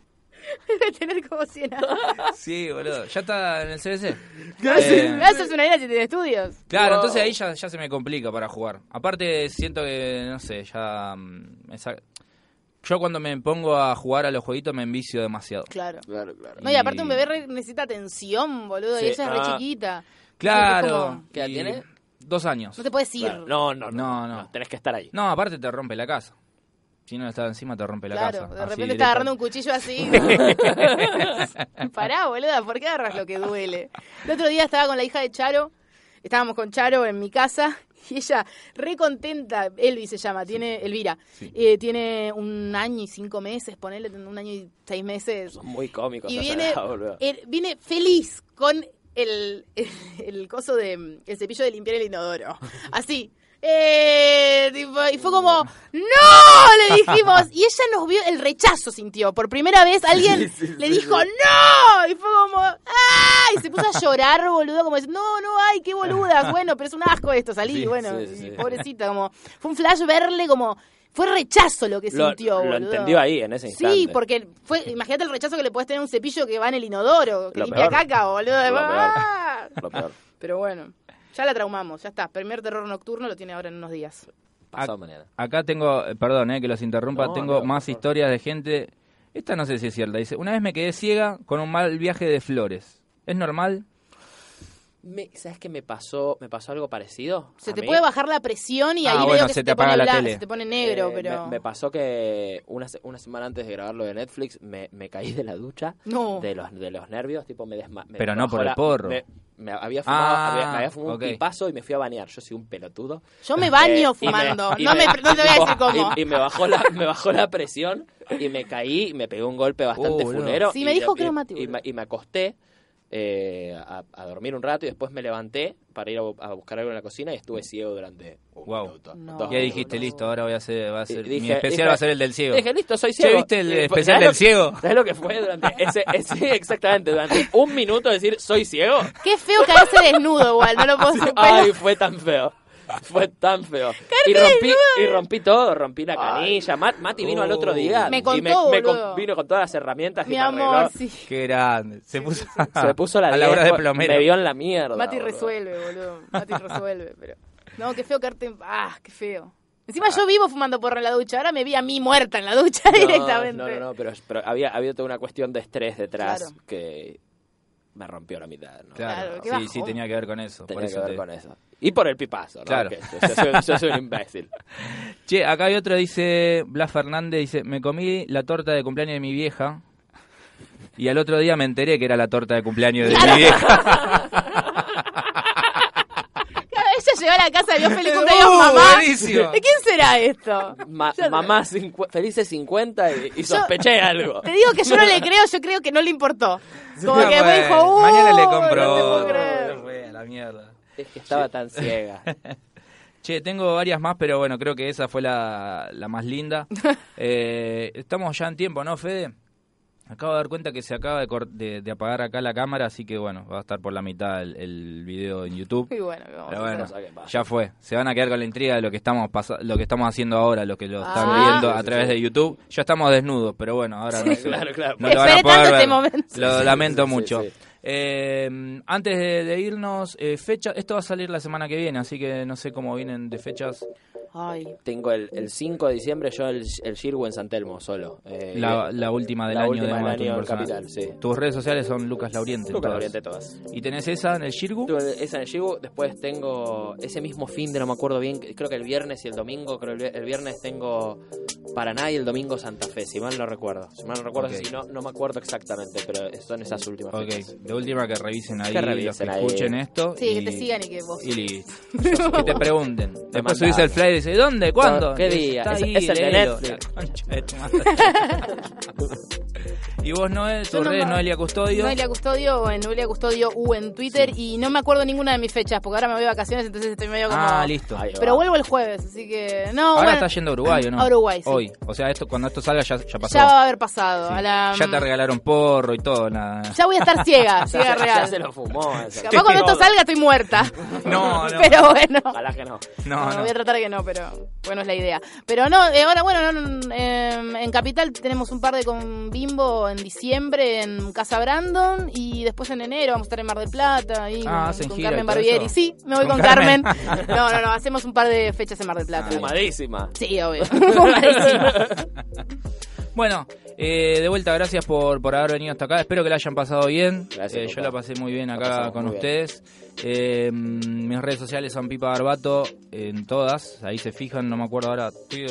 Speaker 2: Debe tener como 100 años.
Speaker 1: Sí, boludo. Ya está en el CBC. Eh,
Speaker 2: Eso es una nena si tiene estudios.
Speaker 1: Claro,
Speaker 3: Wow.
Speaker 1: entonces ahí ya, ya se me complica para jugar. Aparte, siento que, no sé, ya. mm, me sa- Yo cuando me pongo a jugar a los jueguitos me envicio demasiado.
Speaker 2: Claro.
Speaker 3: Claro, claro.
Speaker 2: No, y aparte un bebé re- necesita atención, boludo, y
Speaker 3: Sí.
Speaker 2: ella es re
Speaker 3: Ah.
Speaker 2: chiquita. Entonces es
Speaker 1: Claro.
Speaker 2: como,
Speaker 3: ¿Qué edad
Speaker 1: y
Speaker 3: tiene?
Speaker 1: Dos años.
Speaker 2: no te puedes ir.
Speaker 3: No, no, no,
Speaker 1: No,
Speaker 3: no,
Speaker 1: no.
Speaker 3: Tenés que estar ahí.
Speaker 1: No, aparte te rompe la casa. Si no está encima, te rompe la
Speaker 2: claro,
Speaker 1: casa. Así,
Speaker 2: de repente
Speaker 1: directo.
Speaker 2: está agarrando un cuchillo así. Pará, boluda, ¿por qué agarras lo que duele? El otro día estaba con la hija de Charo, estábamos con Charo en mi casa <laughs> y ella re contenta, Elvi se llama, tiene Elvira, eh, tiene un año y cinco meses, ponele un año y seis meses.
Speaker 3: Son muy cómicos.
Speaker 2: Y
Speaker 3: esa
Speaker 2: viene,
Speaker 3: edad, <laughs> boludo.
Speaker 2: er- viene feliz con el, <laughs> el, el coso de el cepillo de limpiar el inodoro. Así. Eh, tipo, y fue como, ¡No! Le dijimos. Y ella nos vio, el rechazo sintió. Por primera vez alguien le dijo, ¡No! Y fue como, ¡Ah! Y se puso a llorar, boludo, como diciendo, No, no, ay, qué boludas. Bueno, pero es un asco esto, salí.
Speaker 3: Sí,
Speaker 2: bueno,
Speaker 3: sí, sí.
Speaker 2: y pobrecita, como, fue un flash verle como, fue rechazo lo que
Speaker 3: Lo-
Speaker 2: sintió,
Speaker 3: lo
Speaker 2: boludo.
Speaker 3: entendió ahí, en ese
Speaker 2: Sí,
Speaker 3: instante.
Speaker 2: porque
Speaker 3: <laughs>
Speaker 2: fue, imagínate el rechazo que le puedes tener a un cepillo que va en el inodoro, que
Speaker 3: Lo
Speaker 2: limpia
Speaker 3: peor.
Speaker 2: caca, boludo.
Speaker 3: Lo peor.
Speaker 2: ¡Ah!
Speaker 3: Lo peor.
Speaker 2: Pero bueno, ya la traumamos, ya está. Primer terror nocturno lo tiene ahora en unos días.
Speaker 3: Pasado mañana.
Speaker 1: Acá tengo, eh, perdón, eh, que los interrumpa,
Speaker 3: No,
Speaker 1: tengo
Speaker 3: no,
Speaker 1: más
Speaker 3: por favor.
Speaker 1: historias de gente. Esta no sé si es cierta. Dice, una vez me quedé ciega con un mal viaje de flores. ¿Es normal?
Speaker 3: Me- ¿Sabes qué me pasó? ¿Me pasó algo parecido?
Speaker 2: Se
Speaker 3: a
Speaker 2: te
Speaker 3: mí?
Speaker 2: puede bajar la presión y
Speaker 1: Ah,
Speaker 2: ahí medio
Speaker 1: bueno,
Speaker 2: que
Speaker 1: se
Speaker 2: se,
Speaker 1: te apaga
Speaker 2: pone
Speaker 1: la
Speaker 2: blan-
Speaker 1: tele.
Speaker 2: se te pone negro,
Speaker 3: Eh, me-
Speaker 2: pero...
Speaker 3: Me, pasó que una, se- una semana antes de grabar lo de Netflix me, me caí de la ducha
Speaker 2: No.
Speaker 3: de, los, de los nervios, tipo me desma me
Speaker 1: Pero no
Speaker 3: bajó
Speaker 1: por el
Speaker 3: la-
Speaker 1: porro.
Speaker 3: Me, me había fumado,
Speaker 1: Ah,
Speaker 3: había, me había fumado
Speaker 1: ok.
Speaker 3: un pipazo y me fui a bañar. Yo soy un pelotudo.
Speaker 2: Yo me baño
Speaker 3: Eh, <laughs> y me-
Speaker 2: fumando,
Speaker 3: y
Speaker 2: no, me, no te voy a decir cómo.
Speaker 3: <laughs> Y, y me, bajó la, me bajó la presión y me caí, y me pegué un golpe bastante
Speaker 1: Uh, boludo.
Speaker 3: funero.
Speaker 2: Sí, me
Speaker 3: y-
Speaker 2: dijo
Speaker 3: y-
Speaker 2: que era Mati,
Speaker 3: Y,
Speaker 2: boludo.
Speaker 3: me- y me acosté eh, a, a dormir un rato y después me levanté para ir a, bu- a buscar algo en la cocina y estuve ciego durante un
Speaker 1: Guau.
Speaker 3: minuto,
Speaker 2: No.
Speaker 3: dos
Speaker 1: Ya
Speaker 2: No,
Speaker 1: dijiste,
Speaker 3: minutos.
Speaker 1: listo, ahora voy a hacer, va a
Speaker 3: Y
Speaker 1: ser-
Speaker 3: Eh, dije-
Speaker 1: mi especial
Speaker 3: dije-
Speaker 1: va a ser el del ciego.
Speaker 3: Dije, listo, soy
Speaker 1: Che,
Speaker 3: ciego.
Speaker 1: ¿viste el
Speaker 3: Y, pues,
Speaker 1: especial
Speaker 3: ¿sabes
Speaker 1: del
Speaker 3: lo que-
Speaker 1: ciego?
Speaker 3: ¿Sabes lo que fue durante
Speaker 1: <laughs>
Speaker 3: ese, ese- exactamente, durante
Speaker 1: <laughs>
Speaker 3: un minuto decir, soy ciego? <laughs>
Speaker 2: Qué feo caerse desnudo, igual, no lo puedo
Speaker 3: Ay, fue tan feo. Fue tan feo. Y rompí, y rompí todo, rompí la canilla. Mat- Mati vino al otro día.
Speaker 2: Me
Speaker 3: y
Speaker 2: contó,
Speaker 3: con-
Speaker 2: boludo.
Speaker 3: vino con todas las herramientas y
Speaker 2: Mi
Speaker 3: me arregló.
Speaker 2: amor, sí.
Speaker 1: Qué grande. Se puso,
Speaker 3: Se puso la
Speaker 1: Ah, <laughs> a la
Speaker 3: 10,
Speaker 1: hora de
Speaker 3: fue-
Speaker 1: plomero.
Speaker 3: Me vio en la mierda.
Speaker 2: Mati
Speaker 3: boludo.
Speaker 2: resuelve, boludo.
Speaker 1: <laughs>
Speaker 2: Mati resuelve, pero. No, qué feo quedarte. en- Ah, qué feo. Encima
Speaker 1: Ah.
Speaker 2: yo vivo fumando porro en la ducha. Ahora me vi a mí muerta en la ducha
Speaker 3: No,
Speaker 2: directamente.
Speaker 3: No, no, no, pero, pero había, había toda una cuestión de estrés detrás
Speaker 2: Claro.
Speaker 3: que me rompió la mitad. ¿no?
Speaker 1: Claro,
Speaker 2: Claro,
Speaker 1: sí,
Speaker 2: qué bajón.
Speaker 1: sí, tenía que ver con eso. por
Speaker 3: Tenía que
Speaker 1: eso
Speaker 3: ver
Speaker 1: te-
Speaker 3: con eso. Y por el pipazo, ¿no?
Speaker 1: Claro.
Speaker 3: Que yo, yo soy, yo soy un imbécil.
Speaker 1: Che, acá hay otro, dice Blas Fernández, dice, me comí la torta de cumpleaños de mi vieja <laughs> y al otro día me enteré que era la torta de cumpleaños de mi
Speaker 2: <laughs>
Speaker 1: vieja.
Speaker 2: Claro, ella llegó a la casa,
Speaker 1: <laughs>
Speaker 2: vio feliz cumpleaños
Speaker 1: Uh,
Speaker 2: mamá.
Speaker 1: buenísimo.
Speaker 2: ¿De quién será esto?
Speaker 3: Ma-
Speaker 2: Yo-
Speaker 3: mamá cincu- felices 50 y, y sospeché
Speaker 2: <laughs>
Speaker 3: algo.
Speaker 2: Te digo que yo no le creo, yo creo que no le importó. Como
Speaker 1: Ah, <laughs>
Speaker 2: que
Speaker 1: bueno,
Speaker 2: después dijo, "Uh,
Speaker 1: Mañana le
Speaker 2: no te
Speaker 1: compro.
Speaker 2: puedo creer".
Speaker 1: No fue a la mierda.
Speaker 3: Es que estaba
Speaker 1: <laughs>
Speaker 3: tan ciega.
Speaker 1: Che, tengo varias más, pero bueno, creo que esa fue la, la más
Speaker 3: <laughs>
Speaker 1: linda. Eh, estamos ya en tiempo, ¿no, Fede? Acabo de dar cuenta que se acaba de, cor- de- de apagar acá la cámara, así que bueno, va a estar por la mitad el, el video en YouTube.
Speaker 2: Y bueno, ¿qué vamos
Speaker 1: Pero
Speaker 2: a hacer?
Speaker 1: bueno,
Speaker 3: cosa que pasa.
Speaker 1: ya fue. Se van a quedar con la intriga de lo que estamos pasa- lo que estamos haciendo ahora, lo que lo están
Speaker 2: Ah.
Speaker 1: viendo
Speaker 3: Sí,
Speaker 1: a
Speaker 3: sí,
Speaker 1: través
Speaker 3: sí.
Speaker 1: de YouTube. Ya estamos desnudos, pero bueno, ahora no, se-
Speaker 3: claro, claro.
Speaker 1: no lo van a
Speaker 2: Esperé
Speaker 1: poder
Speaker 2: tanto
Speaker 1: ver.
Speaker 2: este momento.
Speaker 1: Lo
Speaker 3: Sí, sí,
Speaker 1: lamento
Speaker 3: sí,
Speaker 1: mucho.
Speaker 3: sí.
Speaker 1: Eh, antes de, de irnos, eh, fecha, esto va a salir la semana que viene, así que no sé cómo vienen de fechas.
Speaker 2: Ay,
Speaker 3: Tengo el, el 5 de diciembre yo el, el Shirgu en San Telmo solo. Eh,
Speaker 1: La, la última del
Speaker 3: la
Speaker 1: año
Speaker 3: última
Speaker 1: de
Speaker 3: del
Speaker 1: Manato
Speaker 3: año en
Speaker 1: Universal.
Speaker 3: Capital, sí.
Speaker 1: Tus redes sociales son Lucas Lauriente.
Speaker 3: Lucas
Speaker 1: todas.
Speaker 3: Oriente todas.
Speaker 1: Y tenés esa en el Shirgu.
Speaker 3: Tuve esa en el Shibu, después tengo ese mismo fin de no me acuerdo bien, creo que el viernes y el domingo, creo el vi- el viernes tengo Paraná y el domingo Santa Fe, si mal no recuerdo. Si mal no recuerdo,
Speaker 1: Ok.
Speaker 3: si no, no me acuerdo exactamente, pero son esas últimas
Speaker 1: Ok,
Speaker 3: fechas.
Speaker 1: de última que revisen ahí,
Speaker 3: Que revisen
Speaker 1: los que
Speaker 3: ahí.
Speaker 1: escuchen esto.
Speaker 2: sí, que
Speaker 1: y-
Speaker 2: te sigan y que vos.
Speaker 1: Y listo. Que te <laughs> pregunten. Después
Speaker 3: mandás.
Speaker 1: subís el flyer y dices, ¿dónde? ¿Cuándo?
Speaker 3: ¿Qué día?
Speaker 1: Está
Speaker 3: Es-
Speaker 1: ahí,
Speaker 3: es el de
Speaker 1: léelo.
Speaker 3: Netflix.
Speaker 1: La <laughs> concha de tu madre. <laughs> y vos, Noel,
Speaker 2: Yo
Speaker 1: tus
Speaker 2: no
Speaker 1: redes,
Speaker 2: me-
Speaker 1: Noelia Custodio.
Speaker 2: Noelia Custodio o en Noelia Custodio U en Twitter. Y no me acuerdo ninguna de mis fechas, porque ahora me voy de vacaciones, entonces estoy medio como.
Speaker 1: Ah, listo.
Speaker 3: Ahí va.
Speaker 2: Pero vuelvo el jueves, así que. No,
Speaker 1: Ahora
Speaker 2: bueno,
Speaker 1: estás yendo a Uruguay, ¿o no?
Speaker 2: A Uruguay, sí.
Speaker 1: Hoy. O sea, esto cuando esto salga ya, ya pasó.
Speaker 2: Ya va a haber pasado.
Speaker 1: Sí.
Speaker 2: A la- mm,
Speaker 1: Ya te regalaron porro y todo. nada.
Speaker 2: Ya voy a estar
Speaker 1: <laughs>
Speaker 2: ciega, ciega
Speaker 3: Ya
Speaker 2: real.
Speaker 3: se lo fumó. eso.
Speaker 2: Capaz cuando esto salga estoy muerta.
Speaker 1: <laughs>
Speaker 2: <laughs>
Speaker 1: No, no.
Speaker 2: Pero bueno.
Speaker 3: <laughs> Ojalá que no.
Speaker 1: No,
Speaker 2: No,
Speaker 1: no.
Speaker 2: Voy a tratar que no, pero bueno, es la idea. Pero no, eh, ahora bueno, no, no, eh, en Capital tenemos un par de con Bimbo en diciembre en Casa Brandon y después en enero vamos a estar en Mar del Plata y
Speaker 1: Ah,
Speaker 2: con,
Speaker 1: hacen
Speaker 2: con
Speaker 1: gira y
Speaker 2: Carmen
Speaker 1: todo
Speaker 2: Barbieri.
Speaker 1: eso.
Speaker 2: Sí, me voy
Speaker 1: ¿Con
Speaker 2: con,
Speaker 1: Carmen? Ah,
Speaker 2: Carmen. <laughs> No, no, no, hacemos un par de fechas en Mar del Plata.
Speaker 3: Fumadísima.
Speaker 2: Sí, obvio. <laughs> Fumadísima.
Speaker 1: Bueno, eh, de vuelta, gracias por, por haber venido hasta acá. Espero que la hayan pasado bien.
Speaker 3: Gracias,
Speaker 1: Eh,
Speaker 3: papá.
Speaker 1: yo la pasé muy bien acá
Speaker 3: pasamos
Speaker 1: con
Speaker 3: muy bien.
Speaker 1: ustedes. Eh, mm, mis redes sociales son Pipa Barbato en todas. Ahí se fijan, no me acuerdo ahora. Estoy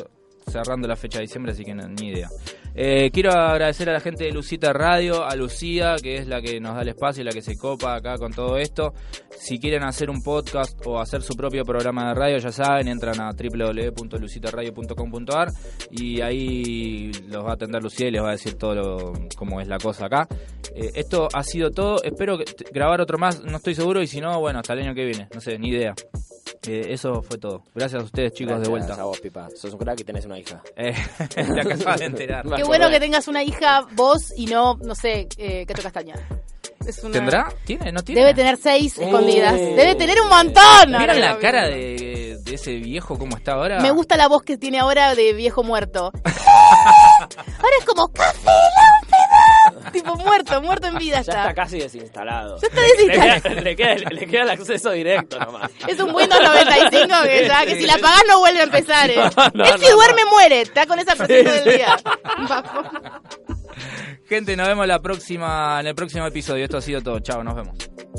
Speaker 1: cerrando la fecha de diciembre, así que no- ni idea. Eh, quiero agradecer a la gente de Lucita Radio, a Lucía, que es la que nos da el espacio y la que se copa acá con todo esto. Si quieren hacer un podcast o hacer su propio programa de radio, ya saben, entran a www.lucitaradio.com.ar y ahí los va a atender Lucía y les va a decir todo lo, cómo es la cosa acá. Eh, esto ha sido todo. Espero que- t- grabar otro más, no estoy seguro, y si no, bueno, hasta el año que viene. No sé, ni idea. Eh, eso fue todo. Gracias a ustedes, chicos,
Speaker 3: Gracias
Speaker 1: de vuelta.
Speaker 3: A vos, Pipa. Sos un crack y tenés una hija.
Speaker 1: Eh, <laughs> te acabas de
Speaker 3: <laughs>
Speaker 1: enterar.
Speaker 3: Bueno.
Speaker 2: Qué bueno que tengas una hija vos y no, no sé, eh, Cacho Castaña. Es una-
Speaker 1: ¿Tendrá? ¿Tiene? ¿No tiene?
Speaker 2: Debe tener seis
Speaker 3: Uh.
Speaker 2: escondidas. Debe tener un montón. Ahora
Speaker 1: ¿Vieron la
Speaker 2: lo
Speaker 1: cara
Speaker 2: vi.
Speaker 1: de, de ese viejo como está ahora?
Speaker 2: Me gusta la voz que tiene ahora de viejo
Speaker 3: <laughs>
Speaker 2: muerto. ahora es como café la Tipo muerto, muerto en vida
Speaker 3: Ya
Speaker 2: está.
Speaker 3: está
Speaker 2: <laughs>
Speaker 3: casi desinstalado.
Speaker 2: Ya está
Speaker 3: Le
Speaker 2: desinstalado.
Speaker 3: queda, le queda el- le queda el acceso directo nomás.
Speaker 2: Es un Windows 95 que ya que si la apagás no vuelve a empezar. Eh.
Speaker 3: <laughs> no,
Speaker 2: Él si
Speaker 3: no,
Speaker 2: duerme muere. Está con esa presión
Speaker 3: Sí,
Speaker 2: todo
Speaker 3: sí.
Speaker 2: el día. Bajón.
Speaker 1: Gente, nos vemos la próxima, en el próximo episodio. Esto ha sido todo. Chao, nos vemos.